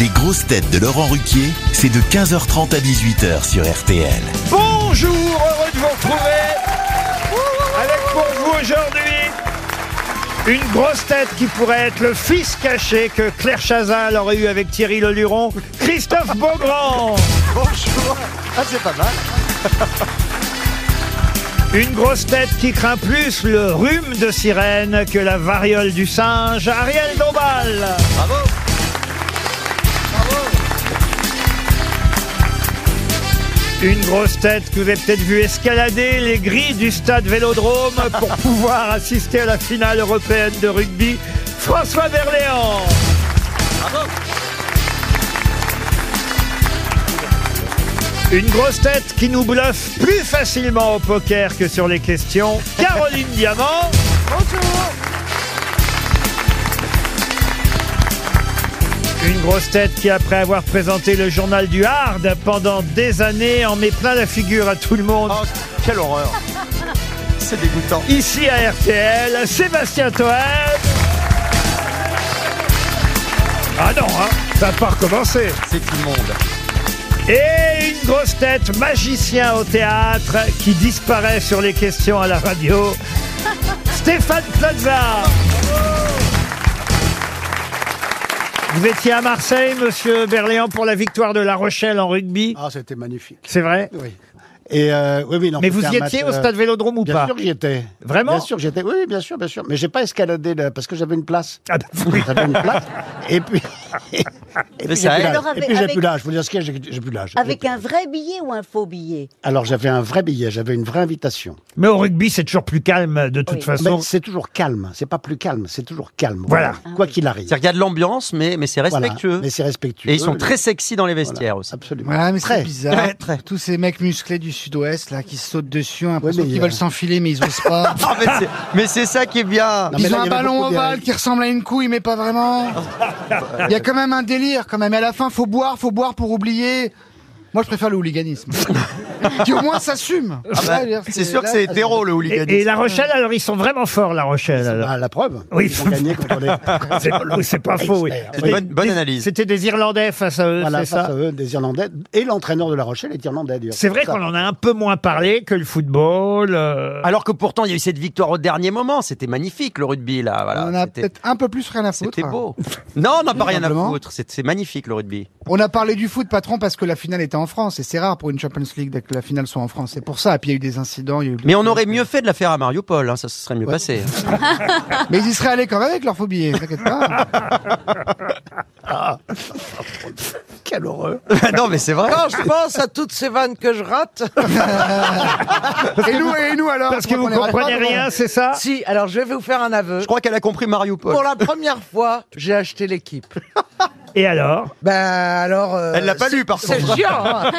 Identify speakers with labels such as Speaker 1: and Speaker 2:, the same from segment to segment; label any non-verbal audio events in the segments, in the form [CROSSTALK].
Speaker 1: Les grosses têtes de Laurent Ruquier, c'est de 15h30 à 18h sur RTL.
Speaker 2: Bonjour, heureux de vous retrouver avec pour vous aujourd'hui une grosse tête qui pourrait être le fils caché que Claire Chazal aurait eu avec Thierry Leluron, Christophe Beaugrand.
Speaker 3: Bonjour Ah c'est pas mal
Speaker 2: Une grosse tête qui craint plus le rhume de sirène que la variole du singe, Ariel Dombal.
Speaker 3: Bravo
Speaker 2: Une grosse tête que vous avez peut-être vu escalader les grilles du stade Vélodrome pour pouvoir assister à la finale européenne de rugby, François Berléand. Une grosse tête qui nous bluffe plus facilement au poker que sur les questions, Caroline Diamant. Une grosse tête qui, après avoir présenté le journal du Hard pendant des années, en met plein la figure à tout le monde.
Speaker 3: Oh quelle horreur C'est dégoûtant
Speaker 2: Ici à RTL, Sébastien Toen. Ah non, hein, ça n'a pas recommencé.
Speaker 3: C'est immonde
Speaker 2: Et une grosse tête, magicien au théâtre, qui disparaît sur les questions à la radio, Stéphane Plaza. Vous étiez à Marseille, monsieur Berléand, pour la victoire de La Rochelle en rugby.
Speaker 4: Ah, c'était magnifique.
Speaker 2: c'est vrai
Speaker 4: Oui. Et euh, oui, oui, non,
Speaker 2: Mais vous
Speaker 4: c'était
Speaker 2: y
Speaker 4: un
Speaker 2: étiez
Speaker 4: match,
Speaker 2: au stade
Speaker 4: euh,
Speaker 2: Vélodrome ou
Speaker 4: Bien
Speaker 2: pas
Speaker 4: sûr que j'y étais.
Speaker 2: Vraiment
Speaker 4: Bien sûr que j'étais. Oui, oui, bien sûr, bien sûr. Mais j'ai pas escaladé là, parce que j'avais une place.
Speaker 2: Ah bah oui.
Speaker 4: J'avais une place. Et puis. [LAUGHS] et puis j'ai
Speaker 3: ça
Speaker 4: plus
Speaker 3: aide.
Speaker 4: l'âge.
Speaker 5: Alors,
Speaker 4: Et
Speaker 5: avec-
Speaker 4: puis j'ai
Speaker 5: avec-
Speaker 4: plus l'âge. Je vous dire ce qu'il y a, j'ai j'ai plus l'âge.
Speaker 5: Avec un vrai billet ou un faux billet
Speaker 4: Alors j'avais un vrai billet, j'avais une vraie invitation.
Speaker 2: Mais au rugby, c'est toujours plus calme de toute
Speaker 5: Oui.
Speaker 2: façon.
Speaker 4: Mais c'est toujours calme, c'est pas plus calme, c'est toujours calme.
Speaker 2: Voilà.
Speaker 4: Quoi qu'il arrive.
Speaker 3: C'est regarde l'ambiance mais, mais c'est
Speaker 4: Voilà.
Speaker 3: respectueux
Speaker 4: Mais c'est respectueux.
Speaker 3: Et ils sont très sexy dans les
Speaker 4: Voilà.
Speaker 3: vestiaires aussi
Speaker 4: Absolument.
Speaker 6: Voilà, mais
Speaker 4: Très.
Speaker 6: c'est bizarre.
Speaker 3: Ouais, très.
Speaker 6: Tous ces mecs musclés du sud-ouest là qui se sautent dessus, on a l'impression
Speaker 4: Ouais, mais,
Speaker 6: qu'ils
Speaker 4: euh,
Speaker 6: veulent s'enfiler mais ils osent pas.
Speaker 3: [LAUGHS] Ah, mais c'est- Mais c'est ça qui est bien
Speaker 4: Non, mais
Speaker 6: Ils ont
Speaker 4: là, il
Speaker 6: un
Speaker 4: y avait
Speaker 6: ballon
Speaker 4: beaucoup de
Speaker 6: ovale
Speaker 4: dérives.
Speaker 6: qui ressemble à une couille mais pas vraiment. Il y a quand même un délire quand même. Et à la fin, faut boire, faut boire pour oublier. Moi, je préfère le hooliganisme.
Speaker 3: [LAUGHS]
Speaker 6: qui au moins s'assume.
Speaker 3: Ah bah,
Speaker 6: Ouais, d'ailleurs,
Speaker 3: C'est sûr que
Speaker 6: là,
Speaker 3: c'est hétéro le hooliganisme
Speaker 2: Et, et La Rochelle, alors ils sont vraiment forts, La Rochelle. alors.
Speaker 4: Ah, la preuve
Speaker 2: Oui.
Speaker 4: Ils ont gagné contre les.
Speaker 2: [LAUGHS] C'est oui, c'est pas faux. oui.
Speaker 4: Experts.
Speaker 2: C'était-
Speaker 3: Bonne- bonne analyse.
Speaker 2: C'était des Irlandais face à eux,
Speaker 4: Voilà,
Speaker 2: c'est
Speaker 4: face
Speaker 2: ça.
Speaker 4: à eux, des Irlandais. Et l'entraîneur de La Rochelle est Irlandais, d'ailleurs.
Speaker 2: C'est vrai
Speaker 4: Ça.
Speaker 2: qu'on en a un peu moins parlé que le football. euh,
Speaker 3: Alors que pourtant il y a eu cette victoire au dernier moment C'était magnifique le rugby là voilà.
Speaker 6: on a
Speaker 3: C'était-
Speaker 6: peut-être un peu plus rien à foutre. hein.
Speaker 3: C'était beau Non on n'a pas rien à
Speaker 6: Simplement.
Speaker 3: foutre C'est c'est magnifique le rugby
Speaker 6: On a parlé du foot, patron, parce que la finale était en France. Et c'est rare pour une Champions League que la finale soit en France. C'est pour ça. Et puis il y a eu des incidents. il y a eu-
Speaker 3: Mais on aurait mieux fait de la faire à Mariupol hein, Ça se serait mieux
Speaker 4: [LAUGHS]
Speaker 3: passé
Speaker 6: [LAUGHS] Mais ils y seraient allés quand même avec leur faux billet. T'inquiète pas.
Speaker 3: [LAUGHS]
Speaker 7: Ah.
Speaker 2: [LAUGHS]
Speaker 4: Quel heureux
Speaker 3: Non mais c'est vrai
Speaker 7: Quand je pense à toutes ces vannes que je rate.
Speaker 6: Et nous, et nous alors
Speaker 2: Parce que vous
Speaker 6: on est
Speaker 2: comprenez
Speaker 6: raccroche-
Speaker 2: rien, c'est ça
Speaker 7: Si, alors je vais vous faire un aveu.
Speaker 3: Je crois qu'elle a compris Mariupol
Speaker 7: Pour la première fois, j'ai acheté l'équipe.
Speaker 2: Et alors
Speaker 7: Ben alors. euh,
Speaker 3: Elle l'a pas
Speaker 7: c'est-
Speaker 3: lu, par
Speaker 7: C'est
Speaker 3: contre.
Speaker 7: chiant. hein.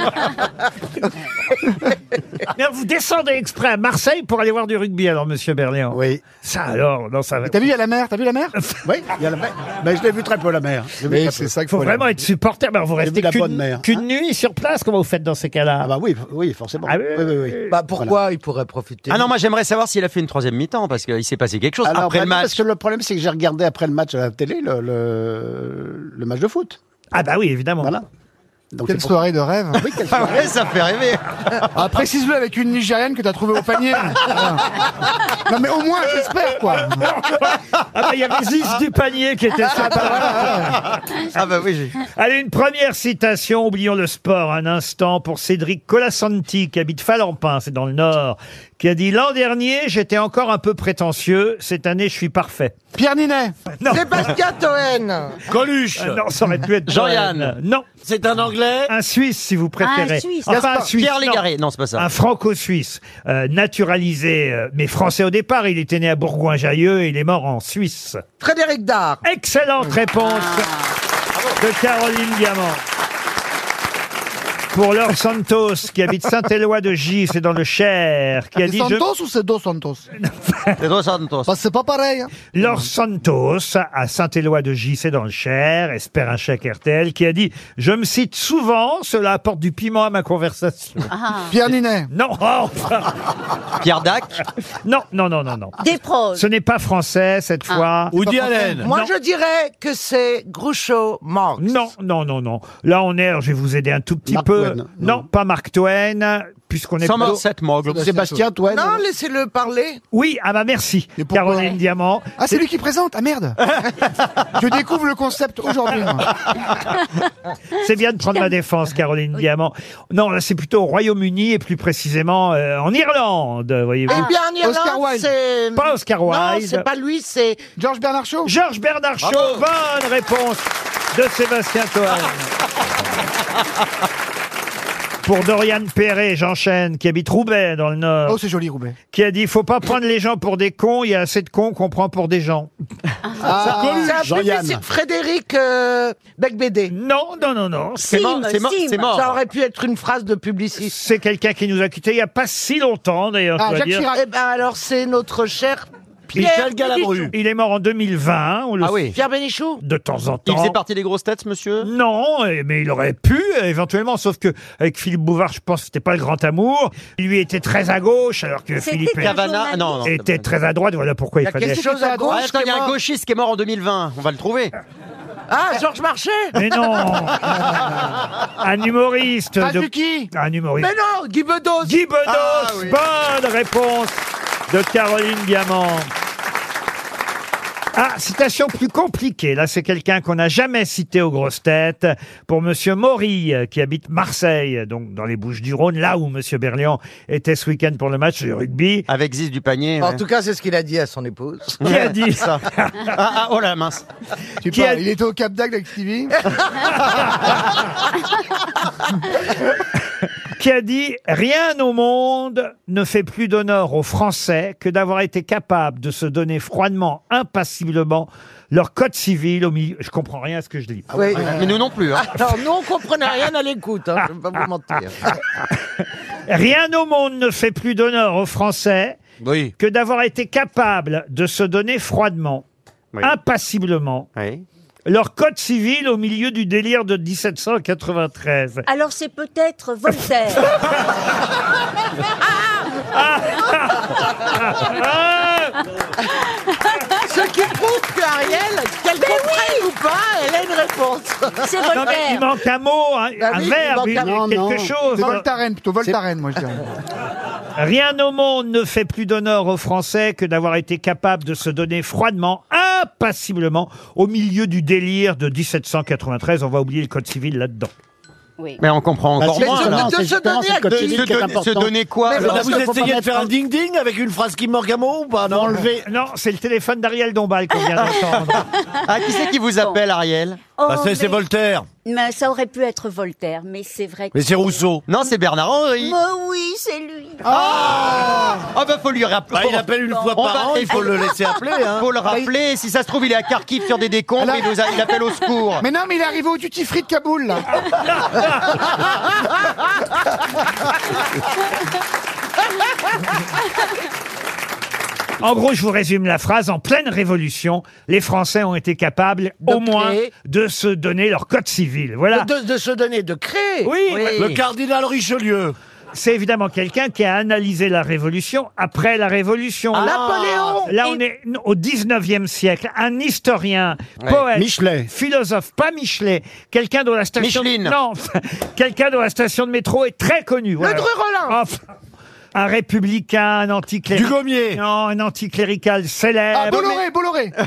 Speaker 2: Mais Vous descendez exprès à Marseille pour aller voir du rugby, alors, monsieur Berléand.
Speaker 4: Oui.
Speaker 2: Ça alors, non, ça va.
Speaker 6: T'as vu, il y a la mer, t'as vu
Speaker 2: [LAUGHS]
Speaker 6: la mer
Speaker 4: Oui, il y a la mer. Mais je l'ai vu très peu, la mer. Je l'ai vu très peu.
Speaker 6: ça qu'il
Speaker 2: Faut vraiment être supporter. mais vous restez
Speaker 4: vu la bonne
Speaker 2: qu'une
Speaker 4: mère,
Speaker 2: qu'une nuit sur place. Comment vous faites dans ces cas-là
Speaker 4: Ah bah oui, oui, forcément.
Speaker 2: Ah oui,
Speaker 4: oui, oui, oui.
Speaker 7: bah pourquoi il pourrait profiter
Speaker 3: Ah non, moi j'aimerais savoir s'il a fait une troisième mi-temps parce qu'il s'est passé quelque chose
Speaker 4: Alors,
Speaker 3: après
Speaker 4: bah
Speaker 3: le
Speaker 4: non, Parce
Speaker 3: match.
Speaker 4: que le problème, c'est que j'ai regardé après le match à la télé le, le, le match de foot.
Speaker 2: Ah bah oui, évidemment.
Speaker 4: Voilà. Donc,
Speaker 6: Quelle
Speaker 4: c'est pour-
Speaker 6: soirée de rêve
Speaker 4: Oui, quelle
Speaker 3: Ah
Speaker 4: soirée.
Speaker 3: ouais, ça fait rêver.
Speaker 6: ah, Précise-le avec une Nigériane que t'as trouvée au panier
Speaker 3: [LAUGHS]
Speaker 6: Voilà. Non mais au moins, j'espère quoi
Speaker 2: Ah bah il y avait Ziz du panier qui était sympa.
Speaker 3: [LAUGHS] Ah bah oui, j'ai-
Speaker 2: Allez, une première citation, oublions le sport un instant, pour Cédric Colasanti, qui habite Falampin, c'est dans le Nord, qui a dit « L'an dernier, j'étais encore un peu prétentieux, cette année, je suis parfait
Speaker 6: Pierre Ninet ».
Speaker 2: Non,
Speaker 7: Sébastien Toen.
Speaker 2: euh, non ça aurait pu être
Speaker 3: Jean-Yann.
Speaker 2: Johan. Non,
Speaker 7: C'est un Anglais.
Speaker 2: un Suisse, si vous préférez.
Speaker 5: Ah, un Suisse.
Speaker 2: Enfin, un Suisse,
Speaker 3: Pierre
Speaker 2: non.
Speaker 3: Légaré. Non, c'est pas ça.
Speaker 2: Un franco-suisse, euh, naturalisé, euh, mais français au départ. Il était né à Bourgoin-Jailleux et il est mort en Suisse.
Speaker 7: Frédéric Dard.
Speaker 2: Excellente réponse de Caroline Diamant. pour Laure Santos, qui habite Saint-Éloi de Gif, c'est dans le Cher, [LAUGHS] qui a
Speaker 6: C'est
Speaker 2: dit... je-
Speaker 6: Santos ou c'est Dos
Speaker 2: [LAUGHS]
Speaker 6: Santos
Speaker 7: Pedro Santos.
Speaker 6: Parce que c'est pas pareil. hein.
Speaker 2: Laure Santos, à Saint-Éloi de JC dans le Cher, espère un chèque RTL, qui a dit « Je me cite souvent, cela apporte du piment à ma conversation.
Speaker 5: Ah.
Speaker 6: Pierre Ninet.
Speaker 2: Non, oh, enfin,
Speaker 7: Pierre Dac.
Speaker 2: non, non, non, non, non.
Speaker 5: Des Ah. proches.
Speaker 2: Ce n'est pas français, cette fois.
Speaker 8: Woody Allen.
Speaker 7: Moi,
Speaker 2: Ah. Non.
Speaker 7: je dirais que c'est Groucho Marx.
Speaker 2: Non, non, non, non. Là, on est, je vais vous aider un tout petit
Speaker 4: Mark
Speaker 2: peu.
Speaker 4: Twain.
Speaker 2: Non,
Speaker 4: Non.
Speaker 2: pas Mark Twain, puisqu'on est... plutôt-
Speaker 7: Mogles.
Speaker 4: Sébastien Toine.
Speaker 7: Non, laissez-le parler.
Speaker 2: Oui, ah bah merci,
Speaker 6: Mais pourquoi
Speaker 2: Caroline Diamant.
Speaker 6: Ah, c'est lui qui présente Ah
Speaker 2: [LAUGHS]
Speaker 6: merde Je découvre le concept aujourd'hui. moi.
Speaker 2: C'est bien de prendre la défense, Caroline Diamant. Non, là, c'est plutôt au Royaume-Uni et plus précisément euh, en Irlande, voyez-vous.
Speaker 7: Eh bien, en
Speaker 6: Ah, Oscar
Speaker 7: Irlande,
Speaker 6: Wilde.
Speaker 7: c'est...
Speaker 2: Pas Oscar
Speaker 7: Non,
Speaker 2: Wilde.
Speaker 7: c'est pas lui, c'est...
Speaker 6: Georges Bernard Shaw
Speaker 2: Georges Bernard Shaw, bonne réponse de Sébastien Toine. Pour Dorian Perret, j'enchaîne, qui habite Roubaix dans le Nord,
Speaker 6: Oh, c'est joli, Roubaix.
Speaker 2: qui a dit Faut pas prendre les gens pour des cons, il y a assez de cons qu'on prend pour des gens.
Speaker 5: Ah.
Speaker 3: Ah.
Speaker 7: C'est un peu
Speaker 4: Jean-Yann.
Speaker 7: c'est Frédéric euh, Becbédé.
Speaker 2: Non, non, non, non. C'est-
Speaker 5: Sim,
Speaker 7: c'est mort,
Speaker 5: Sim.
Speaker 7: c'est mort. Ça aurait pu être une phrase de publiciste.
Speaker 2: C'est quelqu'un qui nous a quittés il n'y a pas si longtemps, d'ailleurs. je
Speaker 6: Ah,
Speaker 2: dois
Speaker 6: Jacques
Speaker 2: dire.
Speaker 6: Chirac.
Speaker 7: Eh ben, alors, c'est notre cher Pierre...
Speaker 8: Michel Galabru.
Speaker 2: Il est mort en 2020, on le
Speaker 3: Ah oui.
Speaker 7: Pierre Bénichou
Speaker 2: de temps en temps.
Speaker 3: Il faisait partie des grosses têtes, ce monsieur
Speaker 2: Non, eh, mais il aurait pu euh, éventuellement, sauf que avec Philippe Bouvard, je pense que c'était pas le grand amour. Il lui était très à gauche, alors que
Speaker 5: C'était
Speaker 2: Philippe
Speaker 5: un
Speaker 3: Cavana Non, non.
Speaker 2: était très à droite. Voilà pourquoi il,
Speaker 7: Il y a
Speaker 2: fallait.
Speaker 7: quelque chose à
Speaker 3: Ah,
Speaker 7: gauche
Speaker 3: attends, il y
Speaker 7: qui est
Speaker 3: a un
Speaker 7: mort.
Speaker 3: gauchiste qui est mort en 2020. On va le trouver.
Speaker 7: Ah, Georges Marchais
Speaker 2: Mais non,
Speaker 5: Ah.
Speaker 2: un humoriste, de-
Speaker 6: Pazuki
Speaker 2: un humoriste.
Speaker 7: Mais non, Guy Bedos Ah,
Speaker 2: Guy Bedos, bonne réponse de Caroline Diamant. Ah, citation plus compliquée. Là, c'est quelqu'un qu'on n'a jamais cité aux grosses têtes. Pour Monsieur Maury, euh, qui habite Marseille, donc dans les Bouches-du-Rhône, là où Monsieur Berlian était ce week-end pour le match de rugby,
Speaker 3: Avec Ziz du panier.
Speaker 7: En tout cas, c'est ce qu'il a dit à son épouse.
Speaker 2: qui a
Speaker 7: [LAUGHS]
Speaker 2: dit ça
Speaker 3: Ah, ah, oh la mince.
Speaker 6: Tu
Speaker 2: Qui
Speaker 6: parles,
Speaker 2: a-
Speaker 6: Il était au Cap d'Agde avec
Speaker 7: [LAUGHS]
Speaker 6: Stevie.
Speaker 2: Qui a dit Rien au monde ne fait plus d'honneur aux Français que d'avoir été capable de se donner froidement, impassiblement leur code civil au milieu. Je comprends rien à ce que je dis.
Speaker 7: Oui.
Speaker 3: Ah Mais nous non plus. hein.
Speaker 7: [LAUGHS] Alors, nous, on comprenait rien à l'écoute, hein, je vais pas vous mentir.
Speaker 2: Ah, Rien au monde ne fait plus d'honneur aux Français
Speaker 3: Oui.
Speaker 2: que d'avoir été capable de se donner froidement,
Speaker 3: Oui.
Speaker 2: impassiblement,
Speaker 3: Oui.
Speaker 2: leur code civil au milieu du délire de 1793.
Speaker 5: Alors c'est peut-être Voltaire.
Speaker 3: [LAUGHS]
Speaker 7: Ce qui prouve qu'Ariel, qu'elle comprenne ou pas, elle a une réponse.
Speaker 5: C'est
Speaker 2: Non, mais il
Speaker 5: Voltaire.
Speaker 2: manque un mot, un,
Speaker 7: Bah
Speaker 2: un
Speaker 7: oui, il
Speaker 2: verbe,
Speaker 7: manque
Speaker 2: une-
Speaker 7: un-
Speaker 4: Non,
Speaker 2: quelque
Speaker 4: non.
Speaker 2: chose.
Speaker 6: C'est Voltaren, plutôt Voltaren, moi je dirais.
Speaker 2: Rien au monde ne fait plus d'honneur aux Français que d'avoir été capable de se donner froidement, impassiblement, au milieu du délire de 1793. On va oublier le code civil là-dedans.
Speaker 5: Oui.
Speaker 3: Mais on comprend
Speaker 4: Bah,
Speaker 3: encore
Speaker 4: c'est
Speaker 3: moins.
Speaker 4: justement,
Speaker 3: là.
Speaker 7: de
Speaker 4: c'est
Speaker 7: se
Speaker 4: justement,
Speaker 7: donner
Speaker 4: c'est le code
Speaker 7: à-
Speaker 3: Se
Speaker 4: civil qui est
Speaker 3: donner- se
Speaker 4: important.
Speaker 3: donner quoi
Speaker 7: Mais
Speaker 3: alors
Speaker 8: Alors,
Speaker 4: parce
Speaker 8: vous
Speaker 4: que faut
Speaker 8: essayez de
Speaker 4: mettre
Speaker 8: faire
Speaker 4: un-
Speaker 8: un ding-ding avec une phrase qui manque un mot ou pas Non.
Speaker 2: Non, c'est le téléphone d'Ariel Dombal qu'on vient d'entendre.
Speaker 3: Ah, qui c'est qui vous appelle, Ariel
Speaker 5: Oh,
Speaker 8: Bah, c'est- c'est
Speaker 5: mais-
Speaker 8: Voltaire.
Speaker 5: mais ça aurait pu être Voltaire, mais c'est vrai. que-
Speaker 8: Mais c'est Rousseau.
Speaker 3: Non, c'est Bernard Henry.
Speaker 5: Mais oui, c'est lui.
Speaker 3: Ah bah faut lui rappeler.
Speaker 8: Bah, il appelle une fois
Speaker 3: On
Speaker 8: par
Speaker 3: va-
Speaker 8: an, il faut le laisser appeler. Hein.
Speaker 3: Faut le
Speaker 7: Bah,
Speaker 3: rappeler. Si ça se trouve, il est à Kharkiv sur des décombres.
Speaker 6: Alors-
Speaker 3: Il, nous a- il appelle au secours.
Speaker 6: Mais non, mais il est arrivé au duty free de Kaboul,
Speaker 3: [LAUGHS]
Speaker 6: là.
Speaker 2: [LAUGHS] En gros, je vous résume la phrase. En pleine révolution, les Français ont été capables, au
Speaker 7: De
Speaker 2: moins,
Speaker 7: créer.
Speaker 2: de se donner leur code civil. Voilà.
Speaker 7: De, de se donner, de créer.
Speaker 2: Oui.
Speaker 8: Le cardinal Richelieu.
Speaker 2: C'est évidemment quelqu'un qui a analysé la révolution après la révolution.
Speaker 7: Ah. Napoléon
Speaker 2: Là, on est au 19e siècle. Un historien, poète,
Speaker 4: Michelet.
Speaker 2: philosophe, pas Michelet, quelqu'un dont la station
Speaker 3: Micheline.
Speaker 2: non, [LAUGHS] quelqu'un dont la station de métro est très connue. voilà.
Speaker 7: Dru-Rollin.
Speaker 2: Enfin, un républicain, un anticlérical,
Speaker 8: Dugommier.
Speaker 2: un anticlérical célèbre.
Speaker 6: Ah, Bolloré, Bolloré.
Speaker 2: [LAUGHS]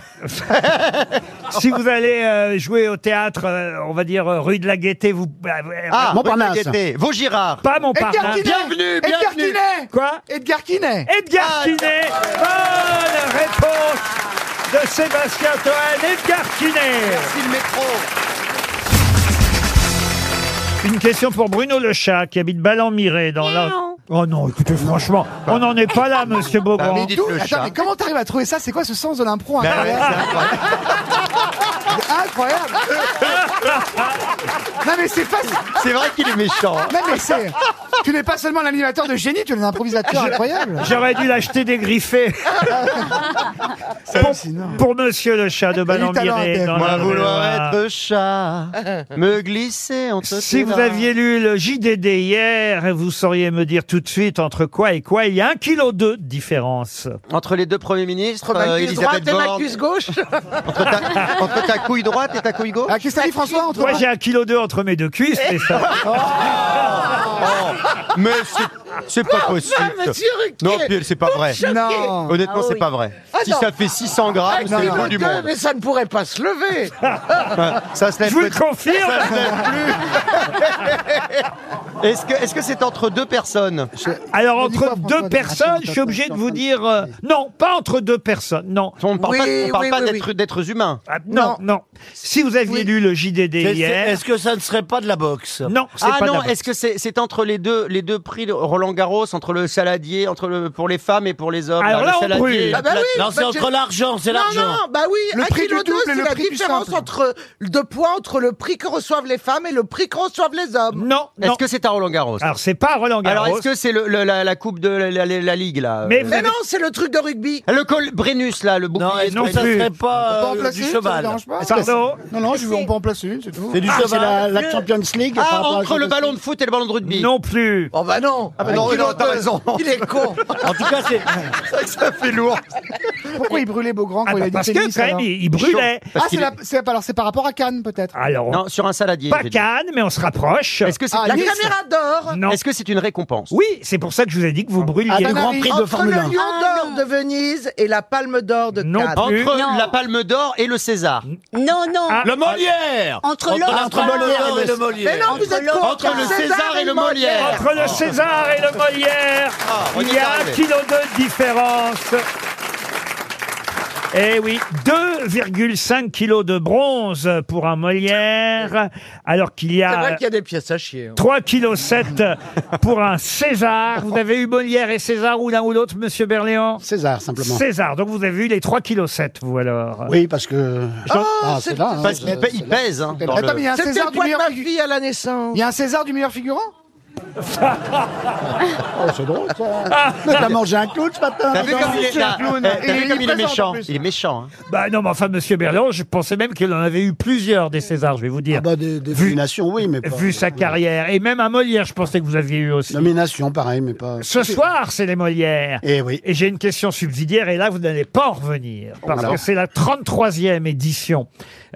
Speaker 2: Si vous allez euh, jouer au théâtre, euh, on va dire euh, rue de la Gaîté, vous bah, vous-
Speaker 3: Ah,
Speaker 4: Montparnasse.
Speaker 3: Gaieté, Vaugirard.
Speaker 2: pas mon
Speaker 6: Edgar Quinet.
Speaker 8: bienvenue,
Speaker 6: Edgar
Speaker 8: bienvenue.
Speaker 6: Quinet.
Speaker 2: Quoi
Speaker 6: Edgar Quinet.
Speaker 2: Edgar
Speaker 3: Ah,
Speaker 2: Quinet. Bonne réponse de Sébastien Toen. Edgar Quinet.
Speaker 3: C'est le métro.
Speaker 2: Une question pour Bruno Le Chat qui habite Ballon-Miré dans la. Oh non, écoutez, franchement, on n'en est pas
Speaker 6: Bah
Speaker 2: là, monsieur Beaugrand.
Speaker 3: Dites
Speaker 6: D'où-
Speaker 3: le
Speaker 6: Attends,
Speaker 3: chat.
Speaker 6: mais comment t'arrives à trouver ça C'est quoi ce sens de l'impro
Speaker 3: Bah ouais, c'est
Speaker 6: incroyable
Speaker 3: incroyable.
Speaker 6: Incroyable [LAUGHS] Non mais c'est pas...
Speaker 3: C'est vrai qu'il est méchant.
Speaker 6: Non mais c'est... Tu n'es pas seulement l'animateur de génie, tu es un improvisateur incroyable
Speaker 2: J'aurais dû l'acheter
Speaker 3: [LAUGHS]
Speaker 2: dégriffé.
Speaker 6: hallucinant.
Speaker 2: pour, pour Monsieur le chat de Balambier.
Speaker 6: talentueux.
Speaker 3: Moi vouloir être chat, me glisser entre
Speaker 2: Si
Speaker 3: tes
Speaker 2: vous
Speaker 3: bras.
Speaker 2: aviez lu le JDD hier, vous sauriez me dire tout de suite entre quoi et quoi il y a un kilo deux de différence.
Speaker 3: Entre les deux premiers ministres, euh,
Speaker 7: Ma cuisse
Speaker 3: Elisabeth
Speaker 7: droite et ma
Speaker 3: Borne,
Speaker 7: cuisse gauche.
Speaker 3: entre, ta, entre ta couille droite et ta couille gauche.
Speaker 6: Ah, Qu'est-ce que t'as dit François entre...
Speaker 2: Moi j'ai un kilo deux entre mes deux cuisses, c'est ça.
Speaker 3: [LAUGHS] Oh. Mais c'est- c'est pas possible.
Speaker 7: Ah, monsieur Ruquier.
Speaker 3: Non, puis c'est pas vrai.
Speaker 6: Non
Speaker 3: Honnêtement,
Speaker 5: Ah
Speaker 3: c'est
Speaker 5: oui.
Speaker 3: pas vrai. si
Speaker 7: non.
Speaker 3: ça fait 600
Speaker 7: Ah,
Speaker 3: grammes,
Speaker 7: il
Speaker 3: c'est le
Speaker 7: en
Speaker 3: bout
Speaker 7: a
Speaker 3: du
Speaker 7: deux,
Speaker 3: monde.
Speaker 7: mais ça ne pourrait pas se lever.
Speaker 3: Ça se lève
Speaker 2: Je vous le
Speaker 3: peut-être-
Speaker 2: confirme.
Speaker 3: ça se lève plus. Est-ce que est-ce que c'est entre deux personnes
Speaker 2: Alors
Speaker 6: dis
Speaker 2: entre
Speaker 6: quoi, François
Speaker 2: deux
Speaker 6: Attends,
Speaker 2: personnes, je suis
Speaker 6: attends,
Speaker 2: obligé de
Speaker 6: attends,
Speaker 2: vous
Speaker 6: attends.
Speaker 2: dire euh, non, pas entre deux personnes, non.
Speaker 3: On ne parle
Speaker 7: Oui,
Speaker 3: pas, on parle
Speaker 7: oui,
Speaker 3: pas
Speaker 7: oui,
Speaker 3: d'être- d'êtres humains.
Speaker 2: Ah, Non, non, Si vous aviez lu le JDD
Speaker 8: C'est- c'est-
Speaker 2: hier,
Speaker 8: Est-ce que ça ne serait pas de la boxe
Speaker 2: non, c'est
Speaker 3: Ah
Speaker 2: pas
Speaker 3: non,
Speaker 2: d'abord.
Speaker 3: est-ce que c'est c'est entre les deux les deux prix de Roland Garros entre le saladier entre le pour les femmes et pour les hommes
Speaker 2: Alors
Speaker 3: le
Speaker 2: là, on
Speaker 3: saladier,
Speaker 2: brûle.
Speaker 3: et le
Speaker 7: Ah bah
Speaker 3: plat-
Speaker 7: oui,
Speaker 8: Non, c'est
Speaker 7: bah,
Speaker 8: entre l'argent, c'est
Speaker 7: Non,
Speaker 8: l'argent.
Speaker 7: non, bah oui,
Speaker 6: Le
Speaker 7: un
Speaker 6: prix du
Speaker 7: kilo
Speaker 6: double
Speaker 7: deux,
Speaker 6: et
Speaker 7: c'est
Speaker 6: le
Speaker 7: la
Speaker 6: prix du
Speaker 7: différence
Speaker 6: simple.
Speaker 7: entre de poids entre le prix que reçoivent les femmes et le prix que reçoivent les hommes.
Speaker 2: Non,
Speaker 8: bah-
Speaker 2: non.
Speaker 3: Est-ce que c'est à Roland Garros
Speaker 2: Alors c'est pas Roland Garros.
Speaker 3: Alors est-ce que c'est le- le- la, la coupe de la, la- la- la ligue là
Speaker 2: Mais
Speaker 3: euh,
Speaker 2: vous
Speaker 7: Mais
Speaker 2: avez-
Speaker 7: non, c'est le truc de rugby.
Speaker 3: le col Brennus là le
Speaker 8: Non,
Speaker 3: bouclier
Speaker 8: est-ce que
Speaker 2: non
Speaker 8: ça
Speaker 2: plus.
Speaker 8: serait pas
Speaker 6: On
Speaker 8: euh,
Speaker 6: peut en placer
Speaker 8: du
Speaker 6: une, ça ne
Speaker 8: cheval
Speaker 6: dérange pas Bah,
Speaker 2: Pardon
Speaker 6: Non, non, je veux, on peut en placer une, c'est tout.
Speaker 8: C'est du
Speaker 4: Ah, c'est
Speaker 8: cheval.
Speaker 4: la, la Champions League. par
Speaker 3: Ah
Speaker 4: rapport à la
Speaker 3: entre le
Speaker 4: Champions
Speaker 3: ballon
Speaker 4: League.
Speaker 3: de foot et le ballon de rugby.
Speaker 2: Non plus.
Speaker 7: Oh bah non.
Speaker 8: Ah,
Speaker 3: bah
Speaker 7: Un
Speaker 3: non,
Speaker 7: kilo
Speaker 3: non, t'as
Speaker 7: deux.
Speaker 3: raison.
Speaker 7: Il est con.
Speaker 8: En tout cas, c'est
Speaker 3: ça fait lourd.
Speaker 6: Pourquoi il brûlait Beaugrand
Speaker 2: Ah,
Speaker 6: quand il a dit
Speaker 2: parce
Speaker 6: tennis
Speaker 2: que quand même,
Speaker 6: alors
Speaker 2: il, il brûlait.
Speaker 3: Parce
Speaker 6: Ah, c'est
Speaker 3: qu'il
Speaker 6: la- c'est- alors c'est par rapport à Cannes peut-être
Speaker 2: Alors,
Speaker 3: Non, sur un saladier.
Speaker 2: pas
Speaker 3: j'ai dit.
Speaker 2: Cannes, mais on se rapproche.
Speaker 3: Est-ce que c'est
Speaker 6: Ah,
Speaker 7: La
Speaker 6: Nice.
Speaker 7: caméra d'or.
Speaker 2: Non.
Speaker 3: est-ce que c'est une récompense
Speaker 2: Oui, c'est pour ça que je vous ai dit que vous brûliez.
Speaker 6: Ah, d'accord. Grand Prix de
Speaker 7: Entre
Speaker 6: Formule
Speaker 7: le
Speaker 6: un.
Speaker 7: lion
Speaker 5: Ah,
Speaker 7: d'or
Speaker 5: non.
Speaker 7: de Venise et la palme d'or de
Speaker 2: Non.
Speaker 7: Cannes.
Speaker 2: Ah,
Speaker 3: Entre
Speaker 5: Non.
Speaker 3: la Palme d'or et le César.
Speaker 5: Non, non.
Speaker 2: Ah.
Speaker 8: le Molière
Speaker 5: Entre l'or-
Speaker 8: l'entre
Speaker 5: entre
Speaker 8: Molière
Speaker 5: l'or
Speaker 8: et
Speaker 5: et
Speaker 8: le
Speaker 5: le-
Speaker 8: Molière.
Speaker 7: Mais non, vous êtes
Speaker 5: l'or-
Speaker 7: con.
Speaker 3: Entre le César et le Molière.
Speaker 2: Entre le César et le Molière,
Speaker 3: Ah, on y
Speaker 2: il y
Speaker 3: est
Speaker 2: a un
Speaker 3: arrivé.
Speaker 2: kilo de différence. Eh oui, 2,5 kilos de bronze pour un Molière, alors qu'il y
Speaker 7: C'est vrai
Speaker 2: a
Speaker 7: qu'il y a des pièces à chier. hein.
Speaker 2: 3,7 kilos pour un César. Vous avez eu Molière et César ou l'un ou l'autre, Monsieur Berléand
Speaker 4: César, simplement.
Speaker 2: César, donc vous avez eu les 3,7 kilos, vous alors
Speaker 4: Oui, parce que. Ah, c'est là. hein,
Speaker 3: Parce
Speaker 4: c'est-
Speaker 3: qu'il pa- il pèse. Hein, dans
Speaker 6: Attends,
Speaker 3: le-
Speaker 6: mais il y a un
Speaker 7: C'était
Speaker 6: César
Speaker 7: le
Speaker 6: du
Speaker 7: poids de
Speaker 6: meilleur
Speaker 7: ma
Speaker 6: figu-
Speaker 7: fille à la naissance.
Speaker 6: Il y a un César du meilleur
Speaker 3: [LAUGHS]
Speaker 6: figurant
Speaker 4: oh, c'est drôle,
Speaker 2: Ah,
Speaker 4: ça. Mais T'as mangé un clown ce matin.
Speaker 3: T'as vu
Speaker 4: attends.
Speaker 3: comme il est,
Speaker 6: c'est un
Speaker 3: là,
Speaker 6: clown.
Speaker 3: eh, t'as
Speaker 6: Et
Speaker 3: vu
Speaker 6: il
Speaker 3: comme
Speaker 6: est
Speaker 3: il est
Speaker 6: présent, en
Speaker 3: méchant
Speaker 6: plus.
Speaker 3: Il est méchant. hein.
Speaker 2: Bah non, mais enfin, Monsieur Berléand, je pensais même qu'il en avait eu plusieurs des Césars, je vais vous dire.
Speaker 4: Ah bah, des, des
Speaker 2: Vu-
Speaker 4: nominations, oui, mais pas.
Speaker 2: vu sa carrière. Et même un Molière, je pensais que vous aviez eu aussi.
Speaker 4: Nomination, pareil, mais pas.
Speaker 2: Ce soir, c'est les Molières.
Speaker 4: Eh oui. Oh,
Speaker 2: Et j'ai une question subsidiaire, et là, vous n'allez pas en revenir, parce
Speaker 4: Alors.
Speaker 2: que c'est la 33e édition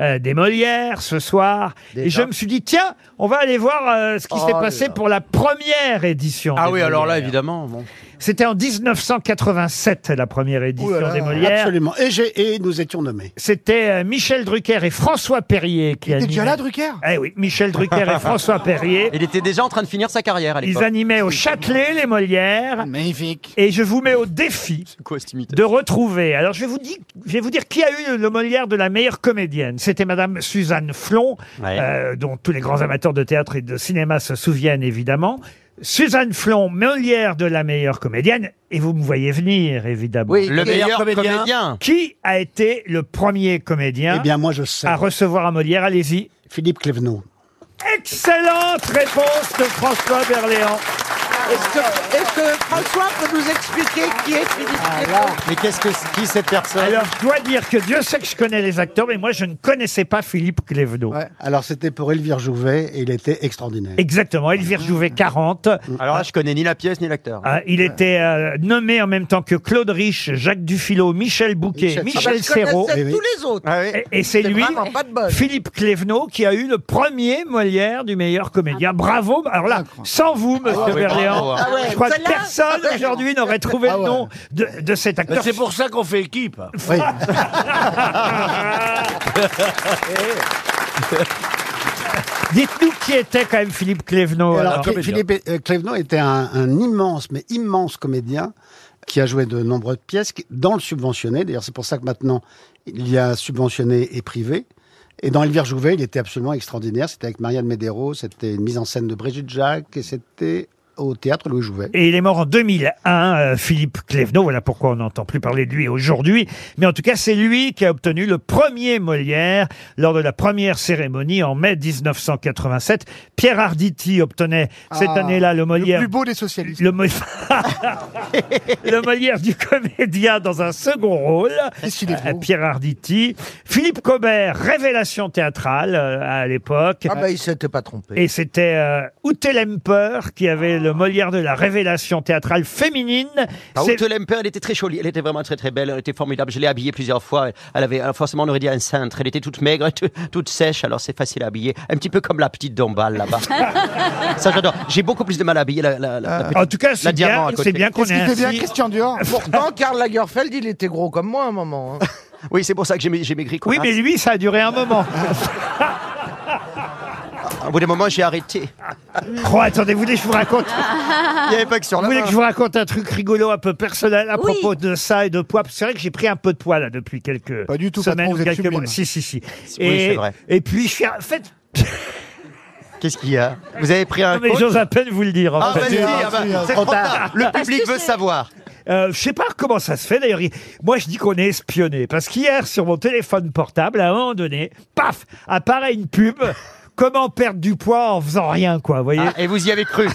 Speaker 2: euh, des Molières ce soir. Et je me suis dit, tiens, on va aller voir euh, ce qui
Speaker 4: Oh
Speaker 2: s'est passé pour la première édition.
Speaker 3: Ah
Speaker 2: des
Speaker 3: oui, alors là,
Speaker 2: Molières.
Speaker 3: évidemment. bon.
Speaker 2: C'était en 1987, la première édition des Molières.
Speaker 4: Absolument. Et, j'ai- et nous étions nommés.
Speaker 2: C'était euh, Michel Drucker et François Perrier qui
Speaker 6: T'es
Speaker 2: animaient.
Speaker 6: déjà là, Drucker
Speaker 2: Eh oui, Michel Drucker
Speaker 4: [LAUGHS]
Speaker 2: et François Perrier.
Speaker 3: Il était déjà en train de finir sa carrière à
Speaker 2: Ils
Speaker 3: l'époque.
Speaker 2: animaient au Châtelet les Molières.
Speaker 6: Magnifique
Speaker 2: Et je vous mets au défi
Speaker 3: Quoi, cette
Speaker 2: de retrouver. Alors, je vais vous dire, je vais vous dire qui a eu le Molière de la meilleure comédienne. C'était Madame Suzanne Flon,
Speaker 3: Ouais.
Speaker 2: euh, dont tous les grands amateurs de théâtre et de cinéma se souviennent évidemment. Suzanne Flon, Molière de la meilleure comédienne. Et vous me voyez venir, évidemment.
Speaker 7: Oui.
Speaker 3: Le meilleur comédien.
Speaker 2: Qui a été le premier comédien
Speaker 4: Eh bien, moi, je sais.
Speaker 2: à recevoir un Molière Allez-y.
Speaker 4: Philippe Clévenot.
Speaker 2: Excellente réponse de François Berléand.
Speaker 7: Est-ce que, est-ce que François peut nous expliquer qui est Philippe Clément
Speaker 3: Mais qu'est-ce que qui cette personne
Speaker 2: Alors, je dois dire que Dieu sait que je connais les acteurs, mais moi, je ne connaissais pas Philippe Clévenot.
Speaker 4: Ouais. Alors, c'était pour Elvire Jouvet et il était extraordinaire.
Speaker 2: Exactement, Elvire Jouvet, 40.
Speaker 3: Alors là, je connais ni la pièce ni l'acteur.
Speaker 2: Ah, il était euh, nommé en même temps que Claude Rich, Jacques Dufilo, Michel Bouquet,
Speaker 4: Michel-
Speaker 2: Michel
Speaker 7: Ah bah, Je
Speaker 2: Serrault.
Speaker 6: Eh
Speaker 7: connaissais
Speaker 4: Oui, oui.
Speaker 7: tous les autres.
Speaker 3: Ah oui.
Speaker 2: Et, et c'est
Speaker 7: C'est
Speaker 2: lui,
Speaker 7: vraiment pas de bol.
Speaker 2: Philippe Clévenot, qui a eu le premier Molière du meilleur comédien. Bravo Alors là, sans vous, monsieur
Speaker 3: oui, bravo,
Speaker 2: Berléand,
Speaker 3: hein.
Speaker 7: Ah ouais,
Speaker 2: je crois que
Speaker 7: celle-là-
Speaker 2: personne aujourd'hui n'aurait trouvé
Speaker 4: Ah
Speaker 2: le
Speaker 4: ouais.
Speaker 2: nom de, de cet
Speaker 8: Mais
Speaker 2: acteur.
Speaker 8: c'est pour ça qu'on fait équipe.
Speaker 7: [LAUGHS]
Speaker 4: Oui.
Speaker 2: Dites-nous qui était quand même Philippe Clévenot.
Speaker 4: Alors,
Speaker 2: alors.
Speaker 4: Phil- Philippe euh, Clévenot était un, un immense, mais immense comédien qui a joué de nombreuses pièces qui- dans le subventionné. D'ailleurs, c'est pour ça que maintenant, il y a subventionné et privé. Et dans Elvire Jouvet, il était absolument extraordinaire. C'était avec Marianne Médéro, c'était une mise en scène de Brigitte Jacques et c'était au théâtre Louis Jouvet.
Speaker 2: Et il est mort en 2001, euh, Philippe Clévenot. Voilà pourquoi on n'entend plus parler de lui aujourd'hui. Mais en tout cas, c'est lui qui a obtenu le premier Molière lors de la première cérémonie en mai 1987. Pierre Arditi obtenait cette
Speaker 6: Ah,
Speaker 2: année-là le
Speaker 6: Le
Speaker 2: Molière.
Speaker 6: plus beau des socialistes.
Speaker 2: Le, Mo- [LAUGHS] Le Molière du comédien dans un second rôle.
Speaker 6: Qu'est-ce qu'il est
Speaker 2: Euh,
Speaker 6: beau.
Speaker 2: Pierre Arditi. Philippe Cobert, révélation théâtrale euh, à l'époque.
Speaker 7: Ah bah il s'était pas trompé.
Speaker 2: Et c'était euh, Ute Lemper qui avait le Molière de la révélation théâtrale féminine.
Speaker 3: Ah,
Speaker 2: C'est-
Speaker 3: Ute Lemper, elle était très jolie, elle était vraiment très très belle, elle était formidable. Je l'ai habillée plusieurs fois. Elle avait euh, forcément, on aurait dit un cintre. Elle était toute maigre, toute- toute sèche, alors c'est facile à habiller. Un petit peu comme la petite Dombal là-bas.
Speaker 2: [LAUGHS]
Speaker 3: Ça j'adore. J'ai beaucoup plus de mal à habiller la, la- la- la petite-
Speaker 2: Euh, en tout cas, c'est
Speaker 3: La diamant
Speaker 2: bien,
Speaker 3: à côté.
Speaker 2: c'est bien qu'on
Speaker 6: Qu'est-ce
Speaker 2: ait
Speaker 6: qu'il fait bien,
Speaker 2: ainsi-
Speaker 6: Christian Dior
Speaker 7: Pourtant, Karl Lagerfeld, il était gros comme moi à un moment. hein.
Speaker 3: Oui, c'est pour ça que j'ai ma- j'ai maigri.
Speaker 2: Oui, mais
Speaker 3: connasse.
Speaker 2: lui, ça a duré un moment.
Speaker 3: [LAUGHS] Au bout d'un moment, j'ai arrêté.
Speaker 2: oh, attendez, vous voulez que je vous raconte
Speaker 9: [LAUGHS]
Speaker 3: Il n'y avait pas que sur
Speaker 2: Vous
Speaker 3: la
Speaker 2: voulez
Speaker 3: main.
Speaker 2: que Ah, je vous raconte un truc rigolo, un peu personnel, à
Speaker 5: Oui.
Speaker 2: propos de ça et de poids Parce que C'est vrai que j'ai pris un peu de poids, là, depuis quelques
Speaker 6: Pas du tout,
Speaker 2: semaines
Speaker 6: patron,
Speaker 2: ou
Speaker 6: vous êtes
Speaker 2: quelques mois.
Speaker 6: sublime.
Speaker 2: Si, si, si.
Speaker 3: c'est vrai.
Speaker 2: et puis, je suis... en fait,
Speaker 3: [LAUGHS] Qu'est-ce qu'il y a Vous avez pris un.
Speaker 2: non, mais
Speaker 3: coach
Speaker 2: j'ose à peine vous le dire. en
Speaker 3: Ah,
Speaker 2: fait.
Speaker 3: vas-y,
Speaker 6: vas-y,
Speaker 3: ah, bah,
Speaker 6: vas-y.
Speaker 3: c'est trop tard. Le
Speaker 5: Parce
Speaker 3: public
Speaker 5: que
Speaker 3: veut
Speaker 5: c'est-
Speaker 3: savoir.
Speaker 2: Euh, je sais pas comment ça se fait d'ailleurs. il- Moi, je dis qu'on est espionné parce qu'hier sur mon téléphone portable, à un moment donné, paf, apparaît une pub. Comment perdre du poids en faisant rien, quoi, vous voyez
Speaker 3: Ah, et vous y avez [LAUGHS] cru.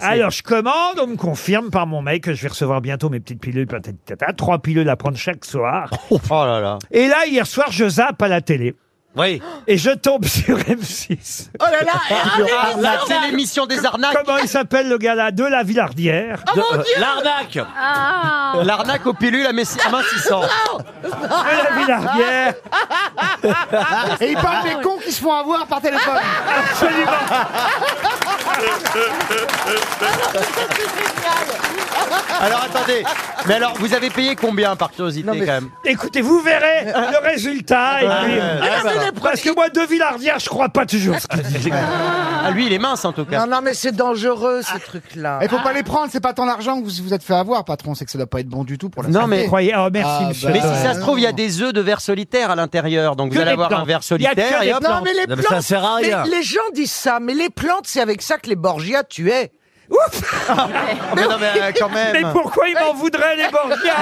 Speaker 2: Alors, je commande, on me confirme par mon mail que je vais recevoir bientôt mes petites pilules, patati patata, trois pilules à prendre chaque soir.
Speaker 3: oh là là.
Speaker 2: Et là, hier soir, je zappe à la télé
Speaker 3: Oui. Ah,
Speaker 2: et je tombe [LAUGHS] sur M6.
Speaker 7: Oh là là
Speaker 3: La télémission des arnaques.
Speaker 2: Comment il s'appelle le gars-là De la Villardière.
Speaker 7: Oh,
Speaker 8: Euh, L'arnaque
Speaker 5: Ah
Speaker 3: L'arnaque aux pilules à minci- à mincissant.
Speaker 2: De
Speaker 7: [LAUGHS]
Speaker 2: la Villardière.
Speaker 6: Et il parle des cons qui se font avoir par téléphone.
Speaker 2: Absolument. Ah.
Speaker 3: Alors attendez, mais alors vous avez payé combien par curiosité quand même
Speaker 2: Écoutez, vous verrez le résultat. et puis-
Speaker 7: Ah,
Speaker 2: Parce que moi, de Villardière, je crois pas toujours. ce qu'il dit.
Speaker 3: ah, Lui il est mince en tout cas.
Speaker 7: Non, non, mais c'est dangereux, ces trucs-là.
Speaker 3: Eh.
Speaker 6: Il faut pas les prendre, c'est pas tant l'argent que vous vous êtes fait avoir, patron, c'est que ça doit pas être bon du tout pour la
Speaker 3: Non,
Speaker 6: santé.
Speaker 3: mais-
Speaker 2: Croyez, oh, merci,
Speaker 6: Ah,
Speaker 2: monsieur.
Speaker 6: bah,
Speaker 3: Mais si
Speaker 6: Ouais.
Speaker 3: ça se trouve, il y a des œufs de verre solitaire à l'intérieur, donc
Speaker 2: Que
Speaker 3: vous allez
Speaker 2: des
Speaker 3: avoir
Speaker 2: plantes.
Speaker 3: un verre
Speaker 2: Il y a que
Speaker 3: solitaire
Speaker 2: des
Speaker 3: et hop.
Speaker 7: Non, mais les
Speaker 8: Non, mais
Speaker 7: plantes.
Speaker 8: ça sert à rien.
Speaker 7: mais les gens disent ça, mais les plantes, c'est avec ça que les Borgia tuaient.
Speaker 3: Mais non, mais euh, quand
Speaker 2: Mais
Speaker 3: même,
Speaker 2: pourquoi ils m'en voudraient, les Borgia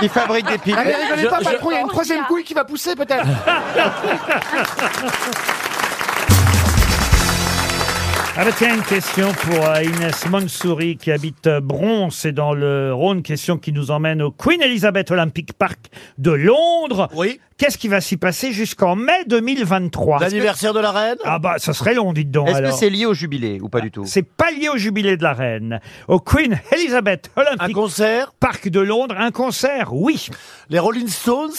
Speaker 3: ils fabriquent des piles.
Speaker 6: Ah, mais rigolez
Speaker 8: Je-
Speaker 6: pas,
Speaker 8: je-
Speaker 6: patron, il y a une troisième couille qui va pousser
Speaker 3: [LAUGHS]
Speaker 6: peut-être.
Speaker 2: Ah bah tiens, une question pour euh, Inès Mansouri qui habite euh, Bron, c'est dans le Rhône, question qui nous emmène au Queen Elizabeth Olympic Park de Londres.
Speaker 8: Oui.
Speaker 2: Qu'est-ce qui va s'y passer jusqu'en mai 2023
Speaker 8: L'anniversaire de la reine
Speaker 2: Ah bah, ça serait long, dites donc
Speaker 3: Est-ce que
Speaker 2: alors. Ah,
Speaker 3: c'est lié au jubilé ou pas du tout
Speaker 2: C'est pas lié au jubilé de la reine. Au Queen Elizabeth
Speaker 8: Un
Speaker 2: Olympic
Speaker 8: concert
Speaker 2: Park de Londres, un concert, oui.
Speaker 8: Les Rolling Stones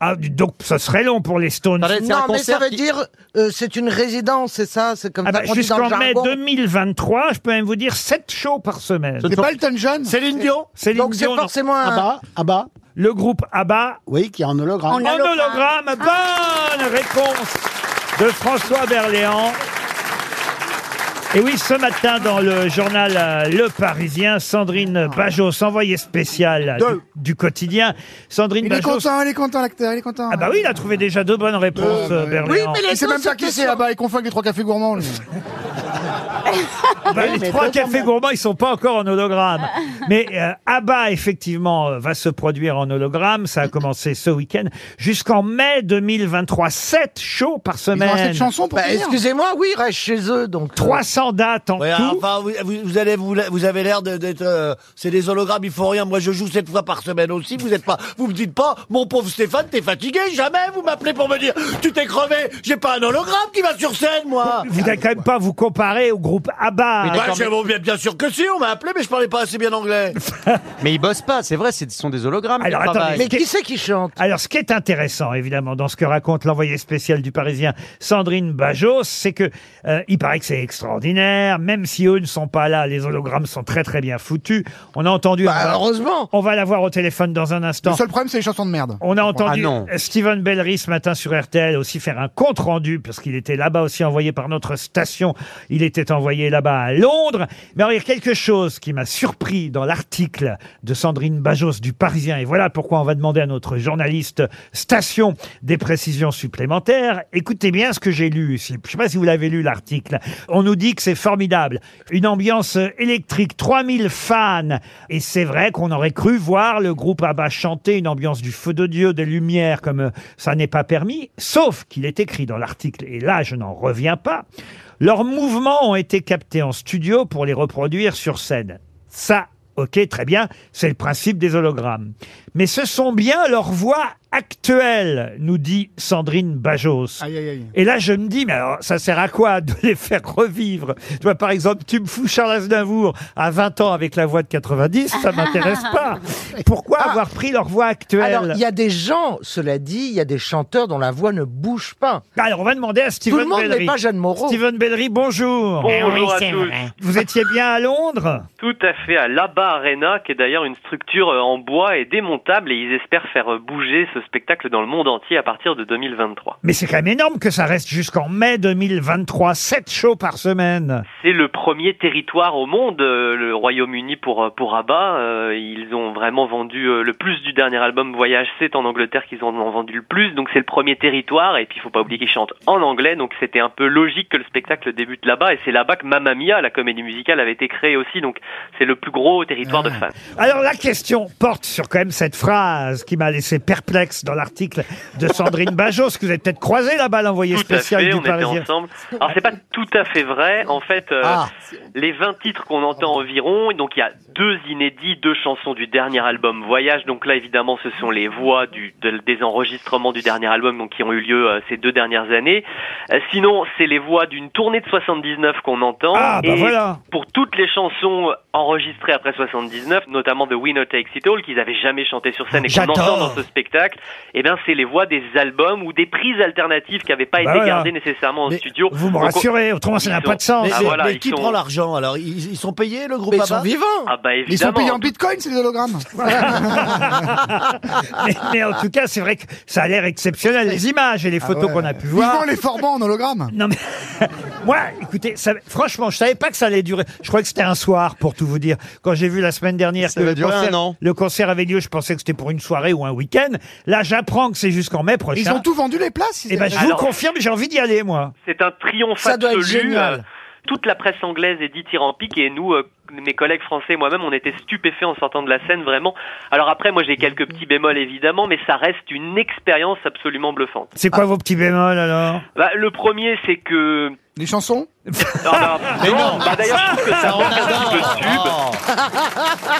Speaker 2: Ah, dites donc ça serait long pour les Stones.
Speaker 3: Attendez, c'est un
Speaker 7: Non, mais ça
Speaker 3: concert
Speaker 7: veut
Speaker 3: qui-
Speaker 7: dire, euh, c'est une résidence, c'est ça C'est comme
Speaker 2: Ah
Speaker 7: ça
Speaker 2: bah,
Speaker 7: qu'on dit dans le
Speaker 2: Jusqu'en mai
Speaker 7: jargon.
Speaker 2: 2023, je peux même vous dire 7 shows par semaine.
Speaker 6: C'est pas Ah bah, Elton John
Speaker 8: Céline Dion
Speaker 2: Céline
Speaker 7: Donc c'est
Speaker 2: Dion, non.
Speaker 7: forcément un...
Speaker 4: Abba, Abba,
Speaker 2: le groupe ABBA
Speaker 4: oui, qui est en hologramme.
Speaker 5: En
Speaker 2: en hologramme. Bonne réponse de François Berléand. Et oui, ce matin, dans le journal euh, Le Parisien, Sandrine Bajos, envoyée spéciale du, du quotidien. Sandrine
Speaker 6: Il
Speaker 3: Bah,
Speaker 6: est
Speaker 2: Bajos.
Speaker 6: content, il est content, l'acteur, il est content.
Speaker 2: Ah bah oui, il a trouvé déjà deux bonnes réponses,
Speaker 6: Deux,
Speaker 2: euh,
Speaker 6: oui.
Speaker 2: Berléand.
Speaker 7: Oui, mais
Speaker 6: Il sait même pas qui c'est là-bas, il confond avec les trois cafés gourmands, lui.
Speaker 2: Ah bah, les trois cafés gourmands, ils sont pas encore en hologramme. Mais euh, Abba, effectivement, euh, va se produire en hologramme. Ça a commencé ce week-end jusqu'en mai 2023. Sept shows par
Speaker 6: Ils ont assez
Speaker 2: semaine.
Speaker 6: de chansons pour
Speaker 7: Bah,
Speaker 6: finir.
Speaker 7: excusez-moi, oui, ils restent chez eux, donc...
Speaker 2: 300 dates en
Speaker 8: Ouais,
Speaker 2: tout.
Speaker 8: enfin, vous, vous- vous allez, vous, vous avez l'air de- d'être. euh, c'est des hologrammes, il faut rien. Moi, je joue sept fois par semaine aussi. Vous êtes pas. Vous me dites pas, mon pauvre Stéphane, t'es fatigué. Jamais vous m'appelez pour me dire, tu t'es crevé. J'ai pas un hologramme qui va sur scène, moi.
Speaker 2: Vous n'allez quand même pas vous comparer au groupe ABBA.
Speaker 8: Bah, je- bon, bien, bien sûr que si, on m'a appelé, mais je parlais pas assez bien anglais.
Speaker 3: Mais ils bossent pas, c'est vrai, c'est- ce sont des hologrammes. qui
Speaker 2: [LAUGHS] Alors, attendez,
Speaker 3: travaillent.
Speaker 7: Mais qui c'est qui chante
Speaker 2: Alors, ce qui est intéressant, évidemment, dans ce que raconte l'envoyée spéciale du Parisien, Sandrine Bajos, c'est que euh, il paraît que c'est extraordinaire. Même si eux ne sont pas là, les hologrammes sont très très bien foutus. On a entendu.
Speaker 7: Bah, heureusement
Speaker 2: on va la voir au téléphone dans un
Speaker 6: Le
Speaker 2: instant.
Speaker 6: seul problème, c'est les chansons de merde.
Speaker 2: On a entendu
Speaker 3: Ah non.
Speaker 2: Steven Bellery ce matin sur RTL aussi faire un compte rendu parce qu'il était là-bas aussi envoyé par notre station. Il était envoyé envoyé là-bas à Londres. Mais alors, il y a quelque chose qui m'a surpris dans l'article de Sandrine Bajos du Parisien. Et voilà pourquoi on va demander à notre journaliste Station des précisions supplémentaires. Écoutez bien ce que j'ai lu ici. Je ne sais pas si vous l'avez lu l'article. On nous dit que c'est formidable. Une ambiance électrique, 3000 fans. Et c'est vrai qu'on aurait cru voir le groupe ABBA chanter une ambiance du feu de Dieu, des lumières, comme euh, ça n'est pas permis. Sauf qu'il est écrit dans l'article, et là je n'en reviens pas, leurs mouvements ont été captés en studio pour les reproduire sur scène. Ça, ok, très bien, c'est le principe des hologrammes. Mais ce sont bien leurs voix actuelles, nous dit Sandrine Bajos.
Speaker 6: Aïe, aïe, aïe.
Speaker 2: Et là, je me dis, mais alors, ça sert à quoi de les faire revivre Tu vois, par exemple, tu me fous Charles Aznavour à 20 ans avec la voix de 90,
Speaker 7: [LAUGHS]
Speaker 2: ça m'intéresse pas. Pourquoi avoir pris leur voix actuelle
Speaker 7: Ah. Alors, il y a des gens, cela dit, il y a des chanteurs dont la voix ne bouge pas.
Speaker 2: Bah, Alors, on va demander à Steven
Speaker 7: Tout le monde
Speaker 2: Bellery.
Speaker 7: n'est pas Jeanne Moreau.
Speaker 2: Steven Bellery, bonjour.
Speaker 10: Bonjour à tous.
Speaker 2: Vous étiez bien à Londres
Speaker 10: Tout à fait à l'ABBA Arena, qui est d'ailleurs une structure euh, en bois et démontable, et ils espèrent faire euh, bouger ce spectacle dans le monde entier à partir de 2023.
Speaker 2: Mais c'est quand même énorme que ça reste jusqu'en mai 2023, 7 shows par semaine.
Speaker 10: C'est le premier territoire au monde, euh, le Royaume-Uni pour, euh, pour ABBA. Euh, Ils ont vraiment vendu euh, le plus du dernier album Voyage, c'est en Angleterre qu'ils en ont vendu le plus, donc c'est le premier territoire, et puis il faut pas oublier qu'ils chantent en anglais, donc c'était un peu logique que le spectacle débute là-bas, et c'est là-bas que Mamma Mia, la comédie musicale, avait été créée aussi, donc c'est le plus gros territoire de fans.
Speaker 2: Alors la question porte sur quand même cette phrase qui m'a laissé perplexe dans l'article de Sandrine Bajos, que vous avez peut-être croisé là-bas, l'envoyé
Speaker 10: Tout à
Speaker 2: spécial
Speaker 10: fait,
Speaker 2: du
Speaker 10: on était
Speaker 2: Parisien.
Speaker 10: ensemble. Alors c'est pas tout à fait vrai. En fait, euh,
Speaker 2: Ah.
Speaker 10: les 20 titres qu'on entend environ, donc il y a deux inédits, deux chansons du dernier album Voyage. Donc là, évidemment, ce sont les voix du, de- des enregistrements du dernier album donc, qui ont eu lieu euh, ces deux dernières années. Euh, sinon, c'est les voix d'une tournée de 79 qu'on entend.
Speaker 2: Ah bah
Speaker 10: Et
Speaker 2: voilà
Speaker 10: pour toutes les chansons enregistrées après 79, notamment de Winner Takes It All, qu'ils avaient jamais chanté sur scène et qu'on
Speaker 2: J'adore.
Speaker 10: entend dans ce spectacle, eh bien, c'est les voix des albums ou des prises alternatives qui n'avaient pas
Speaker 2: Bah
Speaker 10: été
Speaker 2: voilà.
Speaker 10: gardées nécessairement en
Speaker 8: Mais
Speaker 10: studio.
Speaker 2: Vous me
Speaker 10: Donc, on-
Speaker 2: rassurez, autrement ça
Speaker 10: ils
Speaker 2: n'a pas de
Speaker 10: sont-
Speaker 2: sens.
Speaker 8: Mais,
Speaker 10: Ah,
Speaker 8: mais-
Speaker 10: voilà,
Speaker 8: mais
Speaker 10: ils
Speaker 8: qui
Speaker 10: sont-
Speaker 8: prend l'argent alors ils, ils sont payés le groupe
Speaker 7: Mais ils
Speaker 8: ABBA
Speaker 7: sont vivants.
Speaker 10: Ah bah
Speaker 6: Ils sont
Speaker 10: évidemment.
Speaker 6: payés en bitcoin, c'est des
Speaker 10: [LAUGHS]
Speaker 6: hologrammes.
Speaker 2: [LAUGHS] Mais, mais en tout cas, c'est vrai que ça a l'air exceptionnel, les images et les photos qu'on a pu
Speaker 6: Ils
Speaker 2: voir.
Speaker 6: vendent Ah les formants en hologramme.
Speaker 2: Non mais [LAUGHS] moi, écoutez, ça- franchement, je savais pas que ça allait durer. Je crois que c'était un soir, pour tout vous dire. Quand j'ai vu la semaine dernière
Speaker 3: Ça
Speaker 2: que
Speaker 3: va
Speaker 2: le
Speaker 3: durer
Speaker 2: concert,
Speaker 3: un an.
Speaker 2: le concert avait lieu, je pensais que c'était pour une soirée ou un week-end. Là, j'apprends que c'est jusqu'en mai prochain.
Speaker 6: Ils ont tout vendu les places.
Speaker 2: Eh ben, je
Speaker 10: Alors-
Speaker 2: vous confirme, j'ai envie d'y aller, moi.
Speaker 10: C'est un triomphe
Speaker 7: Ça doit être
Speaker 10: absolu.
Speaker 7: génial.
Speaker 10: Euh, Toute la presse anglaise est dithyrambique et nous, euh, mes collègues français et moi-même, on était stupéfaits en sortant de la scène, vraiment. Alors après, moi j'ai quelques petits bémols évidemment, mais ça reste une expérience absolument bluffante.
Speaker 2: C'est quoi vos petits bémols alors
Speaker 10: Bah, le premier, c'est que...
Speaker 6: Les chansons.
Speaker 10: Ah, [LAUGHS] bah, non, bah, d'ailleurs, je trouve que ça manque un petit peu de tube.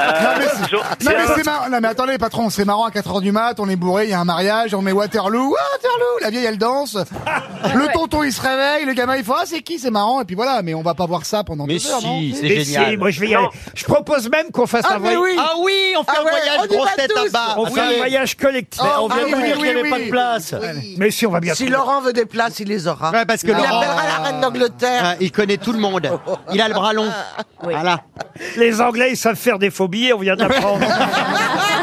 Speaker 10: Euh,
Speaker 6: Non, mais c'est-
Speaker 10: Jo-
Speaker 6: Non mais, c'est marrant. non mais attendez patron, c'est marrant à 4h du mat, on est bourré, il y a un mariage, on met Waterloo, Waterloo, la vieille elle
Speaker 2: [LAUGHS]
Speaker 6: danse,
Speaker 2: Ah,
Speaker 6: le tonton il se réveille, le gamin il fait ah c'est qui, c'est marrant et puis voilà, mais on va pas voir ça pendant
Speaker 3: Mais
Speaker 6: deux heures, non
Speaker 3: si, c'est
Speaker 2: Mais si,
Speaker 3: génial.
Speaker 2: moi je vais y
Speaker 10: Non.
Speaker 2: aller. Je propose même qu'on fasse
Speaker 6: Ah
Speaker 2: un
Speaker 6: mais
Speaker 2: voyage.
Speaker 6: oui,
Speaker 3: Ah oui, on fait
Speaker 7: Ah
Speaker 3: un
Speaker 7: ouais, on
Speaker 3: voyage
Speaker 7: y
Speaker 3: grosse
Speaker 7: va
Speaker 3: tête
Speaker 7: tous.
Speaker 3: à bas.
Speaker 2: On fait un
Speaker 3: Attendez.
Speaker 2: voyage collectif.
Speaker 7: Oh,
Speaker 6: Ah,
Speaker 8: On vient
Speaker 6: Ah
Speaker 8: de vous
Speaker 6: oui,
Speaker 8: dire
Speaker 6: oui,
Speaker 8: qu'il n'y avait
Speaker 6: oui,
Speaker 8: pas
Speaker 6: oui.
Speaker 8: de place.
Speaker 2: Mais si, on va bien.
Speaker 7: Si
Speaker 2: trouver.
Speaker 7: Laurent veut des places, il les aura.
Speaker 3: Ouais, parce que
Speaker 7: il
Speaker 3: Laurent-
Speaker 7: appellera la reine d'Angleterre.
Speaker 3: Ah, il connaît tout le monde. Il a le bras long. Voilà.
Speaker 2: Les Anglais, ils savent faire des faux billets, on vient d'apprendre.
Speaker 3: [LAUGHS]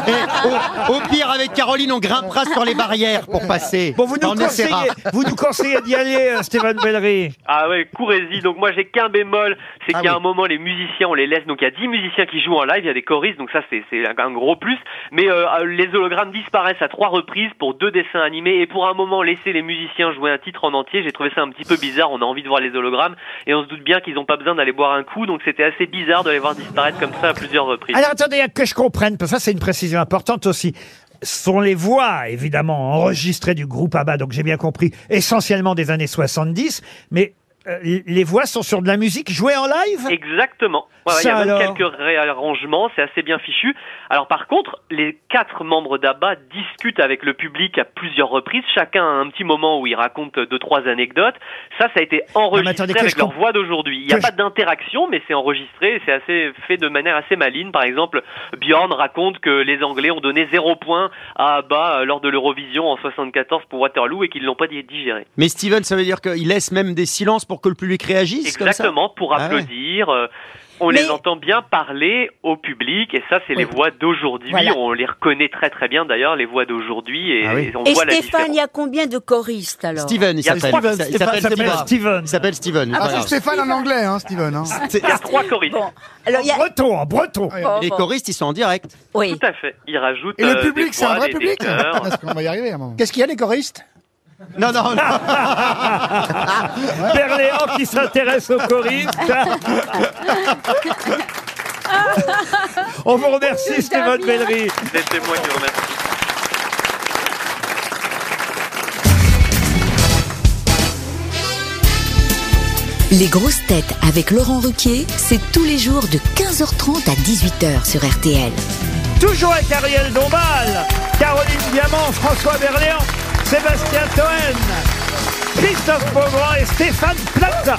Speaker 3: Et au, au pire, avec Caroline, on grimpera sur les barrières pour passer.
Speaker 2: bon, vous nous
Speaker 3: On essaiera.
Speaker 2: conseillez, vous nous conseillez d'y aller, euh,
Speaker 3: [LAUGHS]
Speaker 2: Stéphane Bellery.
Speaker 10: Ah ouais, courez-y. Donc moi j'ai qu'un bémol, c'est
Speaker 3: Ah
Speaker 10: qu'à
Speaker 3: oui.
Speaker 10: un moment les musiciens on les laisse. Donc il y a 10 musiciens qui jouent en live, il y a des choristes, donc ça c'est c'est un- un gros plus. Mais euh, euh, les hologrammes disparaissent à trois reprises pour deux dessins animés et pour un moment laisser les musiciens jouer un titre en entier. J'ai trouvé ça un petit peu bizarre. On a envie de voir les hologrammes et on se doute bien qu'ils n'ont pas besoin d'aller boire un coup. Donc c'était assez bizarre de les voir disparaître comme ça à plusieurs reprises.
Speaker 2: Alors attendez, à que je comprenne, parce que ça c'est une précision importante aussi. Ce sont les voix, évidemment, enregistrées du groupe ABBA, donc j'ai bien compris, essentiellement des années 70, mais euh, les voix sont sur de la musique jouée en live
Speaker 10: Exactement. Ouais, ouais, il y
Speaker 2: Ça
Speaker 10: a même
Speaker 2: alors.
Speaker 10: quelques réarrangements, c'est assez bien fichu. Alors par contre, les quatre membres d'ABBA discutent avec le public à plusieurs reprises. Chacun a un petit moment où il raconte euh, deux trois anecdotes. Ça, ça a été
Speaker 2: Non, mais
Speaker 10: enregistré
Speaker 2: attendez, que
Speaker 10: avec
Speaker 2: je
Speaker 10: leur
Speaker 2: comp-
Speaker 10: voix d'aujourd'hui. Il n'y a
Speaker 2: que
Speaker 10: pas
Speaker 2: je-
Speaker 10: d'interaction, mais c'est enregistré et c'est assez fait de manière assez maligne. Par exemple, Bjorn raconte que les Anglais ont donné zéro point à ABBA euh, lors de l'Eurovision en 74 pour Waterloo et qu'ils l'ont pas di- digéré.
Speaker 3: Mais Steven, ça veut dire qu'il laisse même des silences pour que le public réagisse comme ça
Speaker 10: Exactement, pour
Speaker 3: Ah ouais.
Speaker 10: applaudir. euh, on
Speaker 11: Mais-
Speaker 10: les entend bien parler au public et ça, c'est les
Speaker 5: Oui.
Speaker 10: voix d'aujourd'hui.
Speaker 5: Voilà.
Speaker 10: On les reconnaît très très bien d'ailleurs, les voix d'aujourd'hui et, et on
Speaker 5: Et
Speaker 10: voit la
Speaker 5: Stéphane, il
Speaker 10: différence.
Speaker 5: y a combien de choristes alors
Speaker 3: Steven, il
Speaker 10: Il y a
Speaker 3: s'appelle.
Speaker 10: trois-
Speaker 3: Il s'appelle
Speaker 2: Stéphane
Speaker 3: Steven.
Speaker 2: s'appelle Steven.
Speaker 3: Il s'appelle Steven.
Speaker 6: Ah,
Speaker 3: voilà.
Speaker 6: c'est Stéphane en anglais, hein, Steven. hein.
Speaker 3: C'est-
Speaker 10: Il y a
Speaker 3: [LAUGHS]
Speaker 10: trois choristes.
Speaker 5: Bon, alors il y a.
Speaker 2: Breton, en breton.
Speaker 5: bon,
Speaker 3: Les
Speaker 5: bon.
Speaker 3: choristes, ils sont en direct.
Speaker 5: Oui.
Speaker 10: Tout à fait. Ils rajoutent.
Speaker 6: Et
Speaker 10: euh,
Speaker 6: le
Speaker 10: des
Speaker 6: [LAUGHS] public, c'est un
Speaker 10: voix,
Speaker 6: vrai
Speaker 10: des
Speaker 6: public
Speaker 10: décors.
Speaker 6: Parce qu'on va y arriver à un moment.
Speaker 4: Qu'est-ce qu'il y a, les choristes
Speaker 3: Non, non, non.
Speaker 2: Berléand qui s'intéresse aux choristes.
Speaker 6: [LAUGHS]
Speaker 2: On vous remercie, Stéphane Bellery.
Speaker 10: Laissez-moi vous remercier. hein.
Speaker 11: Les grosses têtes avec Laurent Ruquier, c'est tous les jours de 15h30 à 18h sur RTL.
Speaker 2: Toujours avec Ariel Dombal, Caroline Diamant, François Berléand, Sébastien Toen, Christophe Beaugrand et Stéphane Plaza.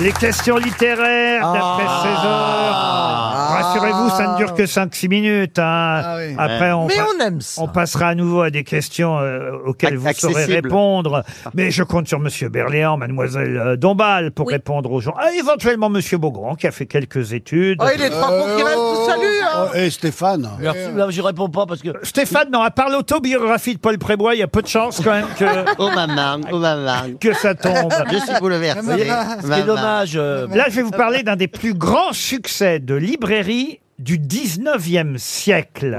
Speaker 2: Les questions littéraires d'après
Speaker 7: Ah.
Speaker 2: César. Rassurez-vous, ça ne dure que 5-6 minutes. hein.
Speaker 7: Ah
Speaker 6: oui.
Speaker 2: Après, on,
Speaker 7: Mais
Speaker 2: pa-
Speaker 7: on aime ça.
Speaker 2: on passera à nouveau à des questions euh, auxquelles
Speaker 3: Ac-
Speaker 2: vous saurez
Speaker 3: accessible.
Speaker 2: répondre. Mais je compte sur Monsieur Berléand, Mademoiselle euh, Dombal pour répondre aux gens. Ah, éventuellement Monsieur Beaugrand qui a fait quelques études.
Speaker 7: Oh, il est trois pour qu'il reste tout salut,
Speaker 12: Oh,
Speaker 7: hein.
Speaker 4: Eh, Stéphane
Speaker 8: Merci, là, je réponds pas parce que.
Speaker 2: Stéphane, non, à part l'autobiographie de Paul Prébois, il y a peu de chances quand même
Speaker 8: [LAUGHS]
Speaker 2: que,
Speaker 3: Oh maman, oh maman.
Speaker 2: que ça tombe.
Speaker 3: Je suis bouleversé.
Speaker 8: C'est dommage. euh,
Speaker 2: Là, je vais vous parler d'un des plus grands succès de librairie du 19e siècle.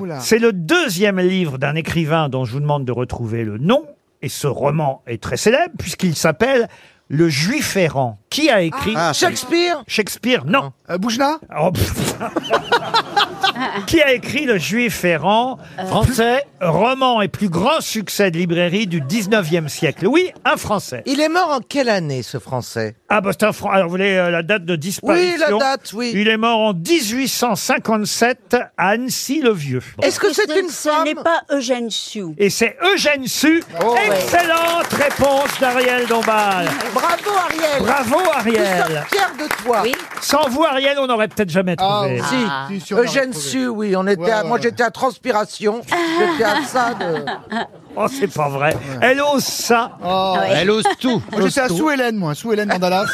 Speaker 6: Oula.
Speaker 2: C'est le deuxième livre d'un écrivain dont je vous demande de retrouver le nom. Et ce roman est très célèbre puisqu'il s'appelle Le Juif errant. Qui a écrit
Speaker 6: Ah.
Speaker 7: Shakespeare
Speaker 2: Shakespeare Non.
Speaker 6: Euh, Boujna
Speaker 2: Oh, pff. [LAUGHS] Qui a écrit Le Juif errant
Speaker 8: Français.
Speaker 2: roman et plus grand succès de librairie du 19e siècle. Oui, un Français.
Speaker 7: Il est mort en quelle année, ce Français
Speaker 2: Ah, bah, c'est un Fran- Alors, vous voulez euh, la date de disparition
Speaker 7: Oui, la date, oui.
Speaker 2: Il est mort en 1857 à Annecy-le-Vieux.
Speaker 7: Est-ce que c'est
Speaker 5: Ce-
Speaker 7: une
Speaker 5: Ce
Speaker 7: femme
Speaker 5: n'est pas Eugène Sue.
Speaker 2: Et c'est Eugène Sue.
Speaker 7: Oh,
Speaker 2: Excellente réponse d'Ariel Dombal.
Speaker 7: Bravo, Ariel
Speaker 2: Bravo,
Speaker 7: Nous
Speaker 2: Ariel.
Speaker 7: sommes fiers de toi.
Speaker 5: Oui.
Speaker 2: Sans vous, Ariel, on n'aurait peut-être jamais
Speaker 6: Ah,
Speaker 2: trouvé.
Speaker 7: Si.
Speaker 6: si, si, on a
Speaker 7: Eugène
Speaker 6: retrouvé.
Speaker 7: Sue, oui, on était
Speaker 6: Ouais,
Speaker 7: à-
Speaker 6: ouais,
Speaker 7: moi
Speaker 6: ouais.
Speaker 7: j'étais à
Speaker 6: [LAUGHS]
Speaker 7: transpiration, j'étais à ça de...
Speaker 2: Oh, c'est pas vrai. Elle ose ça.
Speaker 6: Oh.
Speaker 3: Elle ose tout.
Speaker 6: Moi, j'étais à Sous-Hélène, [LAUGHS] moi. Sous-Hélène Mandalas.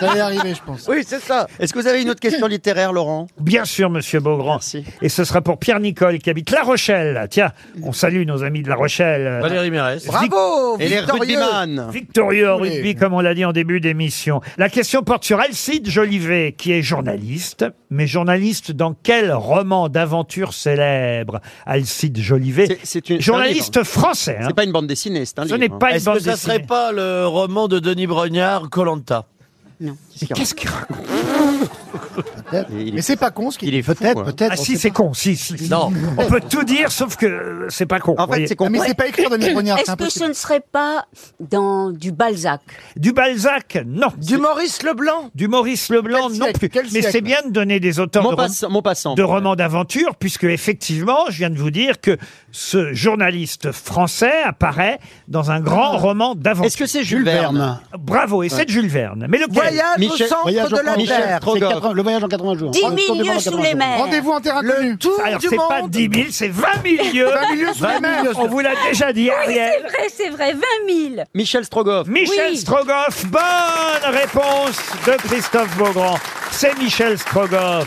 Speaker 6: J'allais arriver, je pense.
Speaker 7: Oui, c'est ça.
Speaker 3: Est-ce que vous avez une autre question littéraire, Laurent
Speaker 2: Bien sûr, monsieur Beaugrand.
Speaker 3: Merci.
Speaker 2: Et ce sera pour Pierre Nicole qui habite La Rochelle. Tiens, on salue nos amis de La Rochelle.
Speaker 8: Valérie Mérès.
Speaker 7: Bravo,
Speaker 3: Et les
Speaker 7: victorieux.
Speaker 3: rugbyman
Speaker 2: Victorieux en
Speaker 6: Oui.
Speaker 2: rugby, comme on l'a dit en début d'émission. La question porte sur Alcide Jolivet, qui est journaliste. Mais journaliste dans quel roman d'aventure célèbre Alcide Jolivet
Speaker 3: C'est- c'est une-
Speaker 2: Journaliste français. hein.
Speaker 3: C'est pas une bande dessinée, c'est un
Speaker 2: Ce
Speaker 3: livre.
Speaker 2: n'est
Speaker 3: hein.
Speaker 2: pas une
Speaker 8: Est-ce
Speaker 2: bande
Speaker 8: que ça
Speaker 2: dessinée.
Speaker 8: serait pas le roman de Denis Brognard, Colanta
Speaker 2: Qu'est-ce qu'il raconte
Speaker 3: Il
Speaker 6: Mais
Speaker 3: est-
Speaker 6: c'est pas con ce qu'il
Speaker 3: il est fou,
Speaker 4: Peut-être,
Speaker 3: hein.
Speaker 4: peut-être.
Speaker 2: Ah si, c'est con, si, si.
Speaker 8: Non.
Speaker 2: On peut tout dire, sauf que euh, c'est pas con.
Speaker 3: En
Speaker 2: vous voyez.
Speaker 3: fait, c'est
Speaker 6: Ah,
Speaker 3: qu'on
Speaker 6: mais c'est pas écrire
Speaker 5: [COUGHS]
Speaker 6: Denis Brognard, c'est
Speaker 5: Est-ce que ce
Speaker 6: impossible.
Speaker 5: ne serait pas dans du Balzac
Speaker 2: Du Balzac, non.
Speaker 7: Du Maurice Leblanc
Speaker 2: Du Maurice Leblanc,
Speaker 6: Quel
Speaker 2: non
Speaker 6: siècle,
Speaker 2: plus.
Speaker 6: quel
Speaker 2: Mais
Speaker 6: siècle.
Speaker 2: c'est bien de donner des auteurs de
Speaker 3: mon,
Speaker 2: romans.
Speaker 3: passant- mon passant.
Speaker 2: de romans d'aventure, puisque effectivement, je viens de vous dire que ce journaliste français apparaît dans un grand roman
Speaker 3: Ah. Est-ce
Speaker 2: d'aventure.
Speaker 3: que c'est Jules
Speaker 4: Jules
Speaker 3: Verne
Speaker 4: Verne.
Speaker 2: Bravo, et c'est de Jules Verne. Mais lequel
Speaker 7: Voyage
Speaker 3: Michel-
Speaker 7: au centre
Speaker 4: Voyage au
Speaker 7: de la
Speaker 4: Michel
Speaker 7: Terre.
Speaker 4: c'est 80 le voyage en 80 jours.
Speaker 5: 10
Speaker 4: Le tour du monde en
Speaker 5: milieux
Speaker 4: 80
Speaker 5: sous les
Speaker 4: jours.
Speaker 5: mers.
Speaker 6: Rendez-vous en terrain
Speaker 7: Le
Speaker 6: connue.
Speaker 7: tour
Speaker 2: Alors,
Speaker 7: du
Speaker 2: c'est pas
Speaker 7: monde
Speaker 2: 10 000, c'est 20 000 lieux.
Speaker 6: 20 milieux sous les mers.
Speaker 2: On vous l'a déjà dit,
Speaker 5: C'est
Speaker 2: Ariel.
Speaker 5: vrai, c'est vrai, 20 000.
Speaker 3: Michel Strogoff.
Speaker 2: Michel
Speaker 5: Oui.
Speaker 2: Strogoff, bonne réponse de Christophe Beaugrand. C'est Michel Strogoff.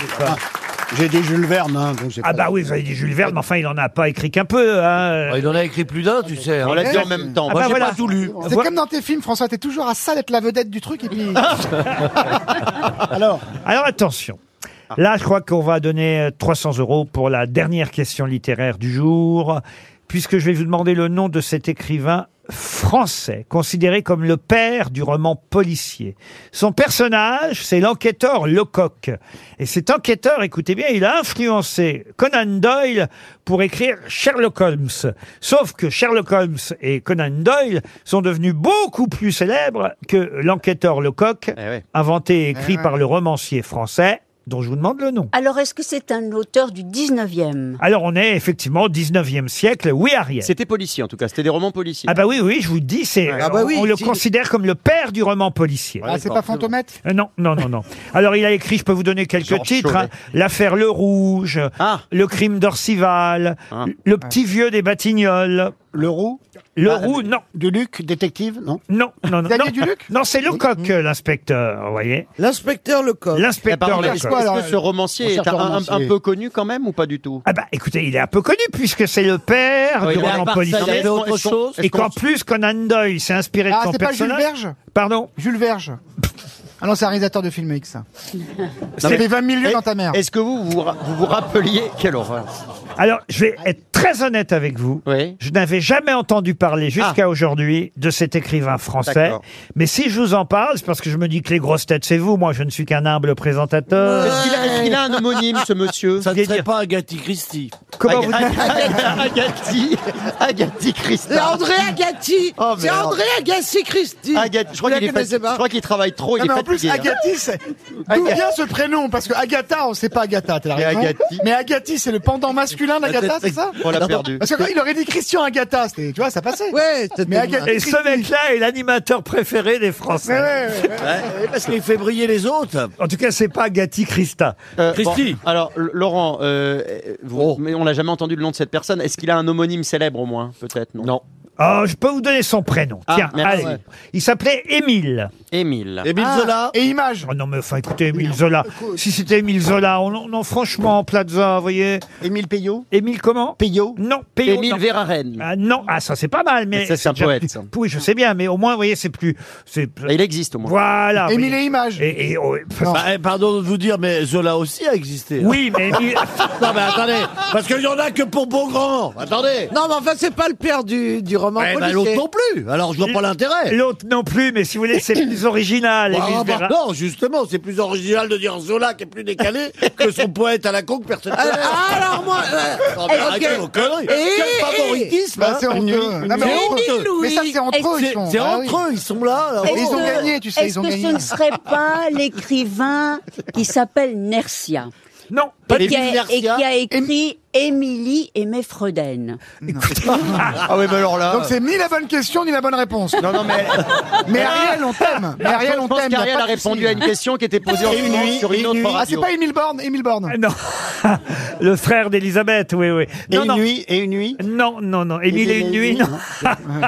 Speaker 4: J'ai dit Jules Verne. hein, donc j'ai
Speaker 2: Ah
Speaker 4: pas-
Speaker 2: bah oui, vous avez dit Jules Verne, mais enfin, il en a pas écrit qu'un peu. hein.
Speaker 8: Ah, Il en a écrit plus d'un, tu sais. hein.
Speaker 3: On l'a dit en même temps.
Speaker 2: Ah
Speaker 8: Moi,
Speaker 2: bah
Speaker 8: j'ai
Speaker 2: voilà.
Speaker 8: pas tout lu.
Speaker 6: C'est
Speaker 2: Vo-
Speaker 6: comme dans tes films, François, t'es toujours à ça d'être la vedette du truc et puis.
Speaker 3: Ah,
Speaker 2: [LAUGHS]
Speaker 4: Alors,
Speaker 2: Alors attention. Là, je crois qu'on va donner euh, 300 euros pour la dernière question littéraire du jour, puisque je vais vous demander le nom de cet écrivain français, considéré comme le père du roman policier. Son personnage, c'est l'enquêteur Lecoq. Et cet enquêteur, écoutez bien, il a influencé Conan Doyle pour écrire Sherlock Holmes. Sauf que Sherlock Holmes et Conan Doyle sont devenus beaucoup plus célèbres que l'enquêteur Lecoq,
Speaker 3: Eh ouais.
Speaker 2: inventé et écrit par le romancier français dont je vous demande le nom.
Speaker 5: Alors, est-ce que c'est un auteur du 19e
Speaker 2: Alors on est effectivement au 19e siècle, oui Ariel.
Speaker 3: C'était policier en tout cas, c'était des romans policiers.
Speaker 2: Ah bah oui, oui, je vous dis, c'est,
Speaker 7: Ah bah
Speaker 2: on-
Speaker 7: oui,
Speaker 2: on le
Speaker 7: si-
Speaker 2: considère comme le père du roman policier.
Speaker 6: Ah, c'est pas Fantomètre
Speaker 2: Euh, non, non, non, non. Alors il a écrit, je peux vous donner quelques
Speaker 3: Georges
Speaker 2: titres,
Speaker 3: Chauvet.
Speaker 2: hein. l'affaire Le Rouge,
Speaker 3: Ah.
Speaker 2: le crime d'Orcival,
Speaker 3: Ah.
Speaker 2: le petit vieux des Batignolles,
Speaker 4: Leroux
Speaker 2: Leroux, non.
Speaker 4: Duluc, détective, non
Speaker 2: Non, non, non.
Speaker 4: Xavier
Speaker 2: non.
Speaker 4: Duluc
Speaker 2: Non, c'est Lecoq, l'inspecteur, vous voyez. L'inspecteur Lecoq. L'inspecteur
Speaker 3: Eh, Est-ce
Speaker 2: Lecoq.
Speaker 3: que ce romancier est un, un- un peu connu quand même ou pas du tout
Speaker 2: Ah bah écoutez, il est un peu connu puisque c'est le père
Speaker 3: Oui,
Speaker 2: de
Speaker 3: mais à
Speaker 2: Roland
Speaker 3: part ça, il y avait
Speaker 2: Polichinelle.
Speaker 3: autre
Speaker 2: Est-ce qu'on-
Speaker 3: chose
Speaker 2: Et qu'en plus Conan Doyle s'est inspiré
Speaker 6: Ah,
Speaker 2: de son
Speaker 6: c'est pas
Speaker 2: personnage.
Speaker 6: Jules Verge
Speaker 2: Pardon
Speaker 6: Jules Verge. Ah non, c'est un réalisateur de film X. ça. C'était
Speaker 3: mais-
Speaker 6: 20 000 lieux
Speaker 3: Est-
Speaker 6: dans ta mère.
Speaker 3: Est-ce que vous vous, ra- vous vous rappeliez Quelle horreur
Speaker 2: Alors, je vais être très honnête avec vous. Je n'avais jamais entendu parler jusqu'à aujourd'hui de cet écrivain français.
Speaker 3: Ah. D'accord.
Speaker 2: Mais si je vous en parle, c'est parce que je me dis que les grosses têtes, c'est vous. Moi, je ne suis qu'un humble présentateur.
Speaker 3: Euh, Est-ce qu'il a, est-ce qu'il a un homonyme, ce monsieur Ça ne serait pas Agati Christie.
Speaker 2: Comment vous-
Speaker 3: Agati, Agati Christie.
Speaker 7: C'est André Agati
Speaker 6: Ah,
Speaker 3: Oh,
Speaker 7: C'est
Speaker 3: merde.
Speaker 7: André Agassi Christie
Speaker 3: Agati, je crois
Speaker 7: Vous la
Speaker 3: qu'il est
Speaker 7: connaissez
Speaker 3: fatigué.
Speaker 7: pas
Speaker 3: Je crois qu'il travaille trop, il
Speaker 6: Non, mais
Speaker 3: est
Speaker 6: en plus,
Speaker 3: fatigué. hein.
Speaker 6: Agati, c'est. D'où
Speaker 3: Aga-
Speaker 6: vient ce prénom Parce que Agatha, on sait pas Agatha, t'as
Speaker 3: Mais
Speaker 6: raison.
Speaker 3: Agati.
Speaker 6: Mais Agati, c'est le pendant masculin d'Agatha, c'est ça
Speaker 3: On l'a
Speaker 6: Non,
Speaker 3: perdu.
Speaker 6: Parce qu'il aurait dit Christian Agatha, c'était- tu vois, ça passait.
Speaker 7: Ouais, c'était
Speaker 6: Mais Agatha.
Speaker 2: Et ce mec-là est l'animateur préféré des Français.
Speaker 8: Parce qu'il fait briller les autres.
Speaker 2: En tout cas, c'est pas Gatti Christa.
Speaker 3: Euh,
Speaker 8: Christie.
Speaker 3: bon, alors, L- Laurent, euh, vous-
Speaker 6: Oh.
Speaker 3: mais on n'a jamais entendu le nom de cette personne. Est-ce qu'il a un homonyme célèbre au moins Peut-être, non Non.
Speaker 2: Oh, je peux vous donner son prénom.
Speaker 3: Ah,
Speaker 2: Tiens,
Speaker 3: merci.
Speaker 2: allez. Il s'appelait Émile.
Speaker 3: Émile.
Speaker 6: Ah, Et image.
Speaker 2: Oh non, mais enfin, écoutez, Émile Zola. Si c'était Émile Zola, on, non, franchement, Plaza, vous voyez.
Speaker 4: Émile Payot
Speaker 2: Émile comment
Speaker 4: Payot
Speaker 2: Non, Payot.
Speaker 3: Émile
Speaker 2: non.
Speaker 3: Verhaeren.
Speaker 2: Ah non, ah ça c'est pas mal, mais
Speaker 3: Mais ça, c'est un
Speaker 2: déjà
Speaker 3: poète,
Speaker 2: plus-
Speaker 3: ça. Ah,
Speaker 2: Oui, je sais bien, mais au moins, vous voyez, c'est plus, c'est
Speaker 3: Il existe au moins.
Speaker 2: voilà. vous
Speaker 6: Émile
Speaker 2: voyez.
Speaker 6: et image.
Speaker 2: Et, et- oh,
Speaker 6: Non.
Speaker 8: Bah, eh, pardon de vous dire, mais Zola aussi a existé. hein.
Speaker 2: oui, mais Émile-
Speaker 8: [LAUGHS] Non mais attendez, parce qu'il y en a que pour Beaugrand. Attendez.
Speaker 7: Non, mais enfin, c'est pas le père du, du roman
Speaker 8: Eh ben,
Speaker 7: policier.
Speaker 8: l'autre non plus. Alors je vois pas l'intérêt.
Speaker 2: l'autre non plus, mais si vous voulez, c'est plus original.
Speaker 8: Ah,
Speaker 2: Émile
Speaker 8: bah,
Speaker 2: Verhaeren.
Speaker 8: non, justement, c'est plus original de dire Zola qui est
Speaker 7: [LAUGHS]
Speaker 8: plus décalé que son poète à la con que personne
Speaker 7: Ah,
Speaker 8: connaît.
Speaker 7: alors moi... euh,
Speaker 8: [LAUGHS] Non, mais arrêtez
Speaker 7: ok.
Speaker 8: vos conneries.
Speaker 7: Et-
Speaker 8: Quel
Speaker 7: et-
Speaker 8: favoritisme
Speaker 6: Bah,
Speaker 8: hein.
Speaker 6: c'est honteux. Non, mais
Speaker 7: Mais
Speaker 6: entre
Speaker 7: Émile
Speaker 6: eux. Mais ça,
Speaker 7: Louis,
Speaker 6: c'est entre eux, ils
Speaker 8: C'est
Speaker 6: sont.
Speaker 8: c'est
Speaker 6: Ah oui.
Speaker 8: entre eux, ils sont là. là.
Speaker 5: Est-ce
Speaker 6: Ils ont
Speaker 5: que-
Speaker 6: gagné, tu sais,
Speaker 5: Est-ce
Speaker 6: ils ont
Speaker 5: que
Speaker 6: gagné.
Speaker 5: ce ne serait pas l'écrivain qui s'appelle Nercia
Speaker 2: Non, pas
Speaker 5: et qui,
Speaker 8: Émile
Speaker 5: a,
Speaker 8: Nercia.
Speaker 5: et qui a écrit Émilie et mes Freuden
Speaker 6: [LAUGHS]
Speaker 3: Ah oui, mais alors là.
Speaker 6: Donc c'est ni la bonne question ni la bonne réponse.
Speaker 3: Non, non, mais.
Speaker 6: Mais Ariel, on t'aime. Mais Ariel,
Speaker 3: je
Speaker 6: on
Speaker 3: pense
Speaker 6: t'aime. y
Speaker 3: qu'Ariel
Speaker 6: pas
Speaker 3: a
Speaker 6: de
Speaker 3: répondu
Speaker 6: souci.
Speaker 3: à une question qui était posée en France sur une autre
Speaker 6: Ah, c'est
Speaker 3: radio.
Speaker 6: pas Émile Borne, Émile
Speaker 3: [LAUGHS]
Speaker 6: Borne.
Speaker 2: non, le frère d'Elisabeth, oui, oui.
Speaker 4: Et
Speaker 2: Non,
Speaker 4: une
Speaker 2: non.
Speaker 4: nuit Et une nuit
Speaker 2: Non, non, non. Émile et une nuit, non.
Speaker 3: [LAUGHS]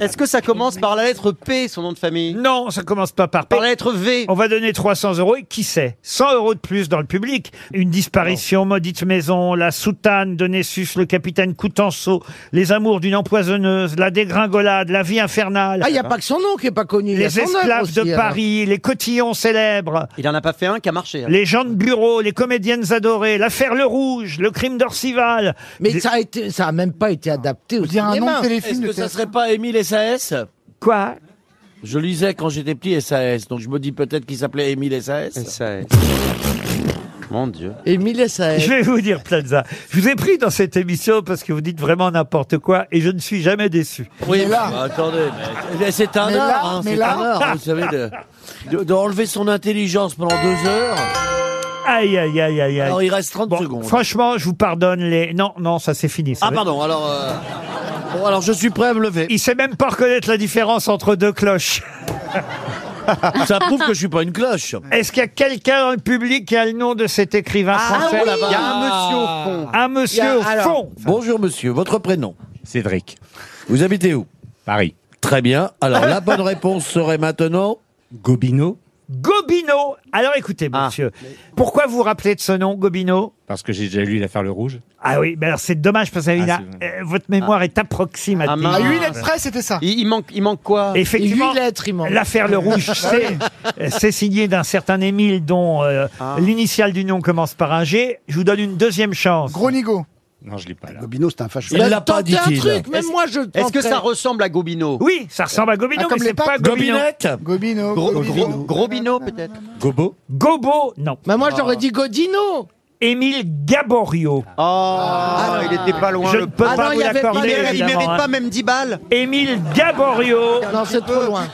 Speaker 3: Est-ce que ça commence par la lettre P, son nom de famille
Speaker 2: Non, ça commence pas par P.
Speaker 3: Par la lettre V
Speaker 2: On va donner 300 euros et qui sait 100 euros de plus dans le public. Une disparition, maudite maison, la soutane de Nessus, le capitaine Coutenceau, les amours d'une empoisonneuse, la dégringolade, la vie infernale,
Speaker 7: Ah, il n'y a pas que son nom qui est pas connu. il y a
Speaker 2: les
Speaker 7: son œuvre
Speaker 2: esclaves
Speaker 7: aussi,
Speaker 2: de
Speaker 7: alors.
Speaker 2: Paris, les cotillons célèbres,
Speaker 3: Il en a pas fait un qui a marché. hein.
Speaker 2: les gens de bureau, les comédiennes adorées, l'affaire Le Rouge, le crime d'Orcival.
Speaker 7: Mais
Speaker 2: Des-
Speaker 7: ça a, été, ça a même pas été adapté au
Speaker 6: Faut dire un nom
Speaker 7: cinéma.
Speaker 6: de téléfilm. de théâtre.
Speaker 8: serait pas Émile SAS
Speaker 2: Quoi
Speaker 8: Je lisais quand j'étais petit SAS, donc je me dis peut-être qu'il s'appelait Émile SAS.
Speaker 3: Ça est- Mon Dieu.
Speaker 7: Émile Saël.
Speaker 2: Je vais vous dire, Plaza. Je vous ai pris dans cette émission parce que vous dites vraiment n'importe quoi et je ne suis jamais déçu.
Speaker 8: Oui,
Speaker 6: Mais là-
Speaker 8: bah, attendez, mais c'est un
Speaker 6: Mais là-
Speaker 8: art, hein,
Speaker 6: mais
Speaker 8: c'est
Speaker 6: là-
Speaker 8: un art, vous savez, de- de- d'enlever son intelligence pendant deux heures.
Speaker 2: Aïe, aïe, aïe, aïe, aïe.
Speaker 8: Alors il reste 30
Speaker 2: Bon, [LAUGHS]
Speaker 8: secondes.
Speaker 2: franchement, je vous pardonne les. Non, non, ça c'est fini. ça.
Speaker 8: Ah pardon, alors, euh, bon, alors je suis prêt à me lever.
Speaker 2: Il sait même pas reconnaître la différence entre deux cloches.
Speaker 8: [LAUGHS] Ça prouve que je suis pas une cloche.
Speaker 2: Est-ce qu'il y a quelqu'un dans le public qui a le nom de cet écrivain
Speaker 8: Ah
Speaker 2: français
Speaker 8: là-bas.
Speaker 3: Il y a un monsieur au fond.
Speaker 2: Un monsieur au
Speaker 7: Il y a- alors-
Speaker 2: fond.
Speaker 8: Bonjour monsieur, votre prénom
Speaker 13: Cédric,
Speaker 8: Vous habitez où
Speaker 13: Paris.
Speaker 8: Très bien, alors la bonne réponse serait maintenant...
Speaker 13: Gobineau,
Speaker 2: Gobineau. Alors écoutez,
Speaker 3: Ah.
Speaker 2: monsieur, pourquoi vous vous rappelez de ce nom, Gobineau
Speaker 13: parce que j'ai déjà lu l'affaire Le Rouge.
Speaker 2: Ah oui, ben alors c'est dommage parce que il
Speaker 13: Ah,
Speaker 2: a-
Speaker 13: c'est
Speaker 2: euh, votre mémoire est approximative.
Speaker 3: Ah, mince.
Speaker 6: Ah, huit lettres près, c'était ça.
Speaker 3: Il, il manque, il manque quoi
Speaker 7: Et huit
Speaker 2: Effectivement,
Speaker 7: lettres, il Ah, manque.
Speaker 2: L'affaire Le [LAUGHS] Rouge, c'est- euh, c'est signé d'un certain Émile dont euh,
Speaker 7: Ah.
Speaker 2: l'initiale du nom commence par un G. Je vous donne une deuxième chance.
Speaker 6: Gros nigo.
Speaker 13: Non, je l'ai pas là.
Speaker 4: Gobineau, c'est un fâcheux.
Speaker 8: Il
Speaker 7: Bah,
Speaker 8: l'a pas,
Speaker 7: tentez un
Speaker 8: dit-il.
Speaker 7: truc, même moi je le
Speaker 3: Est-ce que
Speaker 7: tenterais.
Speaker 3: ça ressemble à Gobineau
Speaker 2: Oui, ça ressemble à Gobineau,
Speaker 6: Ah, comme
Speaker 2: mais
Speaker 6: les
Speaker 2: c'est pas
Speaker 6: papes.
Speaker 2: Gobineau.
Speaker 8: Gobinette
Speaker 6: Gobino.
Speaker 3: Gro-
Speaker 6: Gobino.
Speaker 3: gro- Grobino peut-être
Speaker 13: Gobo,
Speaker 2: Gobo, non.
Speaker 7: Bah, moi j'aurais dit Godino.
Speaker 2: Émile Gaborio.
Speaker 3: Oh,
Speaker 2: Ah.
Speaker 3: il était pas loin
Speaker 2: Je ne
Speaker 3: le
Speaker 2: peux
Speaker 7: Ah
Speaker 2: pas
Speaker 7: non, il
Speaker 2: vous
Speaker 7: y avait-
Speaker 3: Il
Speaker 2: l'accorder.
Speaker 3: mérite, il
Speaker 2: évidemment,
Speaker 3: mérite
Speaker 2: hein.
Speaker 3: pas même 10 balles
Speaker 2: Émile Gaborio.
Speaker 7: Non, c'est trop loin.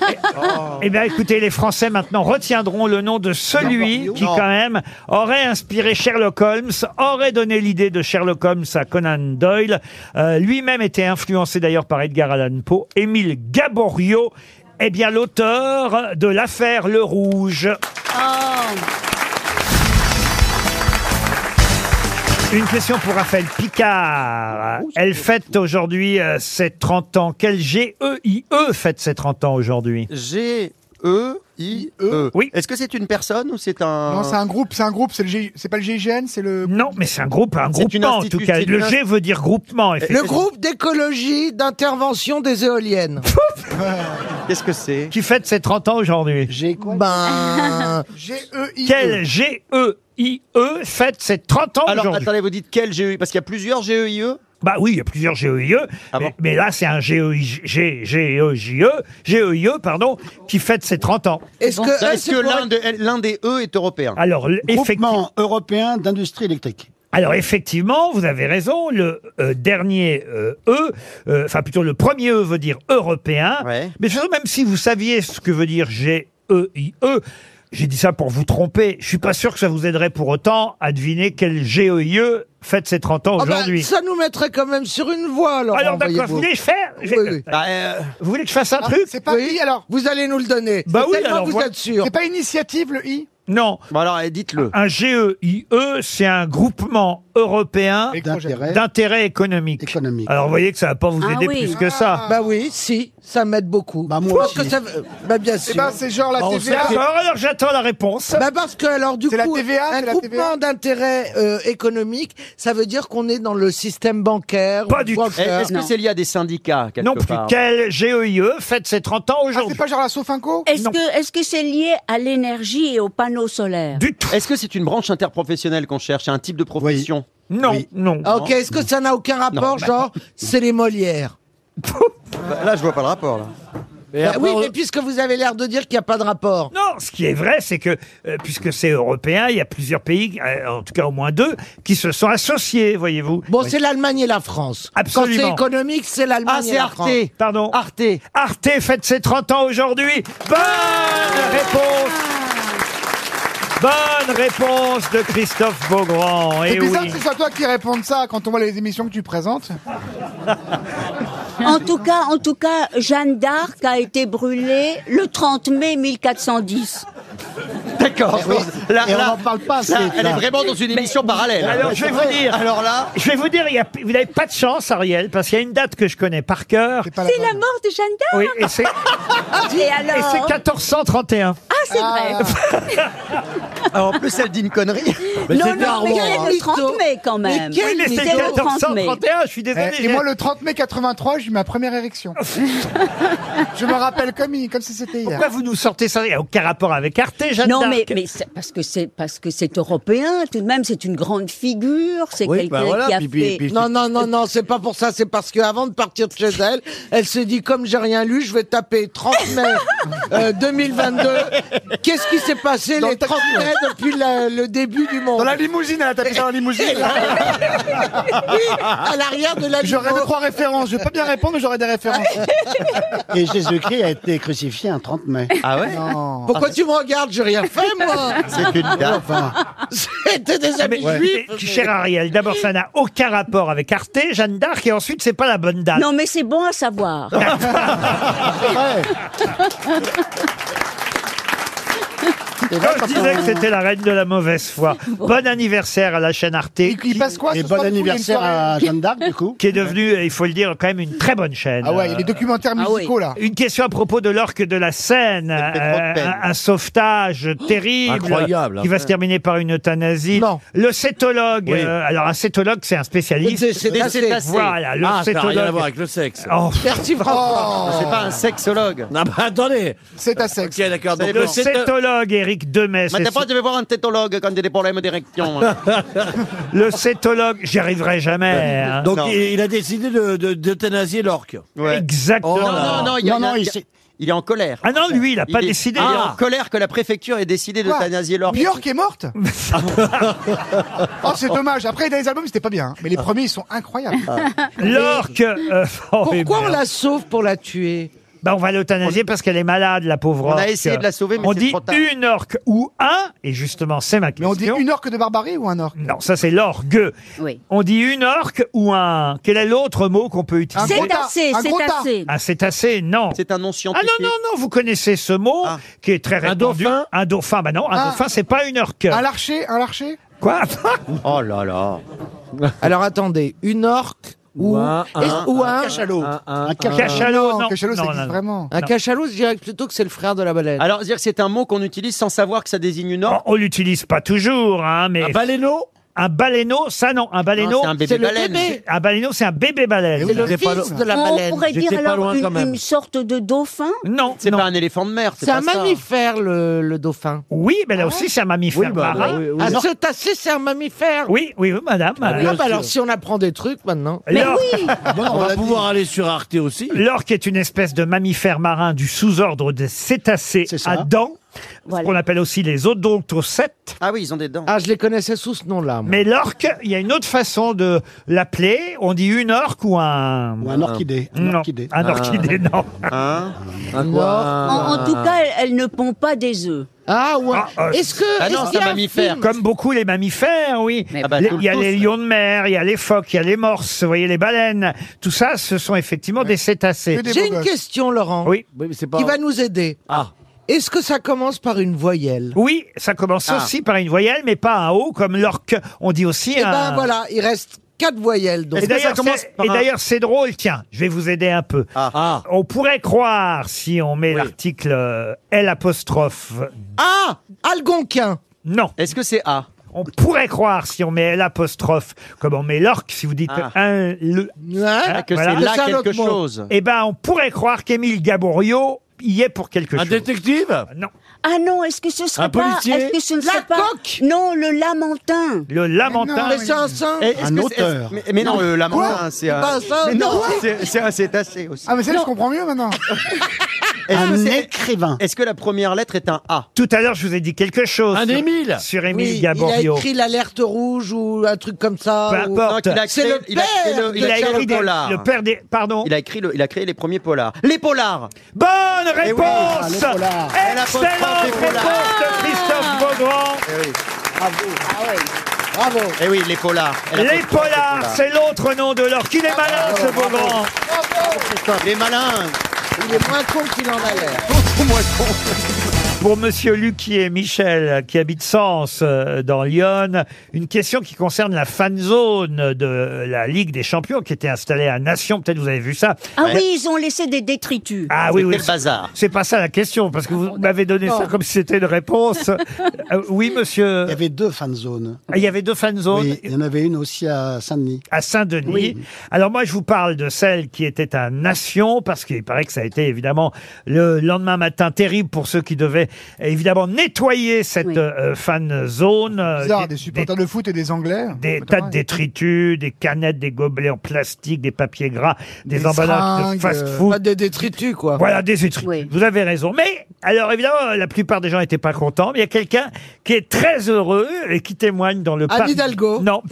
Speaker 2: Eh bien, écoutez, les Français maintenant retiendront le nom de celui qui, quand même, aurait inspiré Sherlock Holmes, aurait donné l'idée de Sherlock Holmes à Conan Doyle. Euh, Lui-même était influencé d'ailleurs par Edgar Allan Poe. Émile Gaborio est bien l'auteur de l'affaire Le Rouge. Une question pour Raphaël Picard. Elle fête aujourd'hui euh, ses 30 ans. Quel GEIE E fête ses 30 ans aujourd'hui
Speaker 3: G [LAUGHS] E I E.
Speaker 2: Oui.
Speaker 3: Est-ce que c'est une personne ou c'est un
Speaker 6: Non, c'est un groupe, c'est un groupe, c'est le G- c'est pas le GIGN, c'est le.
Speaker 2: Non, mais c'est un groupe, un
Speaker 6: C'est une
Speaker 2: groupement en tout
Speaker 6: institu-
Speaker 2: cas.
Speaker 6: c'est
Speaker 2: Le
Speaker 6: une-
Speaker 2: G veut dire groupement.
Speaker 7: Le groupe d'écologie d'intervention des éoliennes.
Speaker 3: Qu'est-ce que c'est
Speaker 2: Qui fête ses 30 ans aujourd'hui
Speaker 4: J'ai quoi
Speaker 7: Ben.
Speaker 6: G-E-I.
Speaker 2: [LAUGHS] Quel G-E-I-E E fête ses 30 ans
Speaker 3: E. Alors
Speaker 2: aujourd'hui
Speaker 3: attendez, vous dites quel GEI Parce qu'il y a plusieurs E GEIE.
Speaker 2: Bah oui, il y a plusieurs GEIE, E,
Speaker 3: Ah
Speaker 2: mais, mais là c'est un GEIE, G- E GEIE, GEIE, E pardon, qui fête ses 30 ans.
Speaker 7: Est-ce que,
Speaker 3: Est-ce
Speaker 7: est-ce
Speaker 3: que
Speaker 7: que
Speaker 3: l'un de- l'un des E est européen
Speaker 2: Alors, l- effectivement,
Speaker 4: Groupement européen d'industrie électrique.
Speaker 2: alors effectivement, vous avez raison, le euh, dernier euh, E, euh, enfin plutôt le premier E veut dire européen,
Speaker 3: Ouais.
Speaker 2: mais surtout même si vous saviez ce que veut dire GEIE, E, j'ai dit ça pour vous tromper, je suis pas sûr que ça vous aiderait pour autant à deviner quel GEIE E fête ses 30 ans
Speaker 7: Ah bah,
Speaker 2: aujourd'hui.
Speaker 7: ça nous mettrait quand même sur une voie, alors.
Speaker 2: alors d'accord, vous voulez que je fasse
Speaker 7: Oui, oui.
Speaker 3: Bah, euh,
Speaker 2: Vous voulez que je fasse un
Speaker 6: Ah,
Speaker 2: truc
Speaker 6: C'est pas I alors
Speaker 7: Vous allez nous le donner.
Speaker 2: Bah oui,
Speaker 7: Tellement
Speaker 2: alors,
Speaker 7: vous
Speaker 2: voilà.
Speaker 7: êtes sûr.
Speaker 6: C'est pas initiative le I
Speaker 2: Non.
Speaker 3: Bon alors eh, dites-le.
Speaker 2: Un GEIE, E, c'est un groupement européen
Speaker 4: D'intérêt
Speaker 2: d'intérêt économique.
Speaker 4: économique.
Speaker 2: Alors vous voyez que ça va pas vous
Speaker 5: Ah
Speaker 2: aider
Speaker 5: oui.
Speaker 2: plus que ça.
Speaker 7: Bah oui, si, ça m'aide beaucoup.
Speaker 4: Bah, moi
Speaker 7: Je pense que
Speaker 4: aussi.
Speaker 7: ça- Bah bien sûr.
Speaker 6: Eh ben, c'est genre la
Speaker 8: Bah, on
Speaker 6: TVA.
Speaker 8: sait-
Speaker 2: Alors, alors j'attends la réponse.
Speaker 7: Bah parce que alors du coup,
Speaker 6: C'est la TVA,
Speaker 7: un
Speaker 6: c'est la
Speaker 7: groupement
Speaker 6: TVA.
Speaker 7: d'intérêt euh, économique, ça veut dire qu'on est dans le système bancaire.
Speaker 2: Pas du tout.
Speaker 3: Eh, Est-ce que
Speaker 5: Non.
Speaker 3: c'est lié à des syndicats quelque
Speaker 2: non plus.
Speaker 3: part
Speaker 2: Quel GEIE E fête ses 30 ans
Speaker 6: Ah,
Speaker 2: aujourd'hui
Speaker 6: c'est pas genre la Sofinco
Speaker 5: Est-ce
Speaker 2: Non.
Speaker 5: que est-ce que c'est lié à l'énergie et aux panneaux solaires
Speaker 2: Du tout.
Speaker 3: Est-ce que c'est une branche interprofessionnelle qu'on cherche, un type de profession
Speaker 2: Non, non.
Speaker 7: Ah, ok, est-ce que ça n'a aucun rapport, genre c'est les Molières
Speaker 3: Bah, Là, je vois pas le rapport. Là.
Speaker 7: Bah Oui, mais puisque vous avez l'air de dire qu'il n'y a pas de rapport.
Speaker 2: Non, ce qui est vrai, c'est que, euh, puisque c'est européen, il y a plusieurs pays, euh, en tout cas au moins deux, qui se sont associés, voyez-vous.
Speaker 7: Bon, c'est l'Allemagne et la France. Quand
Speaker 2: Absolument.
Speaker 7: c'est économique, c'est l'Allemagne
Speaker 3: Ah,
Speaker 7: et
Speaker 3: c'est
Speaker 7: la
Speaker 3: Arte.
Speaker 7: France.
Speaker 2: Pardon.
Speaker 3: Arte.
Speaker 2: Arte fête ses 30 ans aujourd'hui. Bonne réponse. Bonne réponse de Christophe Beaugrand.
Speaker 6: C'est
Speaker 2: Et
Speaker 6: bizarre
Speaker 2: Eh oui.
Speaker 6: que ce soit toi qui réponde ça quand on voit les émissions que tu présentes.
Speaker 5: En tout cas, en tout cas, Jeanne d'Arc a été brûlée le 30 mai 1410.
Speaker 3: D'accord. Là,
Speaker 4: Et on
Speaker 3: là-
Speaker 4: n'en parle pas assez.
Speaker 3: là, elle est
Speaker 4: là.
Speaker 3: vraiment dans une émission parallèle.
Speaker 2: Alors, je vais vous dire.
Speaker 3: Alors là,
Speaker 2: Je vais vous dire, il y a- vous n'avez pas de chance, Ariel, parce qu'il y a une date que je connais par cœur.
Speaker 6: C'est pas la
Speaker 5: C'est la
Speaker 6: bonne.
Speaker 5: mort de Jeanne d'Arc.
Speaker 2: Oui, et
Speaker 5: [LAUGHS]
Speaker 2: c'est
Speaker 5: Et
Speaker 2: et c'est
Speaker 5: alors
Speaker 2: 1431.
Speaker 5: Ah, c'est vrai.
Speaker 6: Ah.
Speaker 3: en plus, elle dit une connerie.
Speaker 5: non, non, mais
Speaker 7: Darwin,
Speaker 5: quel
Speaker 7: hein.
Speaker 5: le 30 mai quand
Speaker 7: Mais
Speaker 5: même.
Speaker 7: quel
Speaker 2: Oui, mais c'est
Speaker 5: C'était le 30 mai.
Speaker 2: 1431, Ah, je suis désolé.
Speaker 6: Eh, Et,
Speaker 2: j'ai-
Speaker 6: moi, le 30 mai 83, j'ai eu ma première
Speaker 2: [LAUGHS]
Speaker 6: érection. je me rappelle comme, il- comme si c'était hier.
Speaker 2: Pourquoi vous nous sortez ça Il n'y a aucun rapport avec Arte, Jeanne
Speaker 5: Non,
Speaker 2: d'Arc.
Speaker 5: mais, mais c'est- parce que c'est parce que c'est européen. Tout de même, c'est une grande figure. C'est
Speaker 2: ben
Speaker 5: quelqu'un qui a fait.
Speaker 7: Non, non, non, non, c'est pas pour ça. C'est parce qu'avant de partir de chez elle, elle s'est dit, comme j'ai rien lu, je vais taper [LAUGHS] 30 mai euh, 2022. Qu'est-ce qui s'est passé les 30 mai depuis hein. la- le début du monde
Speaker 6: Dans la limousine, elle a tapé dans la limousine.
Speaker 14: [LAUGHS]
Speaker 7: Oui, à l'arrière de la
Speaker 6: J'aurais deux,
Speaker 7: limo.
Speaker 6: trois références. Je vais pas bien répondre, mais j'aurais des références.
Speaker 5: [LAUGHS]
Speaker 4: Et Jésus-Christ a été crucifié un 30 mai.
Speaker 3: Ah ouais
Speaker 7: Pourquoi tu me regardes J'ai rien fait, moi
Speaker 3: C'est une date.
Speaker 4: Enfin,
Speaker 7: C'était des
Speaker 2: Ah, Mais-
Speaker 7: amis juifs
Speaker 2: mais, cher Ariel, d'abord ça n'a aucun rapport avec Arte, Jeanne d'Arc, et ensuite c'est pas la bonne date.
Speaker 5: Non, mais c'est bon à
Speaker 2: [LAUGHS]
Speaker 5: savoir.
Speaker 2: Quand je disais que c'était la reine de la mauvaise
Speaker 8: [LAUGHS]
Speaker 2: foi. Bon anniversaire à la chaîne Arte,
Speaker 6: Et il passe quoi
Speaker 4: et
Speaker 6: ce soir,
Speaker 4: bon
Speaker 6: du coup, il y a une
Speaker 4: anniversaire
Speaker 6: soirée
Speaker 4: à Jeanne d'Arc, du coup.
Speaker 2: [LAUGHS] qui est devenue, il faut le dire, quand même une très bonne chaîne.
Speaker 6: Ah ouais, il y a des documentaires
Speaker 5: Ah oui.
Speaker 6: musicaux là.
Speaker 2: Une question à propos de l'orque de la Seine. euh,
Speaker 3: fait trop de peine.
Speaker 2: un, un sauvetage terrible.
Speaker 8: Oh incroyable, hein.
Speaker 2: Qui va se terminer par une euthanasie.
Speaker 7: Non.
Speaker 2: Le cétologue.
Speaker 8: Oui.
Speaker 2: euh, alors, un cétologue, c'est un spécialiste.
Speaker 7: C'est- c'est
Speaker 3: Des
Speaker 7: des
Speaker 3: cétacés.
Speaker 2: Voilà, le
Speaker 8: Ah, ça n'a
Speaker 2: cétologue.
Speaker 8: rien à voir avec le sexe. [LAUGHS]
Speaker 2: Oh,
Speaker 7: Merci François.
Speaker 3: C'est pas un sexologue.
Speaker 8: Non, mais attendez.
Speaker 6: C'est ta sexe.
Speaker 8: Ok, d'accord.
Speaker 3: Ça
Speaker 8: Donc,
Speaker 3: dépend.
Speaker 8: le
Speaker 2: le
Speaker 8: cétologue.
Speaker 2: cétologue Éric Demet.
Speaker 3: Mais
Speaker 2: c'est
Speaker 3: t'as pas,
Speaker 2: son-
Speaker 3: je vais voir un tétologue quand il y a des problèmes d'érection.
Speaker 8: [LAUGHS]
Speaker 2: [LAUGHS] Le cétologue, j'y arriverai jamais.
Speaker 3: [LAUGHS]
Speaker 2: hein.
Speaker 8: Donc,
Speaker 3: Euh, Non.
Speaker 8: il, il a décidé de- de- d'euthanasier l'orque.
Speaker 3: Ouais.
Speaker 2: Exactement.
Speaker 8: Oh
Speaker 3: Non, non, non, il, y a- il y a-
Speaker 4: Non, non,
Speaker 3: il,
Speaker 4: il s'est-
Speaker 3: est en colère.
Speaker 2: Ah non, lui, il n'a pas
Speaker 3: est-
Speaker 2: décidé.
Speaker 3: Il est en
Speaker 2: Ah.
Speaker 3: colère que la préfecture ait décidé
Speaker 6: Quoi
Speaker 3: d'euthanasier l'orque.
Speaker 6: Björk est morte Oh, c'est dommage. Après, dans les albums, c'était pas bien. hein. Mais les premiers, ils sont incroyables.
Speaker 2: Ah. [LAUGHS] L'orque. euh, oh, mais
Speaker 7: Pourquoi on
Speaker 2: merde.
Speaker 7: la sauve pour la tuer
Speaker 2: Bah, on va l'euthanasier parce qu'elle est malade, la pauvre
Speaker 3: On a
Speaker 2: orque.
Speaker 3: essayé de la sauver, mais
Speaker 2: On
Speaker 3: c'est
Speaker 2: dit
Speaker 3: trop tard.
Speaker 2: une orque ou un, et justement, c'est ma
Speaker 6: Mais
Speaker 2: question.
Speaker 6: on dit une orque de barbarie ou un orque
Speaker 2: Non, ça c'est l'orgue.
Speaker 5: Oui.
Speaker 2: On dit une orque ou un. Quel est l'autre mot qu'on peut
Speaker 6: Un
Speaker 2: utiliser
Speaker 5: C'est
Speaker 6: gros tas,
Speaker 5: assez,
Speaker 6: un gros
Speaker 5: c'est
Speaker 6: tas.
Speaker 5: assez.
Speaker 2: Un cétacé Non.
Speaker 3: C'est un nom
Speaker 2: Ah
Speaker 3: scientifique.
Speaker 2: non, non, non, vous connaissez ce mot
Speaker 3: Ah.
Speaker 2: qui est très répandu.
Speaker 8: dauphin
Speaker 2: Un dauphin, bah non, un
Speaker 6: Ah.
Speaker 2: dauphin, c'est pas une orque.
Speaker 6: Un larcher Un larcher
Speaker 2: Quoi
Speaker 3: Oh là là.
Speaker 7: Alors attendez, une orque ou,
Speaker 14: Ou un-
Speaker 7: est-ce-
Speaker 14: un-
Speaker 7: ou
Speaker 14: un-
Speaker 7: un,
Speaker 14: cachalot. un- un-
Speaker 7: Un
Speaker 14: un- Cachalot, non, cachalot, ça
Speaker 7: non,
Speaker 14: existe
Speaker 7: non.
Speaker 14: vraiment.
Speaker 7: Un
Speaker 14: Non.
Speaker 7: cachalot, je dirais plutôt que c'est le frère de la baleine.
Speaker 3: Alors, dire que c'est un mot qu'on utilise sans savoir que ça désigne une orque.
Speaker 2: Oh, On l'utilise pas toujours, hein, mais. Un baleineau Un baleineau, ça non. Un baleineau.
Speaker 3: Non, c'est un bébé C'est le baleine. bébé.
Speaker 2: Un baleineau, c'est un bébé baleine.
Speaker 5: C'est le J'étais pas fils lo- de la On baleine. pourrait dire J'étais pas alors loin une- quand même. une
Speaker 2: sorte de dauphin Non.
Speaker 3: C'est pas un éléphant de mer, c'est
Speaker 7: C'est
Speaker 3: pas
Speaker 7: un
Speaker 3: ça. hein.
Speaker 7: mammifère, le, le dauphin.
Speaker 2: Oui, mais là aussi, c'est un mammifère
Speaker 3: bah,
Speaker 2: marin.
Speaker 7: Ah,
Speaker 2: Non.
Speaker 7: c'est assez, c'est un mammifère.
Speaker 2: Oui, oui, oui, madame.
Speaker 7: Ah,
Speaker 2: madame.
Speaker 7: bah alors, si on apprend des trucs maintenant.
Speaker 2: Mais Alors-
Speaker 7: [LAUGHS]
Speaker 2: oui
Speaker 8: on va pouvoir aller sur Arte aussi.
Speaker 2: L'orque est une espèce de mammifère marin du sous-ordre des cétacés à dents, ce qu'on appelle aussi les odontocètes.
Speaker 3: Ah oui, ils ont des dents.
Speaker 7: Ah, je les connaissais sous ce nom-là. moi.
Speaker 2: Mais l'orque, il y a une autre façon de l'appeler. On dit une orque ou un...
Speaker 4: Ou un orchidée. Un
Speaker 2: Non.
Speaker 4: orchidée.
Speaker 2: Un orchidée, non.
Speaker 5: En, en tout cas, elle, elle ne pond pas des œufs.
Speaker 7: Ah ouais.
Speaker 2: euh,
Speaker 7: Est-ce que-
Speaker 5: Ah non, est-ce c'est qu'il y a un un mammifère. Eh ben, film
Speaker 2: Comme beaucoup les mammifères, oui.
Speaker 3: Ah bah,
Speaker 2: Les-
Speaker 3: tout
Speaker 2: il y a
Speaker 3: tous.
Speaker 2: les lions de mer, il y a les phoques, il y a les morses, vous voyez, les baleines. Tout ça, ce sont effectivement des cétacés.
Speaker 7: J'ai une question, Laurent.
Speaker 2: Oui.
Speaker 7: Qui va nous aider.
Speaker 8: Ah.
Speaker 7: Est-ce que ça commence par une voyelle
Speaker 2: Oui, ça commence
Speaker 7: Ah.
Speaker 2: aussi par une voyelle, mais pas un O comme l'orque. On dit aussi
Speaker 7: Eh
Speaker 2: un...
Speaker 7: ben voilà, il reste quatre voyelles. Donc.
Speaker 2: Et d'ailleurs, c'est- et d'ailleurs, c'est drôle, tiens, je vais vous aider un peu.
Speaker 7: Ah.
Speaker 3: Ah.
Speaker 2: On pourrait croire, si on met l'article euh, L apostrophe...
Speaker 7: Ah Algonquin
Speaker 2: Non.
Speaker 3: Est-ce que c'est A
Speaker 2: On pourrait croire, si on met L apostrophe, comme on met l'orque, si vous dites
Speaker 3: Ah.
Speaker 2: un... Le,
Speaker 3: Ah, que c'est là quelque chose.
Speaker 2: Eh ben, on pourrait croire qu'Émile Gaborio y est pour quelque chose. Un détective Non.
Speaker 5: Ah non, est-ce que ce serait
Speaker 2: Un
Speaker 5: pas...
Speaker 2: policier
Speaker 5: Est-ce que ce ne serait pas... Non, le lamentin.
Speaker 2: Le
Speaker 6: Ah
Speaker 2: lamentin.
Speaker 3: Et est-ce que c'est- est-ce- Mais, mais non, euh, le lamentin, hein, c'est un. Mais non, c'est- c'est un cétacé aussi.
Speaker 6: Ah, mais c'est là, je comprends mieux
Speaker 3: [LAUGHS]
Speaker 6: maintenant.
Speaker 3: Est-ce que c'est- Est-ce que la première lettre est un A
Speaker 2: Tout à l'heure, je vous ai dit quelque chose.
Speaker 3: Un
Speaker 2: sur-
Speaker 3: Émile
Speaker 2: Sur
Speaker 7: Oui,
Speaker 2: Émile
Speaker 7: il a
Speaker 2: Gaborio.
Speaker 7: écrit l'alerte rouge ou un truc comme ça.
Speaker 2: Peu
Speaker 7: ou-
Speaker 2: importe.
Speaker 7: C'est le
Speaker 3: il a créé
Speaker 7: père
Speaker 3: le- il a
Speaker 7: de
Speaker 3: créé
Speaker 7: Charles
Speaker 3: le
Speaker 7: Polar.
Speaker 3: polar.
Speaker 2: Le père des. Pardon
Speaker 3: Il a, écrit le- il a créé les premiers polars. Les polars
Speaker 2: Bonne
Speaker 3: Eh oui, ah,
Speaker 2: réponse Eh
Speaker 3: les polars. Elle a pas de
Speaker 2: Excellente
Speaker 3: propre
Speaker 2: réponse de Christophe Beaugrand.
Speaker 7: Bravo. Bravo.
Speaker 3: Eh oui, les polars. Elle a pas
Speaker 2: Les
Speaker 3: de propre
Speaker 2: polars,
Speaker 3: polar.
Speaker 2: c'est l'autre nom de l'orque. Il est malin, ce Beaugrand.
Speaker 3: Il est malin.
Speaker 7: Il est moins con qu'il en a
Speaker 3: [LAUGHS]
Speaker 7: l'air.
Speaker 2: Pour Monsieur Lucky et Michel, qui habitent Sens, euh, dans l'Yonne, une question qui concerne la fan zone de la Ligue des Champions, qui était installée à Nation. Peut-être vous avez vu ça.
Speaker 5: Ah oui, ils ont laissé des détritus.
Speaker 2: Ah oui, oui.
Speaker 3: C'était le bazar.
Speaker 2: C'est pas ça la question, parce que vous m'avez donné ça
Speaker 5: d'accord.
Speaker 2: comme si c'était une réponse. Euh, oui, monsieur. Ah,
Speaker 4: Il y avait deux fan zones.
Speaker 2: Il y avait deux fan zones.
Speaker 4: Oui, il y en avait une aussi à Saint-Denis.
Speaker 2: à Saint-Denis.
Speaker 4: Oui.
Speaker 2: Alors moi, je vous parle de celle qui était à Nation, parce qu'il paraît que ça a été évidemment le lendemain matin terrible pour ceux qui devaient euh, évidemment nettoyer cette euh, fan zone. euh,
Speaker 6: Bizarre,
Speaker 2: des-
Speaker 6: des supporters de foot et des Anglais. hein.
Speaker 2: des tas de détritus, des canettes, des gobelets en plastique, des papiers gras, des,
Speaker 6: Des
Speaker 2: emballages de
Speaker 6: seringues, euh,
Speaker 2: fast-food.
Speaker 7: Pas des détritus, quoi.
Speaker 2: Voilà, des détritus. Vous avez raison. Mais, alors évidemment, la plupart des gens n'étaient pas contents, mais il y a quelqu'un qui est très heureux et qui témoigne dans le
Speaker 7: Anne
Speaker 2: Paris-
Speaker 7: Hidalgo. [LAUGHS]
Speaker 2: Non.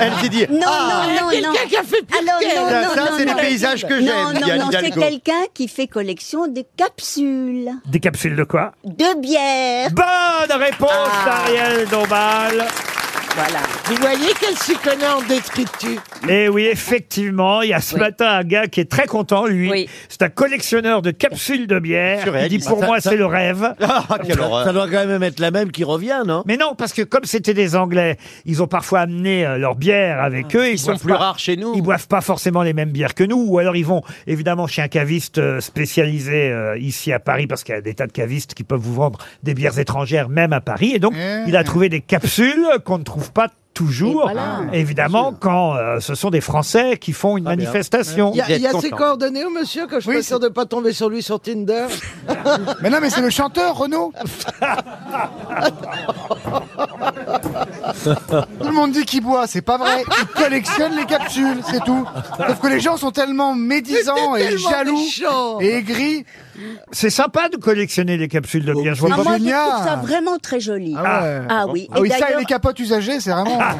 Speaker 3: Elle qui dit.
Speaker 5: Non,
Speaker 3: Ah,
Speaker 5: non, non, non.
Speaker 7: Quelqu'un qui a fait
Speaker 5: Alors, non,
Speaker 3: Ça,
Speaker 5: non,
Speaker 3: ça,
Speaker 5: non,
Speaker 3: c'est les
Speaker 5: non.
Speaker 3: paysages que j'aime,
Speaker 5: Non,
Speaker 3: dit Anne
Speaker 5: non, non, c'est
Speaker 3: Hidalgo.
Speaker 5: quelqu'un qui fait collection des capsules
Speaker 2: Des capsules de quoi
Speaker 5: de bière.
Speaker 2: Bonne réponse,
Speaker 5: Ah.
Speaker 2: Ariel Dombal.
Speaker 5: Voilà.
Speaker 3: [LAUGHS]
Speaker 7: Vous voyez qu'elle s'y connaît en détritus.
Speaker 2: Et Eh oui, effectivement, il y a ce matin un gars qui est très content, lui. C'est un collectionneur de capsules de bière. Il dit
Speaker 8: Surréaliste.
Speaker 2: pour
Speaker 8: Ça-
Speaker 2: moi,
Speaker 8: ça-
Speaker 2: c'est le rêve.
Speaker 3: Ah, quelle
Speaker 8: Ça,
Speaker 3: horreur.
Speaker 8: ça doit quand même être la même qui revient, non
Speaker 2: Mais non, parce que comme c'était des Anglais, ils ont parfois amené euh, leur bière avec eux. Ils,
Speaker 3: Ah. sont
Speaker 2: boivent
Speaker 3: plus
Speaker 2: pas-
Speaker 3: rares chez nous.
Speaker 2: Ils boivent pas forcément les mêmes bières que nous, ou alors ils vont évidemment chez un caviste euh, spécialisé euh, ici à Paris, parce qu'il y a des tas de cavistes qui peuvent vous vendre des bières étrangères même à Paris. Et donc,
Speaker 6: Eh.
Speaker 2: il a trouvé des capsules qu'on ne trouve pas toujours, évidemment, quand euh, ce sont des Français qui font une manifestation.
Speaker 7: Il y a,
Speaker 3: Vous êtes
Speaker 7: il y a ses
Speaker 3: content.
Speaker 7: coordonnées, au monsieur, que je suis pas sûr de pas tomber sur lui sur
Speaker 3: [LAUGHS]
Speaker 7: Tinder.
Speaker 6: Mais non, mais c'est le
Speaker 7: [LAUGHS]
Speaker 6: chanteur, Renaud. tout le monde dit qu'il boit, c'est pas vrai. Il collectionne les capsules, c'est tout. Sauf que les gens sont tellement médisants
Speaker 7: Mais t'es
Speaker 6: et
Speaker 7: tellement
Speaker 6: jaloux
Speaker 7: méchant.
Speaker 6: et aigris.
Speaker 2: C'est sympa de collectionner les capsules de bière. je vois
Speaker 6: c'est
Speaker 2: pas-
Speaker 5: Ah, moi, je
Speaker 6: génial.
Speaker 5: trouve ça vraiment très joli.
Speaker 6: ouais.
Speaker 5: Ah oui.
Speaker 6: Ah
Speaker 5: Et
Speaker 6: oui, ça et
Speaker 5: d'ailleurs-
Speaker 6: les capotes usagées, c'est vraiment.
Speaker 3: Ah.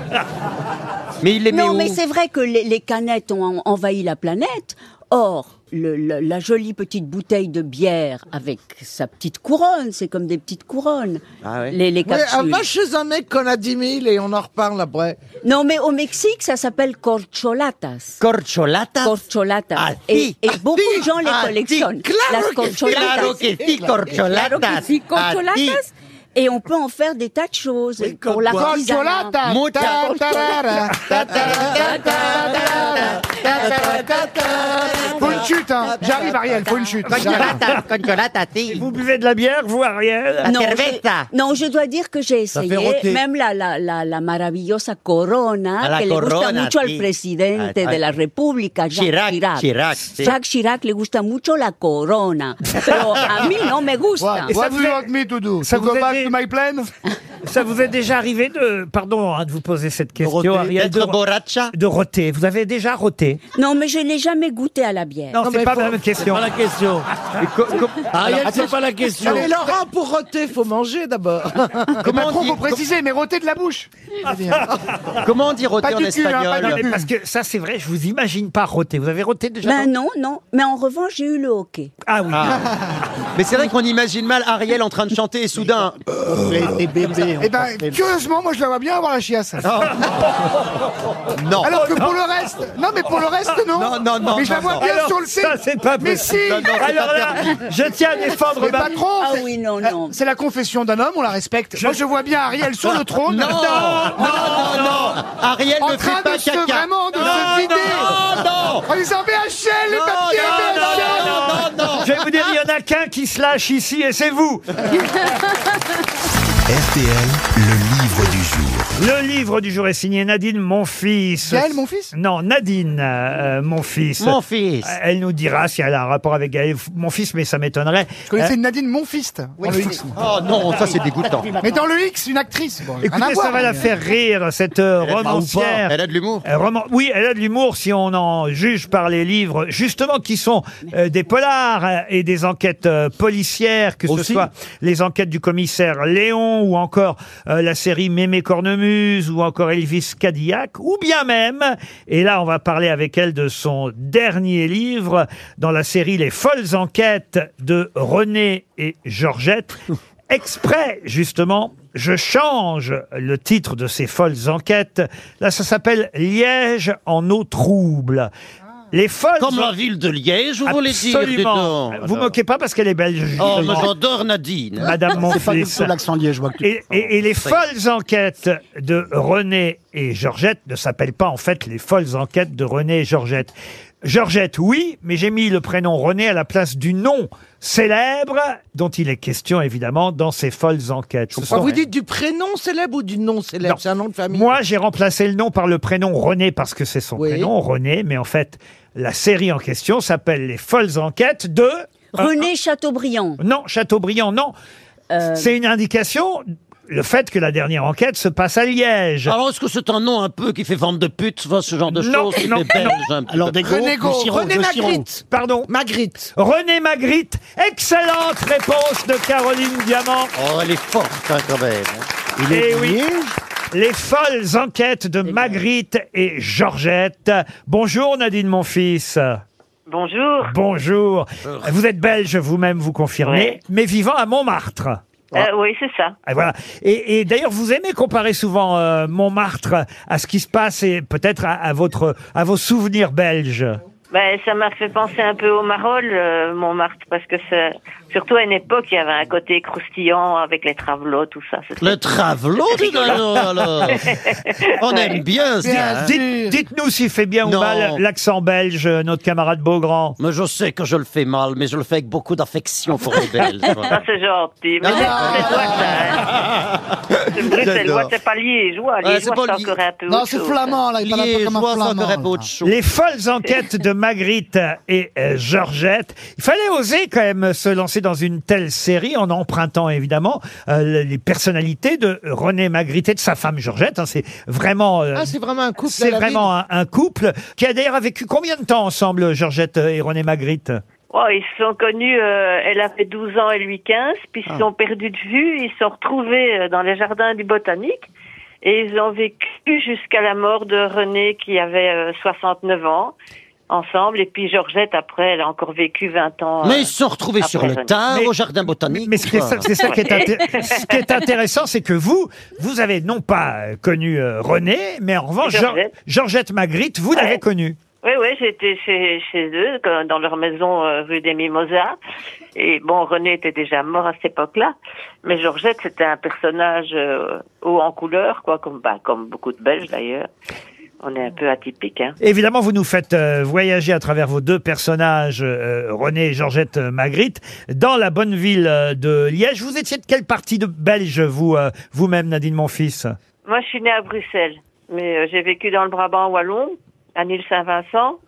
Speaker 3: Mais il les met
Speaker 5: Non, mais
Speaker 3: où
Speaker 5: c'est vrai que les, les canettes ont en- envahi la planète. Or, le- le- la jolie petite bouteille de bière avec sa petite couronne, c'est comme des petites couronnes.
Speaker 3: Ah ouais.
Speaker 5: Les, les
Speaker 7: Ouais, ah,
Speaker 5: capsules.
Speaker 7: va chez un mec qu'on a 10 000 et on en reparle après.
Speaker 5: Non, mais au Mexique, ça s'appelle corcholatas.
Speaker 3: Corcholata
Speaker 5: Corcholatas.
Speaker 3: Ah,
Speaker 5: et,
Speaker 3: si.
Speaker 5: et beaucoup
Speaker 3: Ah,
Speaker 5: de gens les
Speaker 3: si.
Speaker 5: collectionnent.
Speaker 3: Claro
Speaker 5: Las
Speaker 3: que sí, claro
Speaker 5: corcholatas.
Speaker 3: que sí, corcholatas.
Speaker 5: Claro que sí,
Speaker 3: Ah,
Speaker 5: corcholatas.
Speaker 3: si.
Speaker 5: Et on peut en faire des tas de choses. Et pour
Speaker 6: quoi
Speaker 5: l'artisanat.
Speaker 6: Corcholata,
Speaker 5: Mouta-
Speaker 6: ta- tarara, ta-
Speaker 3: Ah,
Speaker 6: Faut une chute, hein. J'arrive, Ariel, faut une chute.
Speaker 2: Vous buvez de la bière, vous, Ariel
Speaker 5: Non, je, non, je dois dire que j'ai
Speaker 2: Ça
Speaker 5: essayé,
Speaker 2: fait rôter.
Speaker 5: même la, la, la, la maravillosa Corona,
Speaker 3: Ah, la
Speaker 5: que le gusta
Speaker 3: Corona,
Speaker 5: mucho al
Speaker 3: sí.
Speaker 5: presidente
Speaker 3: Ah, ah.
Speaker 5: de la República, Jacques
Speaker 3: Chirac,
Speaker 5: Chirac.
Speaker 3: Chirac, sí.
Speaker 5: Jacques Chirac le gusta mucho la Corona, pero a mí no me gusta.
Speaker 2: Et ça vous est- ça vous est dé- [LAUGHS] Ça vous est déjà arrivé de, pardon hein, de vous poser cette question,
Speaker 3: roter.
Speaker 2: Ariel, de,
Speaker 3: D'être
Speaker 2: de roter. Vous avez déjà roté
Speaker 5: Non, mais je n'ai jamais goûté à la bière.
Speaker 2: Non, c'est pas la même question.
Speaker 8: la question. Ariel, c'est pas la question.
Speaker 7: Mais Laurent, pour roter, faut manger d'abord.
Speaker 6: [LAUGHS] Comment on faut préciser, mais roter de la bouche.
Speaker 2: Ah.
Speaker 6: [LAUGHS]
Speaker 3: Comment on dit roter
Speaker 6: Pas
Speaker 3: en
Speaker 6: du cul, hein, pas
Speaker 3: espagnol
Speaker 6: du
Speaker 2: Mais Parce que ça, c'est vrai, je vous imagine pas roter. Vous avez roté déjà
Speaker 5: Ben non, non. Mais en revanche, j'ai eu le hockey.
Speaker 2: Ah oui.
Speaker 3: Mais c'est vrai qu'on imagine mal Ariel en train de chanter et soudain. euh,
Speaker 7: Les bébés.
Speaker 6: Eh ben, curieusement, moi, je la vois bien avoir la chiasse.
Speaker 3: Non.
Speaker 6: Alors que pour le reste, non, mais pour le reste, non.
Speaker 3: Non, non, non,
Speaker 6: Mais je la
Speaker 3: non,
Speaker 6: vois
Speaker 3: non.
Speaker 6: bien
Speaker 2: Alors,
Speaker 6: sur le
Speaker 2: ça,
Speaker 6: film.
Speaker 2: c'est pas
Speaker 6: Mais
Speaker 2: possible.
Speaker 6: si.
Speaker 3: Non, non, c'est
Speaker 2: Alors là, je tiens à défendre
Speaker 6: Mais
Speaker 2: ma...
Speaker 6: patron,
Speaker 5: Ah
Speaker 6: c'est-
Speaker 5: oui, non,
Speaker 6: euh,
Speaker 5: non.
Speaker 6: C'est la confession d'un homme, on la respecte. Moi, je vois bien Ariel sur le
Speaker 12: Oh,
Speaker 6: trône.
Speaker 3: Non, non,
Speaker 12: Ah,
Speaker 3: non, non. Ariel
Speaker 6: En
Speaker 3: ne
Speaker 6: train
Speaker 3: fait pas
Speaker 6: de se
Speaker 3: caca.
Speaker 6: vraiment de
Speaker 3: non,
Speaker 6: se vider.
Speaker 12: Oh,
Speaker 3: Non, non.
Speaker 6: En disant VHL, le
Speaker 3: Non,
Speaker 6: papier
Speaker 3: non, non,
Speaker 6: VHL.
Speaker 12: [LAUGHS]
Speaker 3: non, non, non.
Speaker 2: Je vais vous dire, il y en a qu'un qui se lâche ici, et c'est vous
Speaker 1: RTL, le livre du jour.
Speaker 2: Le livre du jour est signé Nadine Monfils.
Speaker 6: Gaël, mon fils
Speaker 2: Non, Nadine euh, Monfils.
Speaker 3: Mon fils.
Speaker 2: Elle nous dira si elle a un rapport avec Gaël Monfils, mais ça m'étonnerait. Euh,
Speaker 6: Je connaissais
Speaker 2: Eh
Speaker 6: Nadine Monfiste. dans le X.
Speaker 3: Oh non, ça c'est dégoûtant.
Speaker 6: [LAUGHS] Mais dans le X, une actrice. Bon, rien à
Speaker 2: Écoutez, ça
Speaker 6: voir,
Speaker 2: va
Speaker 6: mais-
Speaker 2: la faire rire, cette euh, romancière.
Speaker 3: Elle a de l'humour.
Speaker 2: Euh, roman- Oui, elle a de l'humour si on en juge par les livres, justement, qui sont euh, des polars euh, et des enquêtes euh, policières, que ce
Speaker 3: Aussi.
Speaker 2: soit les enquêtes du commissaire Léon ou encore euh, la série Mémé Cornemuse ou encore Elvis Cadillac, ou bien même, et là on va parler avec elle de son dernier livre dans la série Les folles enquêtes de René et
Speaker 3: [LAUGHS]
Speaker 2: Georgette. Exprès, justement, je change le titre de ces folles enquêtes. Là, ça s'appelle Liège en eau trouble. Les folles
Speaker 3: Comme la
Speaker 2: enquêtes.
Speaker 3: ville de Liège, vous voulez dire
Speaker 2: Absolument.
Speaker 3: dedans.
Speaker 2: Vous moquez pas parce qu'elle est belge.
Speaker 3: Oh, mais
Speaker 2: justement.
Speaker 3: j'adore Nadine.
Speaker 2: Madame
Speaker 4: C'est pas du
Speaker 2: Monfils.
Speaker 4: tout l'accent liégeois que tu
Speaker 2: Et, et- et les folles enquêtes de René et Georgette ne s'appellent pas en fait les folles enquêtes de René et Georgette. Georgette, oui, mais j'ai mis le prénom René à la place du nom célèbre dont il est question évidemment dans ces folles enquêtes. Ce
Speaker 7: Ah,
Speaker 2: sont-
Speaker 7: Vous dites du prénom célèbre ou du nom célèbre
Speaker 2: Non.
Speaker 7: C'est un nom de famille.
Speaker 2: Moi, j'ai remplacé le nom par le prénom René parce que c'est son
Speaker 7: Oui.
Speaker 2: prénom René, mais en fait, la série en question s'appelle Les folles enquêtes de euh,
Speaker 5: René Chateaubriand.
Speaker 2: non Chateaubriand, non.
Speaker 5: Euh,
Speaker 2: C'est une indication. Le fait que la dernière enquête se passe à Liège.
Speaker 3: Alors, est-ce que c'est un nom un peu qui fait vente de pute, enfin, ce genre de
Speaker 2: Non,
Speaker 3: choses qui
Speaker 2: non,
Speaker 3: fait belge un petit peu.
Speaker 7: des
Speaker 6: René Gros,
Speaker 7: René Magritte.
Speaker 2: Pardon.
Speaker 7: Magritte.
Speaker 2: René Magritte, excellente réponse de Caroline Diamant.
Speaker 3: Oh, elle est forte, hein, quand même.
Speaker 2: Eh oui. Les folles enquêtes de Magritte et Georgette. Bonjour Nadine, mon fils.
Speaker 14: Bonjour.
Speaker 2: Bonjour. Vous êtes belge vous-même, vous confirmez,
Speaker 14: Ouais.
Speaker 2: mais vivant à Montmartre.
Speaker 14: Euh, oui, c'est ça.
Speaker 2: Et voilà. Et, et d'ailleurs, vous aimez comparer souvent euh, Montmartre à ce qui se passe et peut-être à, à votre à vos souvenirs belges.
Speaker 14: Ben, ça m'a fait penser un peu au Marolles, euh, Montmartre, parce que c'est surtout à une époque, il y avait un côté croustillant avec les travelots, tout ça. C'était-
Speaker 3: Le travelot, dis
Speaker 2: [LAUGHS]
Speaker 3: donc, alors. On aime bien ça. hein.
Speaker 2: Dites- Dites-nous s'il fait bien ou
Speaker 3: Non.
Speaker 2: mal l'accent belge, euh, notre camarade Beaugrand.
Speaker 3: Mais je sais que je le fais mal, mais je le fais avec beaucoup d'affection pour les
Speaker 14: [LAUGHS]
Speaker 3: Belges.
Speaker 14: Ça, [LAUGHS] c'est gentil. Mais c'est c'est toi, ça. Hein. C'est bruxellois,
Speaker 3: Ah. J'adore.
Speaker 14: c'est pas liégeois.
Speaker 3: Ouais, c'est
Speaker 14: Liégeois,
Speaker 3: pas
Speaker 14: c'est
Speaker 3: li-
Speaker 14: encore un peu
Speaker 6: Non,
Speaker 14: autre
Speaker 6: c'est
Speaker 14: chose.
Speaker 6: flamand, là. Il parle un peu comme un
Speaker 3: Liégeois, ça
Speaker 6: flamand.
Speaker 3: ferait pas de chaud.
Speaker 2: Les folles enquêtes de Magritte et euh, Georgette. Il fallait oser quand même se lancer dans une telle série en empruntant évidemment euh, les personnalités de René Magritte et de sa femme Georgette. hein. c'est vraiment, euh,
Speaker 7: Ah, c'est vraiment un couple. à
Speaker 2: c'est
Speaker 7: la
Speaker 2: vraiment un, un couple qui a d'ailleurs vécu combien de temps ensemble, Georgette et René Magritte
Speaker 14: Oh, ils se sont connus, euh, elle avait 12 ans et lui 15, puis
Speaker 3: Ah.
Speaker 14: ils se sont perdus de vue, ils se sont retrouvés euh, dans les jardins du botanique et ils ont vécu jusqu'à la mort de René qui avait euh, 69 ans ensemble et puis Georgette après elle a encore vécu 20 ans.
Speaker 3: Mais
Speaker 14: euh.
Speaker 3: ils se sont retrouvés
Speaker 14: Après,
Speaker 3: sur le
Speaker 14: René.
Speaker 3: tard,
Speaker 2: Mais-
Speaker 3: au jardin botanique.
Speaker 2: Mais c'est ça, c'est ça qui, est intér- ce qui est intéressant, c'est que vous, vous avez non pas euh, connu euh, René, mais en revanche, Geor-
Speaker 14: Georgette.
Speaker 2: Georgette Magritte, vous l'avez
Speaker 14: Ouais.
Speaker 2: connue.
Speaker 14: Oui, oui, j'étais chez, chez eux, quand- dans leur maison euh, rue des Mimosas. Et bon, René était déjà mort à cette époque-là. Mais Georgette, c'était un personnage euh, haut en couleur, quoi, comme, bah, comme beaucoup de Belges d'ailleurs. On est un peu atypique, hein.
Speaker 2: Évidemment, vous nous faites euh, voyager à travers vos deux personnages, euh, René et Georgette euh, Magritte, dans la bonne ville euh, de Liège. Vous étiez de quelle partie de Belge, vous, euh, vous-même, Nadine Monfils
Speaker 14: Moi, je suis née à Bruxelles, mais euh, j'ai vécu dans le Brabant wallon, à Nîmes Saint-Vincent.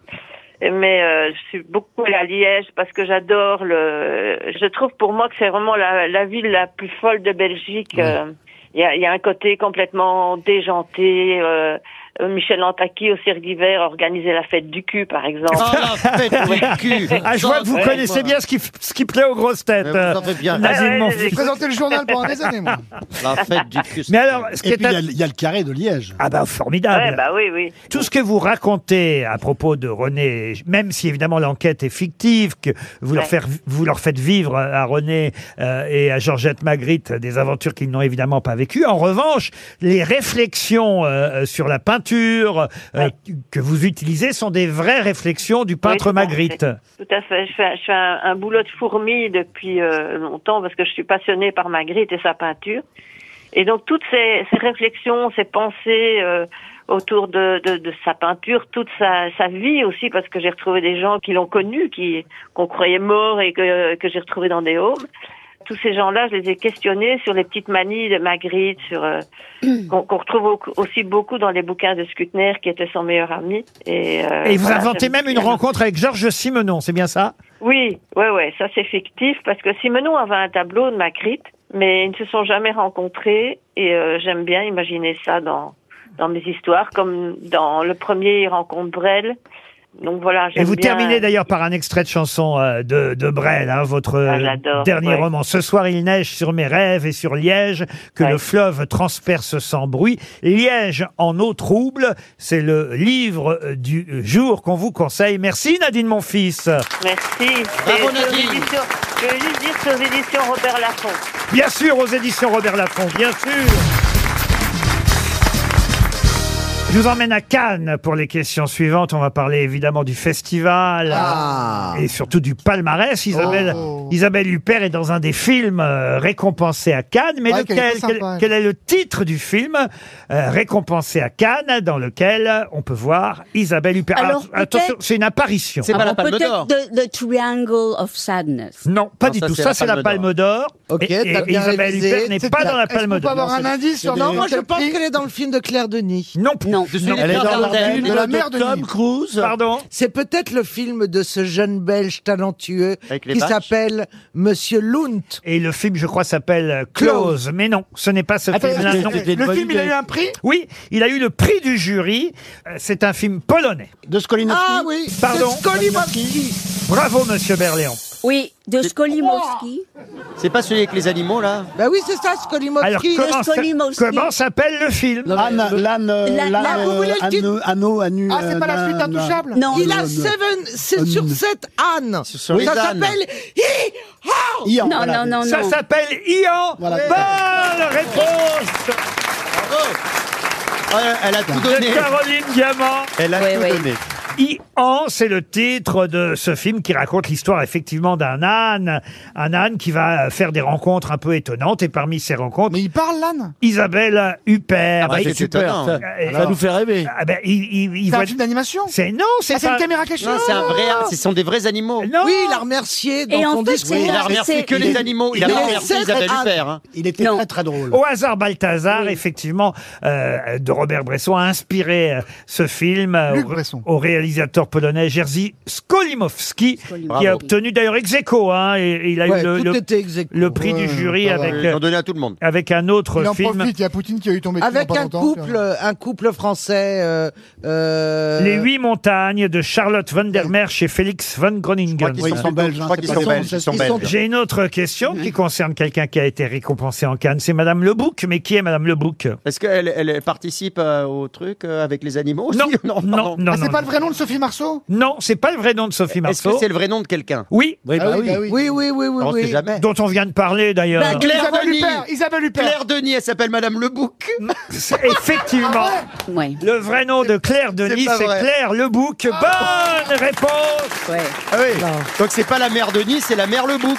Speaker 14: Et- Mais euh, je suis beaucoup allée à Liège parce que j'adore le. Je trouve pour moi que c'est vraiment la, la ville la plus folle de Belgique. euh. Il y, a, il y a un côté complètement déjanté. euh, Michel Antaki au Cirque d'hiver organisait la fête du cul, par exemple.
Speaker 2: [LAUGHS] Ah, je vois que vous connaissez bien ce qui, f- ce qui plaît aux grosses têtes.
Speaker 6: vous
Speaker 2: euh,
Speaker 6: en faites bien.
Speaker 2: Nadine
Speaker 6: Ah ouais,
Speaker 2: Monfils.
Speaker 6: j'ai présenté le journal pendant des années, moi.
Speaker 4: [LAUGHS]
Speaker 2: La fête du Mais alors, ce qui
Speaker 4: Et
Speaker 2: est
Speaker 4: puis, il y a-
Speaker 2: at-
Speaker 4: il y, a le carré de Liège.
Speaker 2: Ah bah formidable.
Speaker 14: Ouais, bah oui, oui.
Speaker 2: Tout ce que vous racontez à propos de René, même si évidemment l'enquête est fictive, que vous, leur,
Speaker 14: Ouais.
Speaker 2: faire- vous leur faites vivre à René euh, et à Georgette Magritte des aventures qu'ils n'ont évidemment pas vécues. En revanche, les réflexions euh, sur la peinture euh, que vous utilisez sont des vraies réflexions du peintre Magritte.
Speaker 14: Tout à fait. Je fais, je fais un, un boulot de fourmi depuis euh, longtemps parce que je suis passionnée par Magritte et sa peinture. Et donc toutes ces, ces réflexions, ces pensées euh, autour de, de- de sa peinture, toute sa, sa vie aussi, parce que j'ai retrouvé des gens qui l'ont connu, qui qu'on croyait morts et que, que j'ai retrouvé dans des homes. Tous ces gens-là, je les ai questionnés sur les petites manies de Magritte, sur euh, qu'on qu'on retrouve au- aussi beaucoup dans les bouquins de Skutner, qui était son meilleur ami. Et, euh,
Speaker 2: et vous
Speaker 14: voilà,
Speaker 2: inventez
Speaker 14: j'aime
Speaker 2: même une
Speaker 14: bien.
Speaker 2: rencontre avec Georges Simenon, c'est bien ça
Speaker 14: Oui, ouais, ouais, ça c'est fictif parce que Simenon avait un tableau de Magritte, mais ils ne se sont jamais rencontrés et euh, j'aime bien imaginer ça dans dans mes histoires, comme dans le premier il rencontre Brel. Donc voilà,
Speaker 2: Et
Speaker 14: Ah, j'aime
Speaker 2: vous
Speaker 14: bien-
Speaker 2: terminez d'ailleurs par un extrait de chanson euh, de, de Brel, hein, votre euh,
Speaker 14: Ah, j'adore,
Speaker 2: dernier
Speaker 14: ouais.
Speaker 2: roman. Ce soir, il neige sur mes rêves et sur Liège, que le fleuve transperce sans bruit. Liège en eau trouble, c'est le livre euh, du jour qu'on vous conseille. Merci Nadine, mon fils.
Speaker 14: Merci.
Speaker 2: Bravo,
Speaker 14: Et sur
Speaker 2: Nadine.
Speaker 14: l'édition- Je veux juste dire sur l'édition Robert Laffont.
Speaker 2: Bien sûr, aux éditions Robert Laffont, bien sûr. Je vous emmène à Cannes pour les questions suivantes. On va parler évidemment du festival euh,
Speaker 7: Ah. Oh.
Speaker 2: et surtout du palmarès. Isabelle, Isabelle Huppert est dans un des films euh, récompensés à Cannes. Mais
Speaker 7: Ouais,
Speaker 2: lequel,
Speaker 7: qu'elle est très
Speaker 2: quel,
Speaker 7: sympa, elle.
Speaker 2: quel est le titre du film euh, récompensé à Cannes dans lequel on peut voir Isabelle Huppert
Speaker 5: Alors,
Speaker 2: Ah, Attention,
Speaker 5: peut-être-
Speaker 2: c'est une apparition.
Speaker 5: Ah bon, Peut-être the, the Triangle of Sadness.
Speaker 2: Non, pas du tout. Ça, c'est la Palme d'Or.
Speaker 5: Ok,
Speaker 2: Et- et
Speaker 5: t'as bien
Speaker 2: Isabelle
Speaker 5: révisé.
Speaker 2: Huppert n'est
Speaker 5: C'est
Speaker 2: pas
Speaker 5: la-
Speaker 2: dans la
Speaker 5: est-ce qu'on
Speaker 2: Palme
Speaker 5: peut
Speaker 2: d'Or.
Speaker 5: avoir
Speaker 7: un indice sur
Speaker 2: Non,
Speaker 7: Non, moi je pense qu'elle est dans le film de Claire Denis.
Speaker 2: Non,
Speaker 7: non.
Speaker 2: Non. Elle est dans la film de la mère de Tom
Speaker 7: Cruise.
Speaker 2: Pardon.
Speaker 7: C'est peut-être le film de ce jeune Belge talentueux
Speaker 2: Avec les
Speaker 7: qui
Speaker 2: vaches.
Speaker 7: s'appelle Monsieur Lunt.
Speaker 2: Et le film, je crois, s'appelle euh, Close. Mais non, ce n'est pas ce
Speaker 7: Attends,
Speaker 2: film-là.
Speaker 7: le-
Speaker 2: non.
Speaker 7: le- le film, il a eu un prix
Speaker 2: Oui, il a eu le prix du jury. Euh, C'est un film polonais. De Skolimowski
Speaker 7: Ah oui,
Speaker 2: Pardon
Speaker 7: de Skolimowski.
Speaker 2: Bravo, monsieur Berléon.
Speaker 5: Oui, de Skolimowski.
Speaker 3: C'est pas celui avec les animaux, là
Speaker 7: Bah oui, c'est ça, Skolimowski.
Speaker 3: Alors, comment
Speaker 5: De Skolimowski.
Speaker 3: ça- comment
Speaker 2: s'appelle le film
Speaker 3: Ah,
Speaker 4: Anne,
Speaker 7: mais-
Speaker 4: l'âne,
Speaker 6: euh,
Speaker 7: La-
Speaker 4: l'âne,
Speaker 7: la- vous voulez le titre
Speaker 4: Anne- Anneau, Annu,
Speaker 7: Ah, c'est pas la
Speaker 4: euh,
Speaker 7: suite
Speaker 4: nan,
Speaker 7: intouchable
Speaker 4: nan.
Speaker 7: Il a
Speaker 4: Nan.
Speaker 7: seven, c'est sur sept ânes.
Speaker 4: sur les
Speaker 7: Ça
Speaker 4: ânes.
Speaker 7: s'appelle Hi-ha
Speaker 4: Ian,
Speaker 2: Non, voilà. non, non, Ça non. s'appelle Ian Bonne réponse
Speaker 3: Elle a tout donné.
Speaker 2: De Caroline Diamant.
Speaker 3: Elle a Ouais, tout ouais. donné.
Speaker 2: Ian, c'est le titre de ce film qui raconte l'histoire effectivement d'un âne, un âne qui va faire des rencontres un peu étonnantes et parmi ces rencontres,
Speaker 6: Mais il parle, l'âne
Speaker 2: Isabelle Huppert.
Speaker 6: Ah bah, c'est super,
Speaker 2: étonnant.
Speaker 6: ça.
Speaker 2: Euh,
Speaker 6: Ça nous fait
Speaker 2: rêver. Ah ben, il, il, il
Speaker 6: C'est un
Speaker 2: voit-
Speaker 6: film d'animation
Speaker 2: C'est non, c'est
Speaker 6: Ah, c'est
Speaker 2: pas-
Speaker 6: une caméra cachée
Speaker 3: Non, c'est un vrai.
Speaker 2: Ah.
Speaker 3: Ce sont des vrais animaux.
Speaker 2: Non.
Speaker 7: Oui, il a remercié dans
Speaker 3: Et en
Speaker 7: son
Speaker 3: fait,
Speaker 7: discours.
Speaker 3: c'est- Il a remercié c'est- que les
Speaker 7: est-
Speaker 2: Oh,
Speaker 3: animaux. Il a
Speaker 7: est
Speaker 3: remercié
Speaker 7: sept
Speaker 3: Isabelle
Speaker 7: ânes.
Speaker 3: Huppert, hein.
Speaker 4: Il était très très drôle.
Speaker 2: Au hasard, Balthazar, effectivement, euh, de Robert Bresson, a inspiré euh, ce film euh,
Speaker 6: Luc
Speaker 2: au, au réalisateur polonais Jerzy Skolimowski, qui a
Speaker 3: Bravo.
Speaker 2: obtenu d'ailleurs ex aequo, hein, et, et il a
Speaker 3: Ouais,
Speaker 2: eu le,
Speaker 3: tout
Speaker 2: le-
Speaker 3: était ex aequo.
Speaker 2: le prix
Speaker 3: Ouais,
Speaker 2: du jury
Speaker 3: ça va.
Speaker 2: avec,
Speaker 3: Ils l'ont donné
Speaker 2: à tout le monde. avec un autre
Speaker 6: Il en
Speaker 2: film.
Speaker 6: profite, il y a Poutine qui a eu tombé dessus
Speaker 7: Avec
Speaker 6: dans pas
Speaker 7: un
Speaker 6: longtemps.
Speaker 7: couple, un couple français. euh, euh,
Speaker 2: Les huit montagnes de Charlotte van der Meer chez Félix van Groningen.
Speaker 4: qu'ils Oui, sont ils sont plutôt- belges, je crois hein, qu'ils c'est sont pas- belges, ils sont ils sont- belges.
Speaker 2: J'ai une autre question qui concerne quelqu'un qui a été récompensé en Cannes. C'est Madame Lebouc. Mais qui est Madame Lebouc
Speaker 3: Est-ce qu'elle elle participe euh, au truc euh, avec les animaux aussi
Speaker 2: Non, non, non.
Speaker 3: pardon.
Speaker 2: non, non.
Speaker 6: Ah, C'est pas le vrai nom de Sophie Marceau Marceau
Speaker 2: Non, c'est pas le vrai nom de Sophie
Speaker 3: Est-ce
Speaker 2: Marceau.
Speaker 3: que c'est le vrai nom de quelqu'un
Speaker 2: Oui.
Speaker 3: Oui, bah Ah oui, oui. bah oui.
Speaker 7: Oui, oui, oui,
Speaker 3: On sait jamais.
Speaker 2: Dont on vient de parler d'ailleurs.
Speaker 3: Bah, Claire
Speaker 6: Isabelle
Speaker 3: Denis.
Speaker 6: Huppert, Isabelle Huppert.
Speaker 3: Claire Denis, elle s'appelle Madame Lebouc.
Speaker 2: C'est [LAUGHS] Effectivement. Le vrai nom de Claire Denis,
Speaker 3: Ah C'est pas
Speaker 2: c'est
Speaker 3: vrai.
Speaker 2: Claire Lebouc. Bonne réponse
Speaker 3: Ah oui. Donc c'est pas la mère Denis, c'est la mère Lebouc.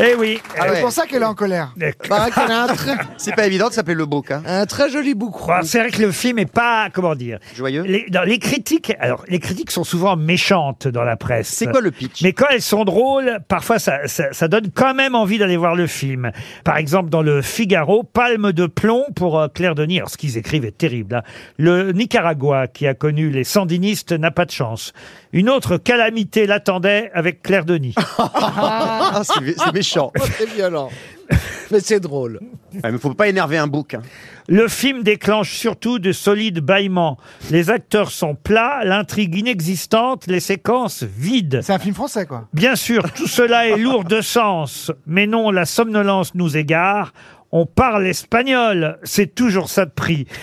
Speaker 2: Eh oui.
Speaker 3: Ah
Speaker 6: C'est
Speaker 3: ouais. Bah,
Speaker 6: pour ça qu'elle est en colère.
Speaker 2: [LAUGHS]
Speaker 7: Paraît qu'elle a un très,
Speaker 2: Euh.
Speaker 3: C'est pas évident de s'appeler Lebouc. Hein.
Speaker 7: un très joli boucron.
Speaker 2: Alors, C'est vrai que le film est pas, comment dire,
Speaker 3: Joyeux.
Speaker 2: les, dans les critiques. Alors les critiques sont souvent méchantes dans la presse.
Speaker 3: C'est quoi le pitch
Speaker 2: Mais quand elles sont drôles, parfois ça, ça, ça donne quand même envie d'aller voir le film. Par exemple, dans le Figaro, Palme de plomb pour euh, Claire Denis. Alors, ce qu'ils écrivent est terrible. hein. Le Nicaragua, qui a connu les sandinistes, n'a pas de chance. Une autre calamité l'attendait avec Claire Denis.
Speaker 3: [LAUGHS] Ah, c'est mé-
Speaker 7: [LAUGHS]
Speaker 3: c'est
Speaker 2: [LAUGHS]
Speaker 3: méchant.
Speaker 7: Oh, c'est violent. Mais c'est drôle.
Speaker 3: Ah, mais faut pas énerver un bouc. hein.
Speaker 2: Le film déclenche surtout de solides bâillements. Les acteurs sont plats, l'intrigue inexistante, les séquences vides.
Speaker 6: C'est un film français, quoi.
Speaker 2: Bien sûr, tout cela est lourd de sens, mais non, la somnolence nous égare. On parle espagnol, c'est toujours ça de prix. [LAUGHS]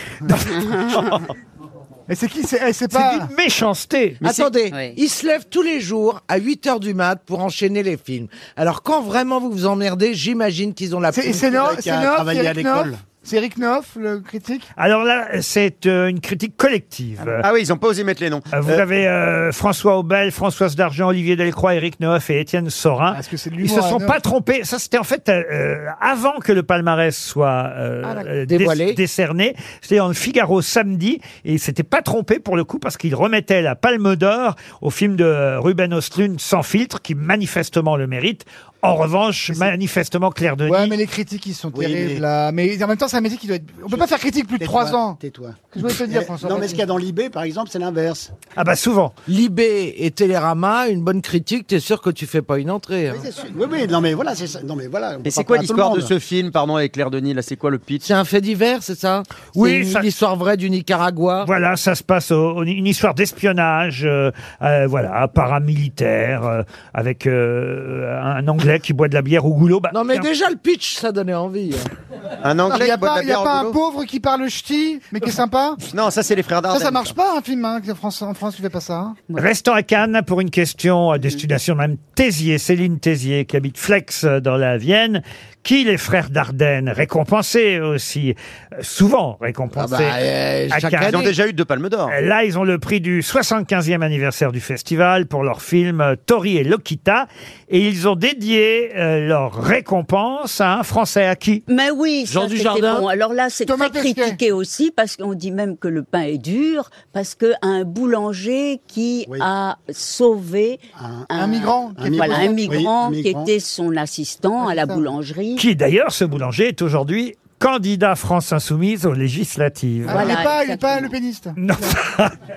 Speaker 6: Et c'est qui C'est eh, c'est
Speaker 2: C'est
Speaker 6: pas.
Speaker 2: d'une méchanceté.
Speaker 7: Attendez,
Speaker 5: Oui.
Speaker 7: ils se lèvent tous les jours à 8h du mat pour enchaîner les films. Alors quand vraiment vous vous emmerdez, j'imagine qu'ils ont la
Speaker 6: C'est
Speaker 7: peine
Speaker 6: c'est
Speaker 7: de-
Speaker 6: Noff,
Speaker 4: qui
Speaker 6: c'est
Speaker 4: a
Speaker 6: Noff,
Speaker 4: travaillé
Speaker 6: c'est
Speaker 4: à
Speaker 6: Eric Noff.
Speaker 4: l'école.
Speaker 6: C'est Eric Noff, le critique.
Speaker 2: Alors là, c'est euh, une critique collective.
Speaker 3: Ah oui, ils ont pas osé mettre les noms.
Speaker 2: Euh, Vous avez euh, François Aubel, Françoise D'Argent, Olivier Delcroix, Éric Neuf et Étienne Sorin.
Speaker 6: Parce Ah, que c'est de
Speaker 2: Ils se
Speaker 6: l'humour à
Speaker 2: sont
Speaker 6: neuf.
Speaker 2: pas trompés. Ça, c'était en fait euh, euh, avant que le palmarès soit euh,
Speaker 7: Ah, d'accord.
Speaker 2: euh, dé-
Speaker 7: Dévoilé.
Speaker 2: décerné. C'était dans le Figaro samedi et ils s'étaient pas trompés pour le coup parce qu'ils remettaient la Palme d'Or au film de euh, Ruben Östlund sans filtre qui manifestement le mérite. En revanche, manifestement Claire Denis.
Speaker 6: Ouais, mais les critiques, ils sont
Speaker 4: Oui,
Speaker 6: terribles,
Speaker 4: mais-
Speaker 6: là. Mais en même temps, c'est un métier qui doit être. On peut pas faire critique plus de 3
Speaker 4: Tais-toi,
Speaker 6: ans.
Speaker 4: Tais-toi.
Speaker 6: Je voulais te
Speaker 4: Eh,
Speaker 6: dire, François.
Speaker 4: Non, mais ce qu'il y a dans l'IB, par exemple, c'est l'inverse.
Speaker 2: Ah bah souvent.
Speaker 7: Libé et Télérama, une bonne critique, t'es sûr que tu fais pas une entrée. hein.
Speaker 4: Oui, c'est sûr. Oui, oui, non, mais voilà, c'est ça. Non, mais voilà. on peut
Speaker 3: Mais c'est
Speaker 4: pas
Speaker 3: quoi
Speaker 4: plaire à tout le
Speaker 3: l'histoire de
Speaker 4: monde.
Speaker 3: ce film, pardon, avec Claire Denis Là, c'est quoi le pitch
Speaker 7: C'est un fait divers, c'est ça
Speaker 2: Oui,
Speaker 7: C'est
Speaker 2: ça-
Speaker 7: une histoire vraie du Nicaragua.
Speaker 2: Voilà, ça se passe au- au- une histoire d'espionnage, euh, euh, voilà, paramilitaire, euh, avec euh, un Anglais qui boit de la bière au goulot. Bah,
Speaker 7: Non mais
Speaker 2: tiens,
Speaker 7: déjà le pitch, ça donnait envie. hein.
Speaker 3: Un
Speaker 6: Il n'y
Speaker 3: anglais
Speaker 6: a
Speaker 3: qui boit de
Speaker 6: pas,
Speaker 3: la
Speaker 6: y a
Speaker 3: bière
Speaker 6: pas
Speaker 3: au
Speaker 6: un
Speaker 3: boulot
Speaker 6: pauvre qui parle ch'ti, mais qui est sympa
Speaker 3: Non, ça c'est les frères
Speaker 6: Ça,
Speaker 3: Dardenne.
Speaker 6: ça marche pas, un film, hein, que en France, en France, tu fais pas ça. hein.
Speaker 2: Restons à Cannes pour une question à destination de Mme Tézier, Céline Tézier, qui habite Flex euh, dans la Vienne. Qui les frères Dardenne récompensés aussi, euh, souvent récompensés.
Speaker 7: euh,
Speaker 2: à
Speaker 7: Ah bah, chaque
Speaker 2: Cannes.
Speaker 3: Ils ont déjà eu deux palmes d'or.
Speaker 2: Euh, Là, ils ont le prix du 75e anniversaire du festival pour leur film euh, Tori et Lokita. Et ils ont dédié euh, leur récompense à un Français à qui
Speaker 5: Mais Euh, oui,
Speaker 8: Jean
Speaker 5: ça, c'était
Speaker 8: Dujardin.
Speaker 5: bon. Alors là, c'est
Speaker 6: Thomas
Speaker 5: très
Speaker 6: Pesquet.
Speaker 5: critiqué aussi parce qu'on dit même que le pain est dur parce que un boulanger qui
Speaker 4: Oui.
Speaker 5: a sauvé
Speaker 4: Un-
Speaker 6: un migrant qui
Speaker 5: un,
Speaker 4: était-
Speaker 5: voilà, un
Speaker 4: Oui,
Speaker 5: migrant
Speaker 4: un
Speaker 5: qui
Speaker 4: migrant.
Speaker 5: était son assistant
Speaker 6: Ah,
Speaker 5: à la
Speaker 6: c'est ça.
Speaker 5: boulangerie.
Speaker 2: Qui d'ailleurs, ce boulanger, est aujourd'hui candidat France Insoumise aux législatives.
Speaker 6: Ah,
Speaker 5: Voilà,
Speaker 6: il est pas, il est
Speaker 5: exactement.
Speaker 6: pas le péniste.
Speaker 2: Non.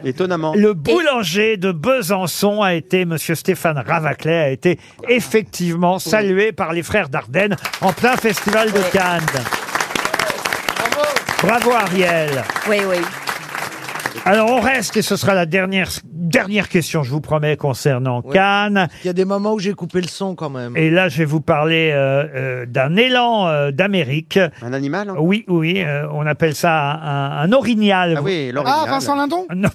Speaker 3: Étonnamment.
Speaker 2: Le boulanger de Besançon a été, monsieur Stéphane Ravaclet, a été effectivement salué par les frères Dardenne en plein festival de Cannes. Bravo Ariel.
Speaker 5: Oui, oui.
Speaker 2: Alors on reste et ce sera la dernière dernière question, je vous promets, concernant Cannes.
Speaker 7: Il y a des moments où j'ai coupé le son quand même.
Speaker 2: Et là, je vais vous parler euh, euh, d'un élan euh, d'Amérique.
Speaker 3: Un animal hein
Speaker 2: Oui, oui, euh, on appelle ça un, un orignal.
Speaker 3: Ah oui, l'original.
Speaker 6: Ah, Vincent Lindon
Speaker 2: Non,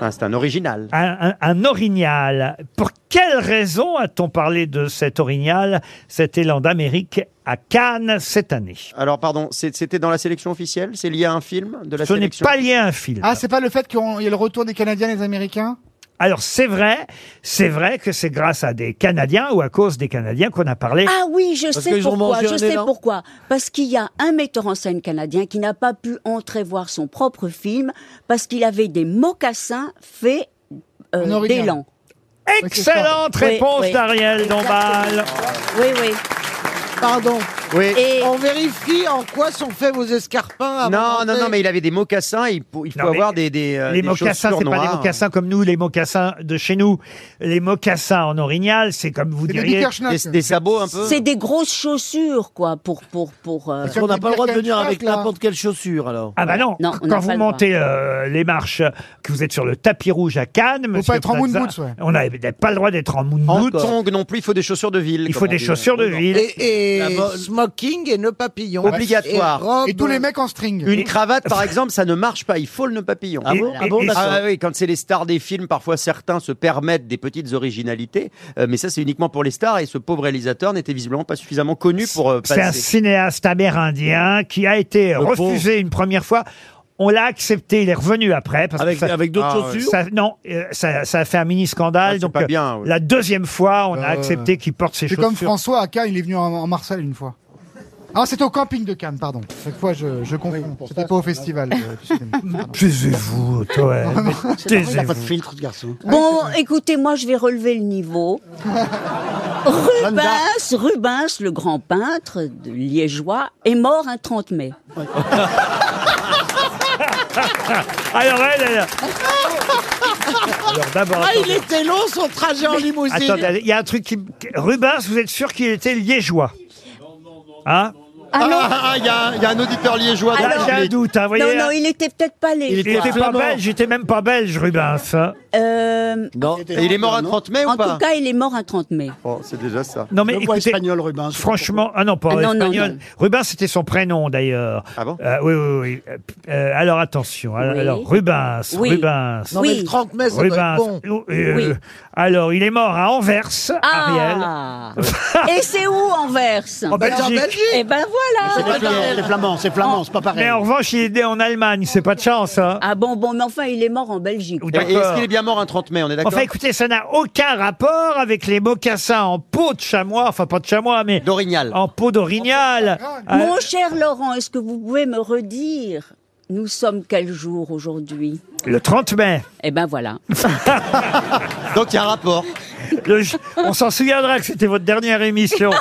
Speaker 3: Ah, c'est un original.
Speaker 2: un, un- un orignal. Pour quelle raison a-t-on parlé de cet orignal, cet élan d'Amérique à Cannes cette année
Speaker 3: Alors, pardon, c'est- c'était dans la sélection officielle C'est lié à un film de la
Speaker 2: Ce n'est
Speaker 3: sélection
Speaker 2: pas lié à un film.
Speaker 6: Ah, c'est pas le fait qu'il y ait le retour des Canadiens et des Américains
Speaker 2: Alors c'est vrai, c'est vrai que c'est grâce à des Canadiens ou à cause des Canadiens qu'on a parlé.
Speaker 5: Ah oui, je sais
Speaker 8: qu'ils ont
Speaker 5: pourquoi.
Speaker 8: mangé
Speaker 5: Je
Speaker 8: un
Speaker 5: sais
Speaker 8: élan.
Speaker 5: pourquoi. Parce qu'il y a un metteur en scène canadien qui n'a pas pu entrer voir son propre film parce qu'il avait des mocassins faits
Speaker 6: En
Speaker 5: euh,
Speaker 6: original.
Speaker 5: d'élan.
Speaker 2: Excellente
Speaker 5: Oui,
Speaker 2: réponse
Speaker 5: oui.
Speaker 2: d'Ariel
Speaker 5: Exactement.
Speaker 2: Dombal.
Speaker 5: Oui, oui.
Speaker 7: Pardon.
Speaker 3: Oui.
Speaker 5: Et
Speaker 7: On vérifie en quoi sont faits vos escarpins. avant
Speaker 3: Non, non,
Speaker 7: d'entrer.
Speaker 3: non, mais il avait des mocassins. Il faut, il faut
Speaker 2: Non, mais
Speaker 3: avoir des, des, euh,
Speaker 2: les
Speaker 3: des
Speaker 2: mocassins,
Speaker 3: chaussures
Speaker 2: c'est pas des
Speaker 3: noires.
Speaker 2: mocassins comme nous, les mocassins de chez nous. Les mocassins en orignal, c'est comme vous
Speaker 6: C'est des
Speaker 2: diriez.
Speaker 6: Peter Schnack.
Speaker 3: Des, des sabots un peu
Speaker 5: c'est des grosses chaussures, quoi, pour pour pour. euh,
Speaker 6: Comme
Speaker 8: On n'a pas le droit de
Speaker 6: Peter
Speaker 8: venir
Speaker 6: Kenchak,
Speaker 8: avec
Speaker 6: là.
Speaker 8: n'importe quelle chaussure, alors.
Speaker 2: Ah bah non,
Speaker 5: Non, on n'a pas
Speaker 2: quand vous
Speaker 5: le
Speaker 2: montez euh, les marches, que vous êtes sur le tapis rouge à Cannes, monsieur
Speaker 6: pas être en
Speaker 2: Plaza,
Speaker 6: moon boots, ouais.
Speaker 2: on n'a pas le droit d'être en moon
Speaker 3: En
Speaker 2: boots.
Speaker 3: tongs non plus, il faut des chaussures de ville.
Speaker 2: Il faut
Speaker 3: comme on
Speaker 2: des
Speaker 3: dit.
Speaker 2: chaussures de ville.
Speaker 7: Et, et
Speaker 8: La bo-
Speaker 7: se smoking et nœud papillon.
Speaker 3: Obligatoire.
Speaker 7: robe-
Speaker 3: Une cravate,
Speaker 2: [LAUGHS]
Speaker 3: par exemple, ça ne marche pas. Il faut le nœud papillon.
Speaker 7: Ah bon Ah bon, d'accord.
Speaker 3: Ah oui, quand c'est les stars des films, parfois certains se permettent des petites originalités. euh, mais ça, c'est uniquement pour les stars. Et ce pauvre réalisateur n'était visiblement pas suffisamment connu pour euh,
Speaker 2: C'est un
Speaker 3: passer.
Speaker 2: cinéaste amérindien qui a été
Speaker 3: Le
Speaker 2: refusé une première fois. On l'a accepté, il est revenu après. Parce
Speaker 8: Avec-
Speaker 2: que
Speaker 8: avec d'autres Ah, chaussures Ah,
Speaker 2: ça- Non, euh, ça, ça a fait un mini scandale. donc
Speaker 3: pas
Speaker 2: euh,
Speaker 3: bien, ouais.
Speaker 2: la deuxième fois, on a
Speaker 6: Ah ouais.
Speaker 2: accepté qu'il porte ses
Speaker 6: C'est
Speaker 2: chaussures.
Speaker 6: comme François à Cannes, il est venu en, en Marseille une fois. Ah, c'était au camping de Cannes, pardon. Chaque fois, je, je confonds. C'était pas au festival. euh,
Speaker 2: Taisez-vous, toi. mais
Speaker 4: Il a pas de
Speaker 2: Taisez-vous.
Speaker 4: filtre, ce garçon.
Speaker 5: Bon, écoutez, moi je vais relever le niveau. Rubens, Rubens, le grand peintre de liégeois, est mort un 30
Speaker 3: [LAUGHS]
Speaker 5: mai.
Speaker 2: Alors elle, elle- Alors d'abord.
Speaker 7: Ah, il
Speaker 2: attendez.
Speaker 7: était long son trajet en limousine.
Speaker 2: Attendez, il y a un truc qui. Rubens, vous êtes sûr qu'il était liégeois Hein
Speaker 5: Ah non.
Speaker 3: Ah, il y, a un- il y a un auditeur liégeois. dans
Speaker 2: Là,
Speaker 3: le
Speaker 2: j'ai un
Speaker 3: public.
Speaker 2: doute, hein, vous voyez.
Speaker 5: non, non, il était peut-être pas
Speaker 2: Il
Speaker 5: les.
Speaker 2: était pas belge, j'étais même pas belge, Rubens. hein.
Speaker 5: Euh,
Speaker 3: Non. Et il est mort à 30 mai
Speaker 5: en
Speaker 3: ou pas
Speaker 5: tout cas, il est mort un 30 mai.
Speaker 3: Bon, Oh, c'est déjà ça.
Speaker 2: Non mais
Speaker 4: Je vois
Speaker 2: écoutez,
Speaker 4: espagnol, Rubens.
Speaker 2: franchement, ah non pas
Speaker 5: Ah non, non,
Speaker 2: espagnol.
Speaker 5: non.
Speaker 2: Rubens c'était son prénom d'ailleurs.
Speaker 3: Ah bon
Speaker 2: Euh, oui oui oui. Euh, alors attention. Alors,
Speaker 5: Oui.
Speaker 2: alors, Rubens,
Speaker 5: Oui.
Speaker 2: Rubens.
Speaker 7: Non, mais
Speaker 5: Oui.
Speaker 7: le 30 mai, ça doit être bon.
Speaker 2: Rubens. Euh,
Speaker 5: Oui.
Speaker 2: Alors il est mort à Anvers, Ariel.
Speaker 5: Ah Et c'est où Anvers
Speaker 2: En
Speaker 7: Mais en
Speaker 2: Belgique.
Speaker 7: Belgique.
Speaker 5: Eh ben
Speaker 4: C'est
Speaker 5: voilà.
Speaker 4: les Flamands, c'est les Flamands, c'est Flamands, c'est pas pareil.
Speaker 2: Mais en revanche, il est né en Allemagne, c'est pas de chance. Hein.
Speaker 5: Ah bon, bon, mais enfin, il est mort en Belgique.
Speaker 2: Ou
Speaker 3: Et- et Est-ce
Speaker 2: d'accord.
Speaker 3: qu'il est bien mort un 30 mai On est d'accord
Speaker 2: Enfin, écoutez, ça n'a aucun rapport avec les mocassins en peau de chamois, enfin pas de chamois, mais
Speaker 3: D'Orignal.
Speaker 2: en peau d'orignal. Ah,
Speaker 5: Mon cher Laurent, est-ce que vous pouvez me redire nous sommes quel jour aujourd'hui
Speaker 2: le 30 mai.
Speaker 5: Eh ben voilà.
Speaker 3: [LAUGHS] Donc il y a un rapport.
Speaker 2: Le j- on s'en souviendra que c'était votre
Speaker 12: [LAUGHS]
Speaker 2: dernière émission.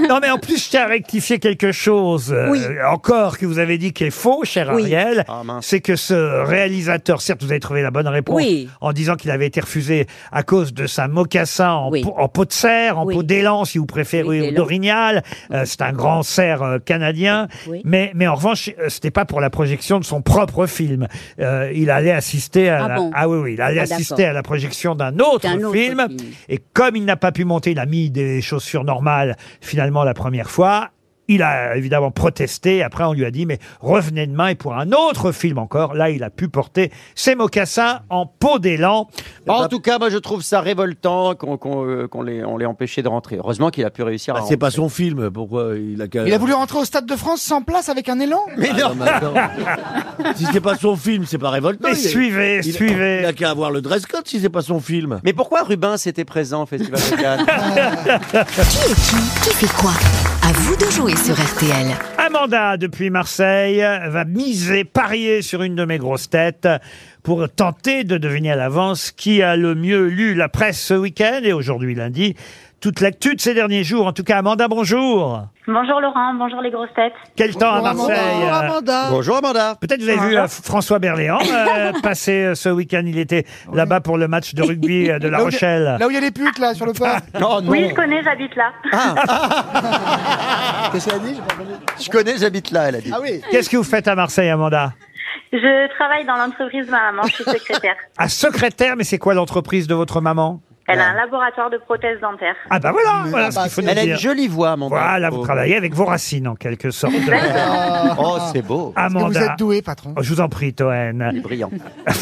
Speaker 2: [LAUGHS] Non mais en plus, je tiens à rectifier quelque chose euh,
Speaker 5: Oui.
Speaker 2: encore que vous avez dit qui est faux, cher
Speaker 5: Oui.
Speaker 2: Ariel.
Speaker 3: Ah, mince.
Speaker 2: c'est que ce réalisateur, certes, vous avez trouvé la bonne réponse
Speaker 5: Oui.
Speaker 2: en disant qu'il avait été refusé à cause de sa mocassin en,
Speaker 5: Oui.
Speaker 2: peau, en peau de cerf, en
Speaker 5: Oui.
Speaker 2: peau d'élan, si vous préférez,
Speaker 5: Oui,
Speaker 2: ou
Speaker 5: d'élan.
Speaker 2: d'orignal. Euh, c'est un grand cerf euh, canadien.
Speaker 5: Oui.
Speaker 2: Mais, mais en revanche, euh, c'était pas pour la projection de son propre film. Euh, il allait assister à
Speaker 5: Ah
Speaker 2: la-
Speaker 5: bon
Speaker 2: ah oui, oui, il allait
Speaker 5: Ah,
Speaker 2: assister
Speaker 5: d'accord.
Speaker 2: à la projection d'un autre,
Speaker 5: D'un autre
Speaker 2: film.
Speaker 5: film.
Speaker 2: Et comme il n'a pas pu monter, il a mis des chaussures normales finalement la première fois. Il a évidemment protesté. Après, on lui a dit mais revenez demain et pour un autre film encore. Là, il a pu porter ses mocassins en peau d'élan.
Speaker 3: En tout cas, moi je trouve ça révoltant qu'on qu'on, euh, qu'on l'ait on l'ait empêché de rentrer. Heureusement qu'il a pu réussir à
Speaker 8: Bah, c'est pas
Speaker 3: rentrer.
Speaker 8: son film, pourquoi il a qu'à-
Speaker 6: Il a voulu rentrer au Stade de France sans place avec un élan
Speaker 8: Ah, non, mais
Speaker 3: [LAUGHS]
Speaker 8: attends. si c'est pas son film, c'est pas révoltant.
Speaker 2: Mais
Speaker 8: Il a-
Speaker 2: suivez,
Speaker 8: il-
Speaker 2: suivez.
Speaker 8: Il a qu'à avoir le dress code si c'est pas son film.
Speaker 3: Mais pourquoi Rubens était présent au Festival de
Speaker 8: [LAUGHS]
Speaker 3: Cannes Ah.
Speaker 11: Qui est qui Qui fait quoi À vous de jouer sur RTL.
Speaker 2: Amanda, depuis Marseille, va miser, parier sur une de mes grosses têtes pour tenter de deviner à l'avance qui a le mieux lu la presse ce week-end et aujourd'hui lundi. Toute l'actu de ces derniers jours. En tout cas, Amanda, bonjour.
Speaker 15: Bonjour Laurent, bonjour les grosses têtes.
Speaker 2: Quel temps à
Speaker 7: Bonjour,
Speaker 2: Marseille euh,
Speaker 7: Amanda.
Speaker 3: Bonjour Amanda.
Speaker 2: Peut-être vous avez vu
Speaker 15: Bonjour.
Speaker 2: euh, François Berléand euh, passer euh, ce week-end. Il était là-bas pour le match de rugby euh, de La
Speaker 6: Là où il y a-
Speaker 2: Rochelle.
Speaker 6: Là où il y a les putes, là, sur le port. Ah.
Speaker 3: Oh non,
Speaker 15: Oui, je connais, j'habite là.
Speaker 4: Qu'est-ce qu'elle a dit J'ai pas entendu.
Speaker 3: je connais, j'habite là, elle a dit.
Speaker 4: Ah oui.
Speaker 2: Qu'est-ce que vous faites à Marseille, Amanda
Speaker 15: Je travaille dans l'entreprise de ma maman, je suis secrétaire.
Speaker 2: À secrétaire, mais c'est quoi l'entreprise de votre maman
Speaker 15: Elle a un laboratoire de prothèses dentaires.
Speaker 2: Ah bah voilà, voilà ce qu'il faut nous
Speaker 3: Elle a une
Speaker 2: dire.
Speaker 3: jolie voix, Amanda.
Speaker 2: Voilà,
Speaker 3: Oh.
Speaker 2: vous travaillez avec vos racines en quelque sorte.
Speaker 3: Oh, c'est beau.
Speaker 6: Parce que vous
Speaker 2: Amanda.
Speaker 6: êtes doué, patron.
Speaker 2: Oh, je vous en prie, Toen.
Speaker 3: Il est brillant.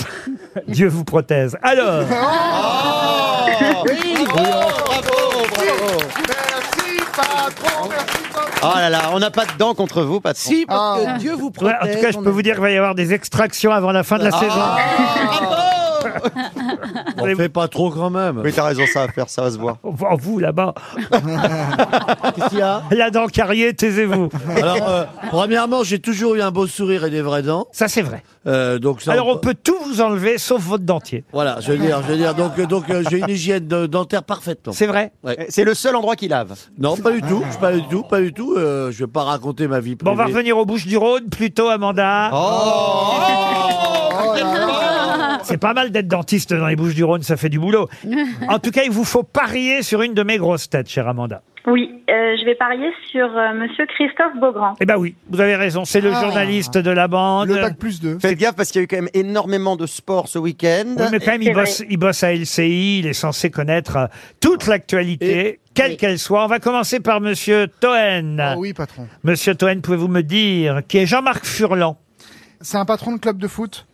Speaker 2: [LAUGHS] Dieu vous protège. Alors,
Speaker 6: Oh
Speaker 3: oui, bravo, bravo, bravo.
Speaker 6: Merci, patron, merci, patron.
Speaker 3: Oh là là, on n'a pas de dents contre vous, patron.
Speaker 7: Si, parce que
Speaker 6: Ah.
Speaker 7: Dieu vous
Speaker 2: ouais,
Speaker 7: protège.
Speaker 2: en tout cas, je
Speaker 7: on
Speaker 2: peux
Speaker 7: a-
Speaker 2: vous dire qu'il va y avoir des extractions avant la fin de la saison.
Speaker 8: Ah. On fait pas trop quand même.
Speaker 3: Oui, t'as raison, ça va faire, ça va se voir.
Speaker 2: On voit vous là-bas.
Speaker 8: Qu'est-ce qu'il y a
Speaker 2: La dent carrier, taisez-vous.
Speaker 8: [LAUGHS] Alors, euh, premièrement, j'ai toujours eu un beau sourire et des vraies dents.
Speaker 2: Ça, c'est vrai.
Speaker 8: Euh, donc ça,
Speaker 2: Alors, on peut tout vous enlever sauf votre dentier.
Speaker 8: Voilà, je veux dire, je veux dire, donc, euh, donc euh, j'ai une hygiène de- dentaire parfaitement.
Speaker 2: C'est vrai
Speaker 8: Ouais.
Speaker 3: C'est le seul endroit qui lave.
Speaker 8: Non, pas du tout, pas du tout, pas du tout. euh, je vais pas raconter ma vie
Speaker 2: Bon,
Speaker 8: privée.
Speaker 2: on va revenir aux Bouches du Rhône, plutôt, Amanda. C'est pas mal d'être dentiste dans les Bouches du Rhône, ça fait du boulot. En tout cas, il vous faut parier sur une de mes grosses têtes, chère Amanda.
Speaker 15: Oui, euh, je vais parier sur euh, Monsieur Christophe Beaugrand.
Speaker 2: Eh ben oui, vous avez raison, c'est le journaliste de la bande.
Speaker 6: Le bac plus 2.
Speaker 3: Faites gaffe parce qu'il y a eu quand même énormément de sport ce week-end.
Speaker 2: Oui, mais quand même, il
Speaker 15: C'est
Speaker 2: bosse,
Speaker 15: vrai.
Speaker 2: il bosse à LCI, il est censé connaître euh, toute l'actualité.
Speaker 8: Et
Speaker 2: quelle qu'elle soit. On va commencer par Monsieur Toen.
Speaker 6: Ah oui, patron.
Speaker 2: Monsieur Toen, pouvez-vous me dire qui est Jean-Marc Furlan
Speaker 6: C'est un patron de club de foot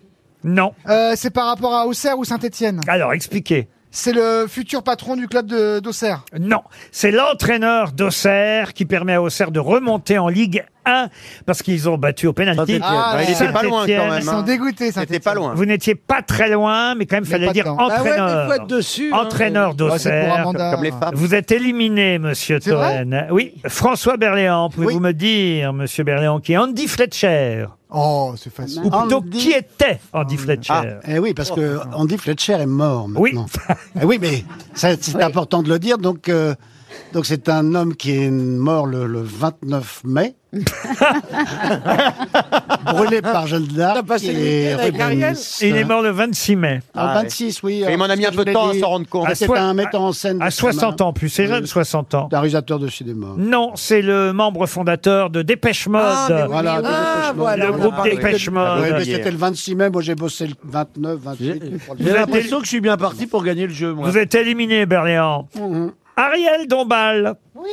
Speaker 2: Non.
Speaker 6: Euh, c'est par rapport à Auxerre ou Saint-Etienne
Speaker 2: Alors, expliquez.
Speaker 6: C'est le futur patron du club de- d'Auxerre.
Speaker 2: Non, c'est l'entraîneur d'Auxerre qui permet à Auxerre de remonter en Ligue 1 parce qu'ils ont battu au pénalty.
Speaker 6: Saint-Étienne. Ah, il était pas loin quand
Speaker 2: Saint-Étienne.
Speaker 6: même, Ils sont hein. dégoûtés, Saint-Étienne. pas loin.
Speaker 2: Vous n'étiez pas très loin, mais quand même,
Speaker 6: Mais
Speaker 2: fallait
Speaker 6: pas
Speaker 2: dire
Speaker 6: dedans. Bah ouais, mais
Speaker 2: entraîneur.
Speaker 6: faut être dessus, hein.
Speaker 2: Entraîneur
Speaker 6: Ouais, c'est pour
Speaker 2: d'Auxerre.
Speaker 6: Amanda. Comme les femmes.
Speaker 2: Vous êtes éliminé, monsieur
Speaker 6: C'est vrai
Speaker 2: Toen. Oui, François Berléand, pouvez-vous me dire, monsieur Berléand, qui est Andy Fletcher
Speaker 6: Oh, c'est facile.
Speaker 2: Ou plutôt, qui était Andy Fletcher
Speaker 4: Ah, eh oui, parce
Speaker 6: Oh.
Speaker 4: que Andy Fletcher est mort maintenant. Oui, oui mais ça, c'est important de le dire. Donc, euh, donc c'est un homme qui est mort le, le 29
Speaker 2: [LAUGHS]
Speaker 4: mai. Brûlé par Jeanne d'Arc.
Speaker 6: Bah,
Speaker 2: passé le
Speaker 4: et
Speaker 2: week-end avec
Speaker 4: Rubens.
Speaker 2: Ariel Il est mort le 26 mai.
Speaker 4: Ah, 26, oui.
Speaker 3: Mais il m'en a mis un peu de temps à s'en rendre compte.
Speaker 2: À
Speaker 4: C'était
Speaker 2: soi-
Speaker 4: un metteur en scène.
Speaker 2: À 60 ans, plus c'est jeune, 60 ans.
Speaker 4: Un réalisateur de cinéma.
Speaker 2: Non, c'est le membre fondateur de Dépêche Mode.
Speaker 4: Ah, mais oui, Voilà, oui, oui.
Speaker 2: le
Speaker 4: Ah, voilà, on a
Speaker 2: groupe
Speaker 4: parlé de-
Speaker 2: Dépêche Mode.
Speaker 4: Oui, mais c'était le 26 mai. Moi, j'ai bossé le 29, 28. pour le-
Speaker 8: J'ai l'impression que je suis bien parti pour gagner le jeu, moi.
Speaker 2: Vous êtes éliminé, Berléand.
Speaker 4: Mhm.
Speaker 2: Ariel Dombal. Oui.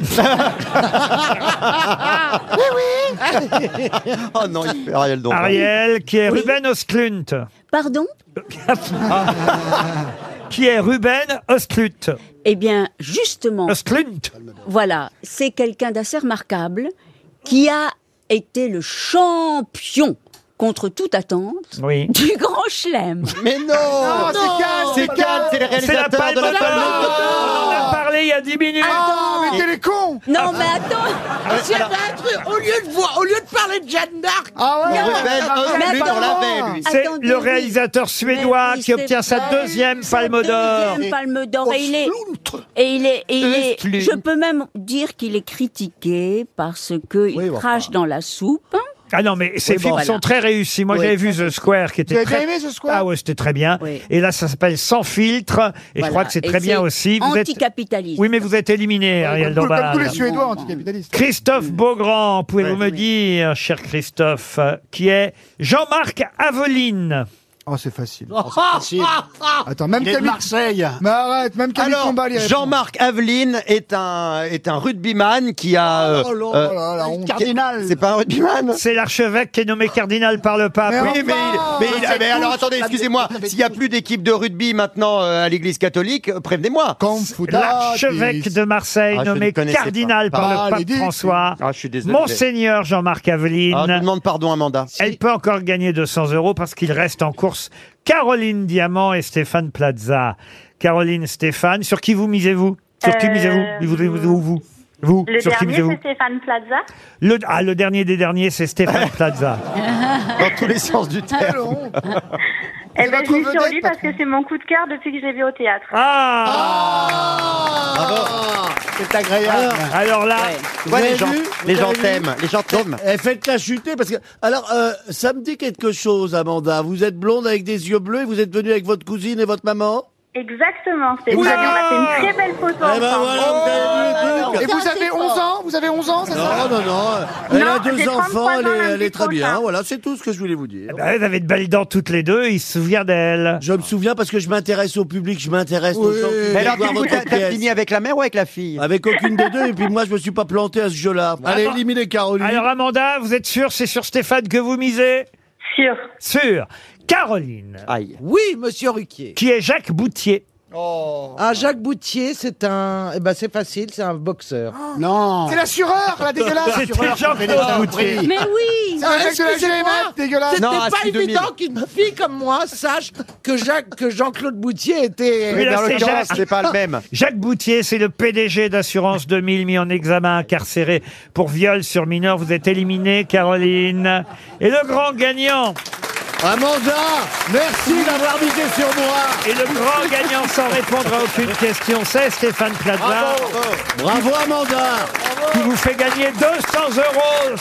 Speaker 4: [LAUGHS]
Speaker 5: oui, oui.
Speaker 3: Oh non, il fait Ariel Dombal.
Speaker 2: Ariel, qui est Ruben Osclunt. [LAUGHS]
Speaker 5: Pardon
Speaker 2: Qui est Ruben Osclunt.
Speaker 5: Eh bien, justement.
Speaker 2: Osclunt.
Speaker 5: Voilà, c'est quelqu'un d'assez remarquable qui a été le champion contre toute attente
Speaker 2: Oui.
Speaker 5: du Grand Chelem.
Speaker 3: Mais non,
Speaker 5: Non, c'est Kahn,
Speaker 3: c'est Kahn, c'est le réalisateur
Speaker 2: Palme
Speaker 3: de la
Speaker 2: d'Or.
Speaker 3: Palme
Speaker 2: On en a
Speaker 3: d'Or.
Speaker 2: parlé il y a 10 minutes.
Speaker 6: Ah,
Speaker 7: Attends,
Speaker 2: mais t'es les
Speaker 6: cons
Speaker 5: Non, mais attends
Speaker 3: Ah,
Speaker 7: J'avais un truc, au lieu de voir, au lieu de parler de Jeanne d'Arc.
Speaker 12: Oh,
Speaker 6: Ah
Speaker 7: ouais,
Speaker 2: [LAUGHS] C'est le réalisateur suédois qui obtient sa deuxième Palme d'Or.
Speaker 5: Deuxième Palme d'Or. Et il est. Et il est. et il est-
Speaker 2: Ostlund.
Speaker 5: je peux même dire qu'il est critiqué parce qu'il
Speaker 2: bon,
Speaker 5: crache dans la soupe.
Speaker 2: Ah non, mais ces
Speaker 5: Oui, bon,
Speaker 2: films
Speaker 5: voilà.
Speaker 2: sont très réussis. Moi,
Speaker 5: Oui.
Speaker 2: j'avais vu The Square qui était
Speaker 5: avez
Speaker 2: très...
Speaker 5: bien aimé, The Square
Speaker 2: Ah ouais, c'était très bien.
Speaker 5: Oui.
Speaker 2: Et là, ça s'appelle Sans filtre. Et je
Speaker 5: Voilà.
Speaker 2: crois que c'est
Speaker 5: Et
Speaker 2: très bien aussi. Vous êtes...
Speaker 5: Anticapitaliste.
Speaker 2: Oui, mais vous êtes éliminé, Ariel
Speaker 6: Comme,
Speaker 2: Dombal.
Speaker 6: comme tous les Suédois anticapitalistes.
Speaker 2: Christophe Beaugrand, pouvez-vous me dire, cher Christophe, euh, qui est Jean-Marc Aveline
Speaker 6: Oh, c'est facile. [LAUGHS]
Speaker 3: Attends,
Speaker 6: Attends, même Camille.
Speaker 3: Marseille.
Speaker 6: Mais arrête, même Camille
Speaker 3: Alors,
Speaker 6: Combal y répond.
Speaker 3: Jean-Marc Aveline est un, est un rugbyman qui a... euh,
Speaker 6: Oh là
Speaker 3: euh,
Speaker 6: là, la honte.
Speaker 3: Cardinal. C'est pas un rugbyman Ah,
Speaker 2: C'est l'archevêque qui est nommé cardinal par le pape.
Speaker 3: oui, mais, il- mais, il-
Speaker 2: ah,
Speaker 3: mais alors attendez, excusez-moi, s'il n'y a plus d'équipe de rugby maintenant euh, à l'église catholique, euh, prévenez-moi.
Speaker 2: L'archevêque de Marseille,
Speaker 3: Ah, je ne
Speaker 2: nommé
Speaker 3: connaissais pas.
Speaker 2: cardinal par
Speaker 3: Ah,
Speaker 2: le
Speaker 3: les
Speaker 2: pape
Speaker 3: dix.
Speaker 2: François.
Speaker 3: Ah, je suis désolé.
Speaker 2: Monseigneur Jean-Marc Aveline.
Speaker 3: Ah, je vous demande pardon, Amanda.
Speaker 2: Elle peut encore gagner 200 euros parce qu'il reste en course Caroline Diamant et Stéphane Plaza. Caroline, Stéphane, sur qui vous misez-vous Sur qui
Speaker 15: Euh,
Speaker 2: misez-vous Vous, vous, vous, vous, vous,
Speaker 15: Le
Speaker 2: sur qui
Speaker 15: dernier,
Speaker 2: misez-vous
Speaker 15: c'est Stéphane Plaza.
Speaker 2: le, ah, le dernier des derniers, c'est Stéphane
Speaker 15: [LAUGHS]
Speaker 2: Plaza.
Speaker 3: Dans tous les sens du terme.
Speaker 15: Eh ben, je mise sur lui parce que c'est mon coup de cœur depuis que je l'ai vu au théâtre.
Speaker 2: Ah
Speaker 3: Ah
Speaker 4: C'est agréable.
Speaker 2: Alors là,
Speaker 4: Vous avez
Speaker 8: les gens,
Speaker 4: vu
Speaker 8: les
Speaker 4: Vous
Speaker 8: gens
Speaker 4: avez vu
Speaker 8: t'aiment,
Speaker 3: les gens t'aiment.
Speaker 8: Eh, faites-la chuter parce que. Alors, euh, ça me dit quelque chose, Amanda. Vous êtes blonde avec des yeux bleus et vous êtes venue avec votre cousine et votre maman.
Speaker 15: Exactement, c'est
Speaker 8: Oui.
Speaker 15: ça. On a fait une très belle photo
Speaker 8: Eh ben
Speaker 15: ensemble.
Speaker 8: voilà, vous avez vu le truc.
Speaker 6: Et vous avez 11 ans Vous avez 11 ans, c'est ça
Speaker 8: Non, non, non. Elle a deux
Speaker 6: j'ai 33
Speaker 8: enfants, elle est,
Speaker 6: ans lundi
Speaker 8: elle est très bien.
Speaker 6: prochain.
Speaker 8: Voilà, c'est tout ce que je voulais vous dire.
Speaker 2: ben, elles avaient de belles dents toutes les deux, il se souvient d'elle.
Speaker 8: Je me souviens parce que je m'intéresse au public, je m'intéresse aux gens. qui viennent
Speaker 3: Mais alors,
Speaker 8: voir
Speaker 3: du coup,
Speaker 8: votre
Speaker 3: t'as t'as
Speaker 8: pièce.
Speaker 3: fini avec la mère ou avec la fille Bah,
Speaker 8: Avec aucune des deux, et puis moi, je me suis pas planté à ce jeu-là. Allez,
Speaker 2: Alors-
Speaker 8: éliminez Caroline.
Speaker 2: Alors Amanda, vous êtes sûre, c'est sur Stéphane que vous misez
Speaker 15: Sûr.
Speaker 2: Sûr. Caroline,
Speaker 3: Aïe.
Speaker 7: Oui, monsieur Ruquier.
Speaker 2: qui est Jacques Boutier.
Speaker 7: Ah, Jacques Boutier, c'est un. Eh ben, c'est facile, c'est un boxeur.
Speaker 6: Ah.
Speaker 4: Non.
Speaker 6: C'est l'assureur, la dégueulasse
Speaker 2: C'était
Speaker 7: Ah,
Speaker 2: Jean-Claude Boutier.
Speaker 7: oui.
Speaker 5: Mais oui
Speaker 6: C'est un mec de la
Speaker 7: Excusez-moi,
Speaker 6: GMF, dégueulasse.
Speaker 7: C'était
Speaker 6: Non,
Speaker 7: pas
Speaker 6: Asti 2000.
Speaker 7: évident qu'une fille comme moi sache que Jacques, que Jean-Claude Boutier était.
Speaker 2: Mais là, c'est Jacques. Ah,
Speaker 3: c'est pas le même.
Speaker 2: Jacques Boutier, c'est le PDG d'Assurance 2000 mis en examen incarcéré pour viol sur mineur. Vous êtes éliminé, Caroline. Et le grand gagnant,
Speaker 8: Amanda, merci d'avoir misé sur moi.
Speaker 2: et le grand gagnant sans répondre à aucune question, c'est Stéphane Plaza,
Speaker 8: Bravo, Amanda.
Speaker 2: qui vous fait gagner 200 euros.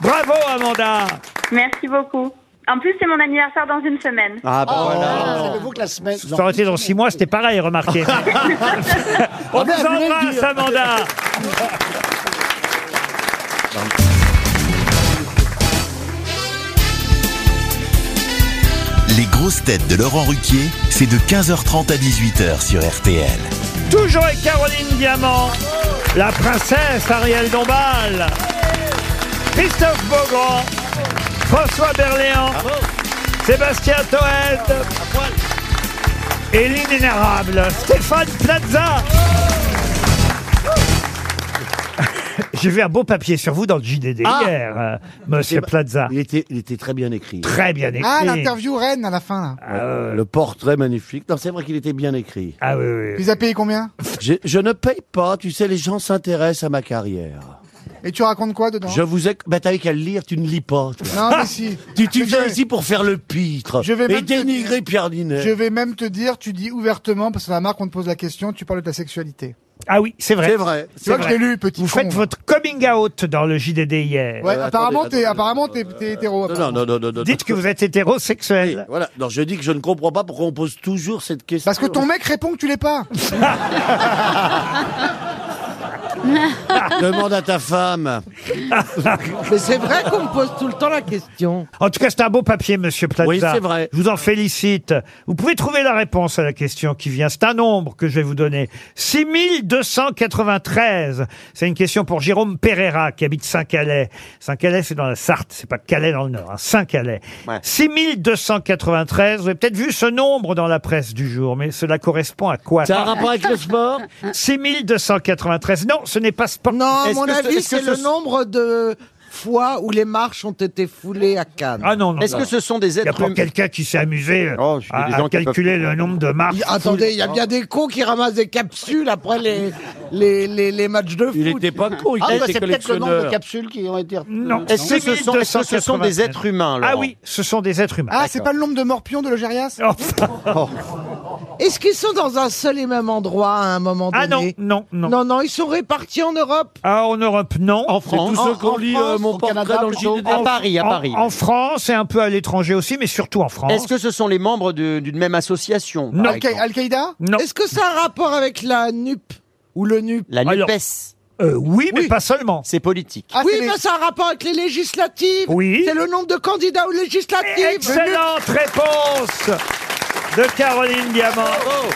Speaker 2: Bravo, Amanda.
Speaker 15: Merci beaucoup. En plus, c'est mon anniversaire dans une semaine.
Speaker 3: Ah, bah voilà.
Speaker 4: Oh, Savez-vous que la semaine.
Speaker 2: Ça aurait été dans six mois, c'était pareil,
Speaker 8: [LAUGHS]
Speaker 2: remarquez.
Speaker 6: Ah,
Speaker 2: On vous embrasse, Amanda.
Speaker 1: Les grosses têtes de Laurent Ruquier, c'est de 15h30 à 18h sur RTL.
Speaker 2: Toujours avec Caroline Diamant, la princesse Ariel Dombal, Christophe Beaugrand, François Berléand, Sébastien Toed, et l'inénarrable Stéphane Plaza. [LAUGHS] J'ai vu un beau papier sur vous dans le JDD
Speaker 8: Ah
Speaker 2: hier, euh,
Speaker 6: Eh
Speaker 2: monsieur
Speaker 6: ben,
Speaker 2: Plaza.
Speaker 8: Il était, il était très bien écrit.
Speaker 2: Très bien écrit.
Speaker 6: Ah, l'interview reine à la fin, là.
Speaker 8: Euh, Le portrait magnifique. Non, c'est vrai qu'il était bien écrit.
Speaker 2: Ah oui, oui.
Speaker 6: Tu les as payés combien
Speaker 8: Je, je ne paye pas, tu sais, les gens s'intéressent à ma carrière.
Speaker 6: Et tu racontes quoi dedans
Speaker 8: Je vous ai... Bah, t'avais qu'à le lire, tu ne lis pas. toi.
Speaker 6: Non, mais si.
Speaker 8: Tu, tu
Speaker 6: Mais je
Speaker 8: viens
Speaker 6: vais-
Speaker 8: ici pour faire le pitre
Speaker 6: Je vais
Speaker 8: et
Speaker 6: même te
Speaker 8: dénigrer
Speaker 6: dire-
Speaker 8: Pierre Ninet.
Speaker 6: Je vais même te dire, tu dis ouvertement, parce que la marque, on te pose la question, tu parles de ta sexualité.
Speaker 2: Ah oui, c'est vrai.
Speaker 8: C'est vrai.
Speaker 6: C'est vrai que je l'ai lu, petit
Speaker 2: Vous
Speaker 6: con,
Speaker 2: faites
Speaker 6: là.
Speaker 2: votre coming out dans le JDD hier.
Speaker 6: Ouais,
Speaker 8: Euh,
Speaker 6: apparemment,
Speaker 8: attendez,
Speaker 6: t'es,
Speaker 8: attendez.
Speaker 6: apparemment, t'es, t'es hétéro.
Speaker 8: Non, non, non, non, non.
Speaker 2: Dites que vous êtes hétérosexuel.
Speaker 8: Voilà. Non, je dis que je ne comprends pas pourquoi on pose toujours cette question.
Speaker 6: Parce que ton mec répond que tu l'es
Speaker 3: [LAUGHS]
Speaker 6: pas.
Speaker 8: [LAUGHS] Demande à ta femme.
Speaker 7: [LAUGHS] Mais c'est vrai qu'on me pose tout le temps la question.
Speaker 2: En tout cas, c'est un beau papier, monsieur Plaza.
Speaker 8: Oui, c'est vrai.
Speaker 2: Je vous en félicite. Vous pouvez trouver la réponse à la question qui vient. C'est un nombre que je vais vous donner. 6293. C'est une question pour Jérôme Pereira, qui habite Saint-Calais. Saint-Calais, c'est dans la Sarthe. C'est pas Calais dans le Nord, hein. Saint-Calais. 6293. Vous avez peut-être vu ce nombre dans la presse du jour, mais cela correspond à quoi?
Speaker 8: Ça a un rapport avec le sport
Speaker 2: 6293. Non, ce n'est pas sport.
Speaker 7: Non, à
Speaker 2: [LAUGHS] Est-ce
Speaker 7: Oh, mon
Speaker 2: que ce-
Speaker 7: avis,
Speaker 2: est-ce que
Speaker 7: c'est
Speaker 2: ce
Speaker 7: le
Speaker 2: sont-
Speaker 7: nombre de fois où les marches ont été foulées à Cannes.
Speaker 2: Ah non, non.
Speaker 3: Est-ce que ce sont
Speaker 2: Il
Speaker 3: des
Speaker 2: y a
Speaker 3: êtres
Speaker 2: pas
Speaker 3: humains
Speaker 2: quelqu'un qui s'est amusé euh,
Speaker 3: Oh, je suis
Speaker 2: à,
Speaker 3: des
Speaker 2: à
Speaker 3: gens qui
Speaker 2: calculer
Speaker 3: peuvent-
Speaker 2: le nombre de marches.
Speaker 7: Il- Attendez, il y a bien des cons qui ramassent des capsules après les, les, les, les matchs de foot.
Speaker 8: Il était pas con, il
Speaker 4: Ah, bah,
Speaker 8: était
Speaker 4: c'est peut-être le nombre de
Speaker 8: collectionneur.
Speaker 4: capsules qui ont été retenues.
Speaker 2: Non.
Speaker 3: Est-ce que ce sont- est-ce que ce sont des
Speaker 2: 6293?
Speaker 3: êtres humains, Laurent
Speaker 2: Ah oui, ce sont des êtres humains.
Speaker 6: Ah, c'est pas le nombre de morpions de l'Ogérias
Speaker 2: Oh.
Speaker 7: Est-ce qu'ils sont dans un seul et même endroit à un moment
Speaker 2: Ah non,
Speaker 7: donné
Speaker 2: non, non.
Speaker 7: non, non, ils sont répartis en Europe.
Speaker 2: Ah, en Europe, non. En
Speaker 8: C'est tous ceux
Speaker 4: en- en
Speaker 8: qu'on lit euh,
Speaker 4: France,
Speaker 8: mon
Speaker 4: au
Speaker 8: portrait
Speaker 4: Canada,
Speaker 8: dans le
Speaker 4: plutôt.
Speaker 8: JDD.
Speaker 3: À Paris, à Paris.
Speaker 2: En, France et un peu à l'étranger aussi, mais surtout en France.
Speaker 3: Est-ce que ce sont les membres de- d'une même association par
Speaker 2: Non.
Speaker 6: Al-
Speaker 3: exemple
Speaker 6: Al-Qaïda
Speaker 2: Non.
Speaker 7: Est-ce que ça a un rapport avec la NUP ou le NUP
Speaker 3: La
Speaker 2: Alors-
Speaker 3: NUPES,
Speaker 2: Euh, oui, mais
Speaker 7: Oui.
Speaker 2: pas seulement.
Speaker 3: c'est politique.
Speaker 6: Ah,
Speaker 7: Oui,
Speaker 6: c'est les-
Speaker 7: mais ça a un rapport avec les législatives.
Speaker 2: Oui.
Speaker 7: C'est le nombre de candidats aux législatives.
Speaker 2: Excellente réponse de Caroline Diamant.
Speaker 3: Oh,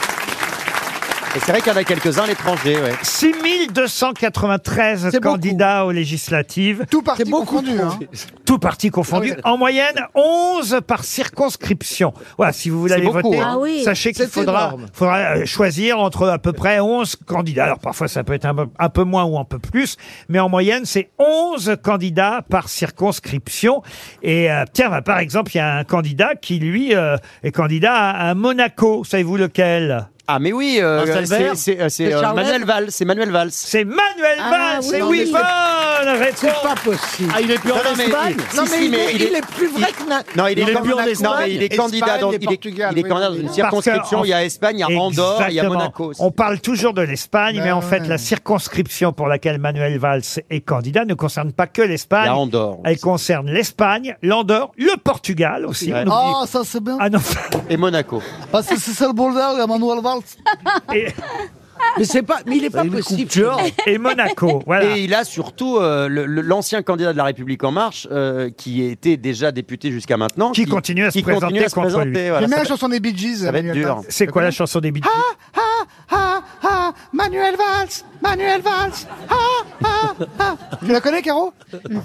Speaker 3: Et c'est vrai qu'il y en a quelques-uns à l'étranger, ouais.
Speaker 2: 6293
Speaker 7: C'est beaucoup.
Speaker 2: candidats aux législatives,
Speaker 6: Tout parti
Speaker 7: C'est beaucoup
Speaker 6: confondu.
Speaker 7: trop.
Speaker 6: hein.
Speaker 2: tous partis confondus. En moyenne, 11 par circonscription. Voilà, si vous voulez
Speaker 3: C'est
Speaker 2: aller
Speaker 3: beaucoup,
Speaker 2: voter,
Speaker 3: hein.
Speaker 5: Ah oui.
Speaker 2: sachez qu'il
Speaker 7: C'est
Speaker 2: faudra,
Speaker 7: énorme.
Speaker 2: faudra euh, choisir entre à peu près 11 candidats. Alors parfois, ça peut être un peu, un peu moins ou un peu plus, mais en moyenne, c'est 11 candidats par circonscription. Et euh, tiens, bah, par exemple, il y a un candidat qui, lui, euh, est candidat à, à Monaco. Savez-vous lequel
Speaker 3: Ah mais oui, euh,
Speaker 8: Marcel
Speaker 3: c'est-
Speaker 8: Vert
Speaker 3: c'est euh, c'est,
Speaker 7: C'est
Speaker 3: euh,
Speaker 7: Charlotte
Speaker 3: Manuel Valls, c'est Manuel Valls.
Speaker 2: C'est Manuel
Speaker 5: Ah,
Speaker 2: Valls.
Speaker 5: oui,
Speaker 2: C'est
Speaker 5: non,
Speaker 2: oui,
Speaker 5: mais c'est-
Speaker 2: bonne réponse.
Speaker 7: C'est pas possible.
Speaker 8: Ah, il est plus en
Speaker 3: Non, non, mais-
Speaker 8: Espagne
Speaker 3: si,
Speaker 7: non, mais
Speaker 3: si,
Speaker 7: il,
Speaker 3: mais
Speaker 7: est, il est plus vrai que. na-
Speaker 3: Non, il
Speaker 8: Il
Speaker 3: est,
Speaker 8: est
Speaker 3: candidat-
Speaker 8: plus en
Speaker 3: non, mais
Speaker 8: Espagne,
Speaker 3: il est candidat
Speaker 4: Espagne
Speaker 3: dans
Speaker 4: et
Speaker 3: il est-
Speaker 4: Portugal,
Speaker 3: il est
Speaker 4: oui,
Speaker 3: candidat dans
Speaker 4: oui, oui.
Speaker 3: une
Speaker 2: Parce
Speaker 3: circonscription,
Speaker 2: qu'en-
Speaker 3: il y a Espagne, il y a Andorre, il y a
Speaker 2: Exactement.
Speaker 3: Monaco. aussi.
Speaker 2: On parle toujours de l'Espagne, mais
Speaker 6: Ben
Speaker 2: en fait,
Speaker 6: ouais.
Speaker 2: la circonscription pour laquelle Manuel Valls est candidat ne concerne pas que
Speaker 3: Il y a
Speaker 2: l'Espagne.
Speaker 3: Andorre.
Speaker 2: Elle concerne l'Espagne, l'Andorre, le Portugal aussi.
Speaker 3: Ouais.
Speaker 2: on oublie-
Speaker 6: Ah, ça c'est bien.
Speaker 2: Ah non. [LAUGHS]
Speaker 3: Et Monaco.
Speaker 6: Parce que c'est ça le boulevard, il y a Manuel Valls.
Speaker 2: Et,
Speaker 7: Mais c'est pas. Mais il est pas possible. [LAUGHS]
Speaker 2: et Monaco. Voilà.
Speaker 3: Et il a surtout euh, le- le- l'ancien candidat de la République en marche, euh, qui était déjà député jusqu'à maintenant,
Speaker 2: Qui continue à se
Speaker 3: qui continue
Speaker 2: présenter
Speaker 3: à se
Speaker 2: contre
Speaker 3: présenter,
Speaker 2: lui.
Speaker 3: voilà.
Speaker 6: J'aime bien la
Speaker 3: Ça va-
Speaker 6: chanson des Bee Gees.
Speaker 3: ça va être
Speaker 6: Manuel
Speaker 3: dur.
Speaker 6: Valls.
Speaker 2: C'est quoi la chanson des Beatles
Speaker 6: Ah, ah, ah, Manuel Valls, Manuel Valls, ah, ah, ah. Tu la connais, Caro
Speaker 7: [LAUGHS]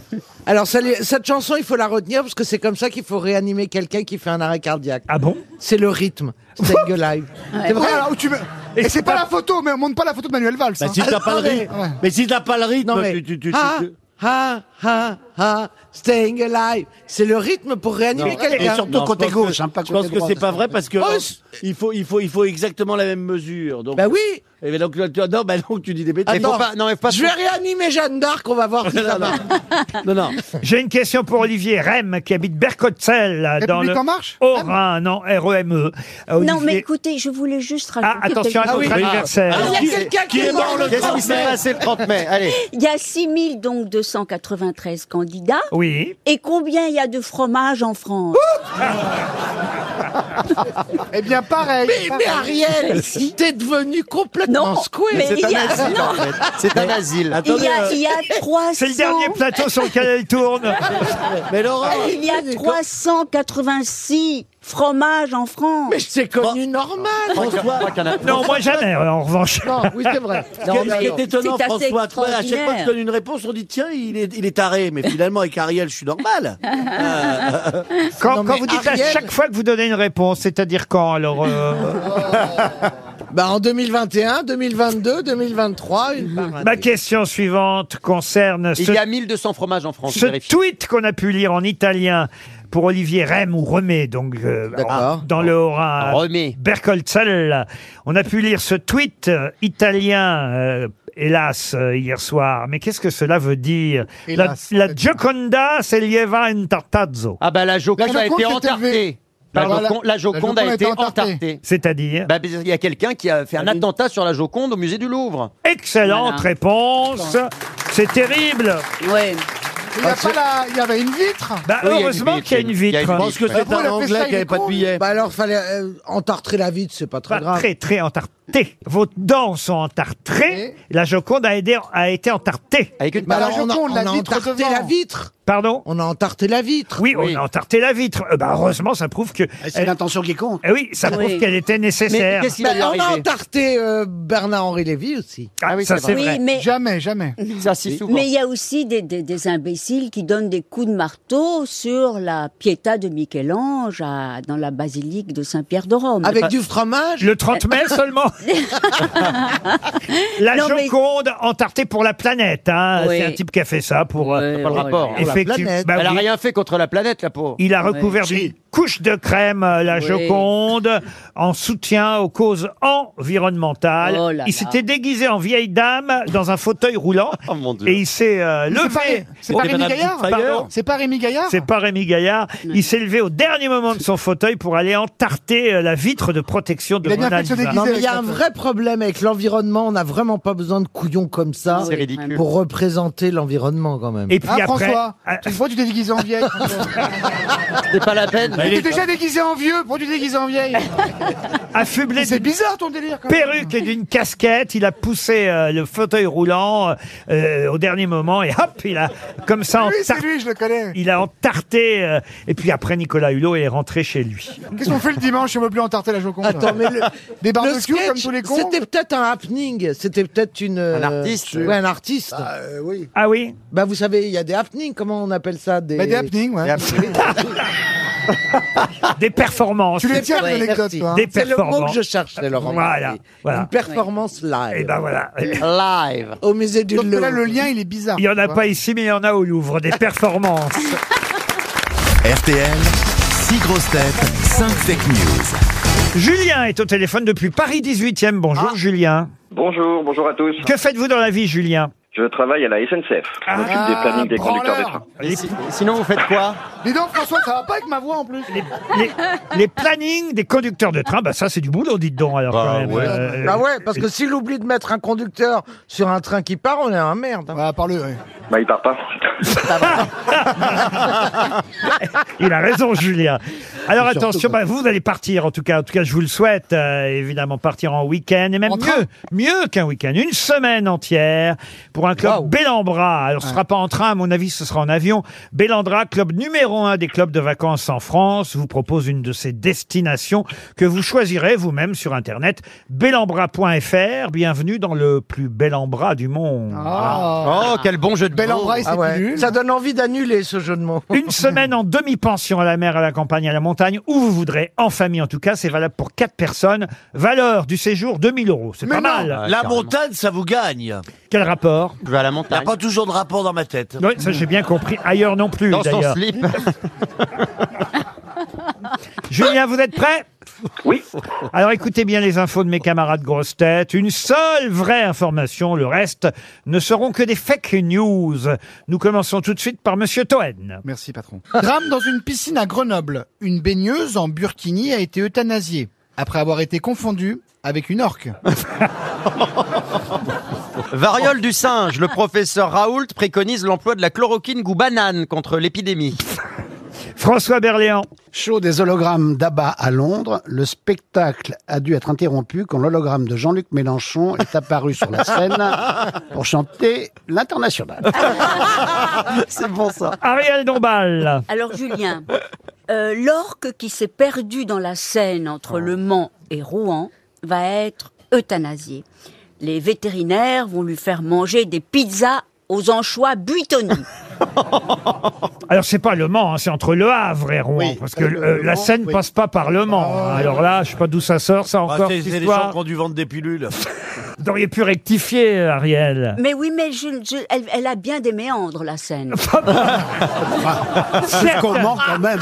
Speaker 7: Alors, ça les- cette chanson, il faut la retenir parce que c'est comme ça qu'il faut réanimer quelqu'un qui fait un arrêt cardiaque.
Speaker 2: Ah bon
Speaker 7: C'est le rythme. C'est Live. C'est
Speaker 6: Ouais,
Speaker 7: vrai.
Speaker 6: alors, où tu veux-
Speaker 2: Et
Speaker 6: Et
Speaker 2: c'est
Speaker 6: c'est pas
Speaker 2: pas-
Speaker 6: la photo, mais on montre pas la photo de Manuel Valls.
Speaker 8: Bah,
Speaker 6: hein.
Speaker 8: si t'as pas le
Speaker 7: Attendez.
Speaker 8: rythme, mais si t'as pas le rythme,
Speaker 7: Non, mais.
Speaker 8: tu, tu, tu-
Speaker 7: ah,
Speaker 8: tu-
Speaker 7: ah, ah, ah, staying alive. C'est le rythme pour réanimer
Speaker 8: et
Speaker 7: quelqu'un.
Speaker 8: surtout quand
Speaker 4: je
Speaker 8: t'es
Speaker 4: pense que-
Speaker 8: gauche,
Speaker 7: hein,
Speaker 4: j'aime pas
Speaker 8: je
Speaker 4: côté
Speaker 8: pense que
Speaker 4: droite.
Speaker 8: c'est pas vrai parce que
Speaker 7: Oh,
Speaker 8: euh,
Speaker 7: c'est-
Speaker 8: il faut, il faut, il faut exactement la même mesure. Donc,
Speaker 7: Bah oui.
Speaker 8: et donc, tu, tu- non, bah donc tu dis des bêtises.
Speaker 3: Mais faut
Speaker 7: Attends.
Speaker 3: pas- non, mais faut pas
Speaker 7: Je vais réanimer Jeanne d'Arc, on va voir si ça
Speaker 8: [LAUGHS] Non,
Speaker 7: va.
Speaker 3: Ah.
Speaker 8: non. non, non.
Speaker 2: J'ai une question pour Olivier Rem, qui habite Bercotzel, dans
Speaker 6: République
Speaker 2: le
Speaker 6: en marche
Speaker 2: Haut-Rhin, non, R-E-M-E.
Speaker 5: Non, mais
Speaker 2: Euh, Olivier-
Speaker 5: écoutez, je voulais juste
Speaker 2: Ah,
Speaker 5: rajouter
Speaker 2: attention à
Speaker 5: quelque
Speaker 2: notre
Speaker 5: chose.
Speaker 7: Ah oui.
Speaker 2: anniversaire.
Speaker 7: Ah, il y a quelqu'un qui est mort le
Speaker 3: Qu'est-ce qui
Speaker 7: 30
Speaker 3: s'est
Speaker 7: mai.
Speaker 3: passé le 30 mai Allez.
Speaker 5: Il y a 6293 candidats.
Speaker 2: Oui.
Speaker 5: Et combien il y a de fromages en France
Speaker 6: Eh bien, pareil.
Speaker 7: Mais, mais
Speaker 6: pareil.
Speaker 7: Ariel, t'es devenu complètement
Speaker 5: Non,
Speaker 7: secoué.
Speaker 5: mais il y a, non,
Speaker 3: C'est un asile.
Speaker 5: il y
Speaker 8: Attendez,
Speaker 5: a,
Speaker 8: euh,
Speaker 5: il y a 300
Speaker 2: C'est le dernier
Speaker 5: Ah,
Speaker 2: plateau sur lequel elle tourne.
Speaker 8: mais Laurent,
Speaker 5: Il y a 386 fromage en France.
Speaker 7: Mais c'est connu normal, François.
Speaker 2: Non, moi jamais, en revanche.
Speaker 7: Non, oui, c'est vrai.
Speaker 8: [LAUGHS] Ce qui est- ce qui est étonnant, François, toi, à chaque fois que tu donnes une réponse, on dit tiens, il est, il est taré. Mais finalement, avec Ariel, je suis normal. Euh,
Speaker 2: Quand,
Speaker 8: non,
Speaker 2: quand
Speaker 8: mais
Speaker 2: vous dites à
Speaker 8: Ariel-
Speaker 2: chaque fois que vous donnez une réponse, c'est-à-dire quand alors euh,
Speaker 7: [LAUGHS] Bah, en 2021, 2022, 2023, une par
Speaker 2: Ma question suivante concerne ce,
Speaker 3: Il y a 1200 fromages en France.
Speaker 2: ce tweet qu'on a pu lire en italien pour Olivier Rem ou Remet, donc euh, en- dans le Haut-Rhin, Bercolzell. On a pu lire ce tweet euh, italien. euh, Hélas, euh, hier soir. Mais qu'est-ce que cela veut dire la,
Speaker 3: Hélas.
Speaker 2: la Gioconda se lieva in tartazzo.
Speaker 3: Ah bah la Joconde, a été entartée. La
Speaker 2: Pardon, la-
Speaker 3: Joconde, la
Speaker 2: la
Speaker 3: Joconde
Speaker 2: Joconde
Speaker 3: a
Speaker 2: a
Speaker 3: été
Speaker 2: été entartée.
Speaker 3: entartée.
Speaker 2: C'est-à-dire
Speaker 3: Bah, Il y a quelqu'un qui a fait un attentat sur la Joconde au musée du Louvre.
Speaker 2: Excellente
Speaker 3: Voilà.
Speaker 2: réponse. C'est terrible.
Speaker 5: Ouais.
Speaker 6: Il y, a pas la... il y avait une vitre
Speaker 2: Bah, heureusement qu'il y a une vitre.
Speaker 6: Je pense que c'est un Anglais qui avait pas de
Speaker 7: billet. Bah alors, fallait euh, entartrer la vitre, c'est pas très
Speaker 2: Pas
Speaker 7: grave.
Speaker 2: très, très entarté. Vos dents sont entartrées. La Joconde a, aidé- a été entartée.
Speaker 3: Avec
Speaker 7: Bah alors, on a, on a entarté la vitre.
Speaker 2: Pardon
Speaker 7: On a entarté la vitre.
Speaker 2: Oui, on a entarté la vitre. Euh, bah, heureusement, ça prouve que.
Speaker 7: c'est
Speaker 2: l'intention qui compte. oui, ça prouve qu'elle était nécessaire.
Speaker 7: Bah, On a entarté euh, Bernard-Henri Lévy aussi.
Speaker 2: Ah oui, ça, c'est vrai.
Speaker 5: mais-
Speaker 6: Jamais, jamais.
Speaker 3: Ça, si
Speaker 5: Mais il y a aussi des, des- des imbéciles qui donnent des coups de marteau sur la Pietà de Michel-Ange à- dans la basilique de Saint-Pierre de Rome.
Speaker 7: Avec du fromage
Speaker 2: Le 30 mai seulement. La
Speaker 5: Non, mais-
Speaker 2: Joconde entartée pour la planète. hein.
Speaker 3: Oui.
Speaker 2: C'est un type qui a fait ça pour. euh,
Speaker 3: Pas le rapport.
Speaker 2: Effectivement. Bah
Speaker 3: Elle a
Speaker 2: oui.
Speaker 3: rien fait contre la planète, la pauvre.
Speaker 2: Il a recouvert
Speaker 3: Ouais.
Speaker 2: d'une couche de crème euh, la
Speaker 3: Oui.
Speaker 2: Joconde en soutien aux causes environnementales.
Speaker 3: Oh là
Speaker 2: il
Speaker 3: là.
Speaker 2: s'était déguisé en vieille dame dans un
Speaker 6: [LAUGHS]
Speaker 2: fauteuil roulant
Speaker 3: Dieu.
Speaker 2: et il s'est euh,
Speaker 6: C'est pas,
Speaker 2: levé.
Speaker 6: c'est pas Rémi Gaillard
Speaker 2: Pardon
Speaker 6: Oh, C'est pas Rémi Gaillard
Speaker 2: C'est pas Rémi Gaillard. Il s'est levé au dernier moment de son fauteuil pour aller entarter euh, la vitre de protection de Mona Lisa.
Speaker 7: Non, mais il y a un vrai problème avec l'environnement. On n'a vraiment pas besoin de couillons comme ça.
Speaker 2: C'est Oui, ridicule.
Speaker 7: Pour représenter l'environnement, quand même.
Speaker 2: Et puis
Speaker 6: ah,
Speaker 2: après-
Speaker 6: François, tu vois, tu t'es déguisé en
Speaker 2: [LAUGHS]
Speaker 6: vieille.
Speaker 3: C'est pas la peine.
Speaker 2: Bah,
Speaker 6: Mais t'es déjà déguisé en vieux, pourquoi tu t'es déguisé en vieille
Speaker 2: Affublé
Speaker 6: C'est
Speaker 2: d'une
Speaker 6: bizarre ton délire quand même.
Speaker 2: perruque et d'une casquette, il a poussé euh, le fauteuil roulant euh, au dernier moment et hop, il a comme ça
Speaker 6: Lui, c'est
Speaker 2: entar-
Speaker 6: lui, je le connais.
Speaker 2: Il a entarté. euh, et puis après, Nicolas Hulot est rentré chez lui.
Speaker 6: Qu'est-ce qu'on fait le dimanche [LAUGHS] si on veut plus entarter la Joconde
Speaker 7: Attends, mais le,
Speaker 6: [LAUGHS] Des
Speaker 7: le
Speaker 6: barbecues
Speaker 7: sketch,
Speaker 6: comme tous les cons
Speaker 7: C'était peut-être un happening. C'était peut-être une. Un
Speaker 3: artiste.
Speaker 7: ouais, un artiste.
Speaker 4: Bah,
Speaker 6: Bah,
Speaker 4: oui.
Speaker 2: Ah oui
Speaker 7: Bah, vous savez, il y a des happenings. Comment on appelle ça Des,
Speaker 6: Bah, des happenings, ouais.
Speaker 2: Des performances.
Speaker 6: Tu les tiens,
Speaker 7: Ouais,
Speaker 6: l'anecdote,
Speaker 7: merci.
Speaker 6: toi, hein.
Speaker 2: Des
Speaker 7: C'est le mot
Speaker 2: performances.
Speaker 7: que je cherchais, Laurent.
Speaker 2: Voilà, voilà.
Speaker 7: Une performance live.
Speaker 2: Et ben voilà.
Speaker 3: Live.
Speaker 7: Au musée du
Speaker 6: Donc
Speaker 7: Louvre.
Speaker 6: là, le lien, il est bizarre.
Speaker 2: Il n'y en a
Speaker 6: tu vois.
Speaker 2: pas ici, mais il y en a au Louvre.
Speaker 1: [LAUGHS]
Speaker 2: Des performances.
Speaker 1: RTL, 6 grosses têtes, 5 fake news.
Speaker 2: Julien est au téléphone depuis Paris 18e. Bonjour
Speaker 6: Ah.
Speaker 2: Julien.
Speaker 16: Bonjour, bonjour à tous.
Speaker 2: Que faites-vous dans la vie, Julien
Speaker 16: Je travaille à la SNCF. Je
Speaker 2: Ah,
Speaker 16: m'occupe des plannings des conducteurs des trains.
Speaker 3: Et si- sinon, vous faites quoi
Speaker 6: Dis donc, François, ça va pas avec ma voix en plus.
Speaker 2: les, [LAUGHS] les plannings des conducteurs de train, bah ça c'est du boulot, dites donc. Alors, quand même. Euh,
Speaker 7: Bah ouais, parce que s'il oublie de mettre un conducteur sur un train qui part, on est un merde. hein.
Speaker 6: Ouais, parle ouais.
Speaker 16: Bah, il part pas.
Speaker 2: [LAUGHS] Il a raison, Julien. Alors
Speaker 7: Et surtout,
Speaker 2: attention,
Speaker 7: quoi.
Speaker 2: bah, vous allez partir, en tout cas, en tout cas, je vous le souhaite, euh, évidemment, partir en week-end, et même
Speaker 6: En train
Speaker 2: mieux, mieux qu'un week-end, une semaine entière pour un club Bellambra. Alors ce sera pas en train, à mon avis, ce sera en avion. Bellambra, club numéro un des clubs de vacances en France, vous propose une de ses destinations que vous choisirez vous-même sur internet, bellambra.fr. Bienvenue dans le plus bel embras du monde.
Speaker 12: Ah,
Speaker 2: Ah.
Speaker 3: Oh, quel bon jeu de
Speaker 6: Bel
Speaker 3: mots.
Speaker 6: embrasse, c'est
Speaker 7: Ah ouais.
Speaker 6: pilule.
Speaker 7: Ça donne envie d'annuler ce jeu de mots.
Speaker 2: Une semaine en demi-pension à la mer, à la campagne, à la montagne, où vous voudrez, en famille en tout cas, c'est valable pour quatre personnes. Valeur du séjour 2000 euros, c'est
Speaker 6: Mais
Speaker 2: pas
Speaker 6: non.
Speaker 2: mal.
Speaker 3: Ah,
Speaker 8: La
Speaker 3: carrément.
Speaker 8: montagne, ça vous gagne.
Speaker 2: Quel rapport
Speaker 3: Je vais à la
Speaker 8: Il n'y a
Speaker 3: montagne.
Speaker 8: pas toujours de rapport dans ma tête.
Speaker 2: Oui, ça j'ai bien compris. Ailleurs non plus
Speaker 3: Dans son
Speaker 2: d'ailleurs.
Speaker 3: slip.
Speaker 2: [LAUGHS] Julien, vous êtes prêt
Speaker 16: Oui.
Speaker 2: Alors écoutez bien les infos de mes camarades grosses têtes. Une seule vraie information, le reste ne seront que des fake news. Nous commençons tout de suite par Monsieur Toen.
Speaker 6: Merci, patron. Drame dans une piscine à Grenoble. Une baigneuse en burkini a été euthanasiée après avoir été confondue avec une orque.
Speaker 3: Variole du singe, le professeur Raoult préconise l'emploi de la chloroquine goût banane contre l'épidémie.
Speaker 2: François Berléand.
Speaker 4: Show des hologrammes d'Abba à Londres, le spectacle a dû être interrompu quand l'hologramme de Jean-Luc Mélenchon est apparu sur
Speaker 2: Bah,
Speaker 4: la scène pour chanter l'international.
Speaker 3: C'est bon ça.
Speaker 2: Ariel Dombal.
Speaker 5: Alors Julien, euh, l'orque qui s'est perdu dans la Seine entre Le Mans et Rouen va être euthanasié. Les vétérinaires vont lui faire manger des pizzas aux anchois buitonnés.
Speaker 2: Alors c'est pas Le Mans, hein, c'est entre Le Havre et Rouen, parce que euh, la Seine passe pas par Le Mans. hein. Alors là, je sais pas d'où ça sort,
Speaker 6: Ah,
Speaker 2: ça
Speaker 8: Bah,
Speaker 2: encore
Speaker 8: c'est
Speaker 2: cette
Speaker 8: c'est les gens
Speaker 2: histoire.
Speaker 8: qui ont dû vendre des [LAUGHS] pilules.
Speaker 2: Vous auriez pu rectifier, Ariel.
Speaker 5: Mais oui, mais je- je- elle, elle a bien des méandres, la Seine.
Speaker 2: Certes-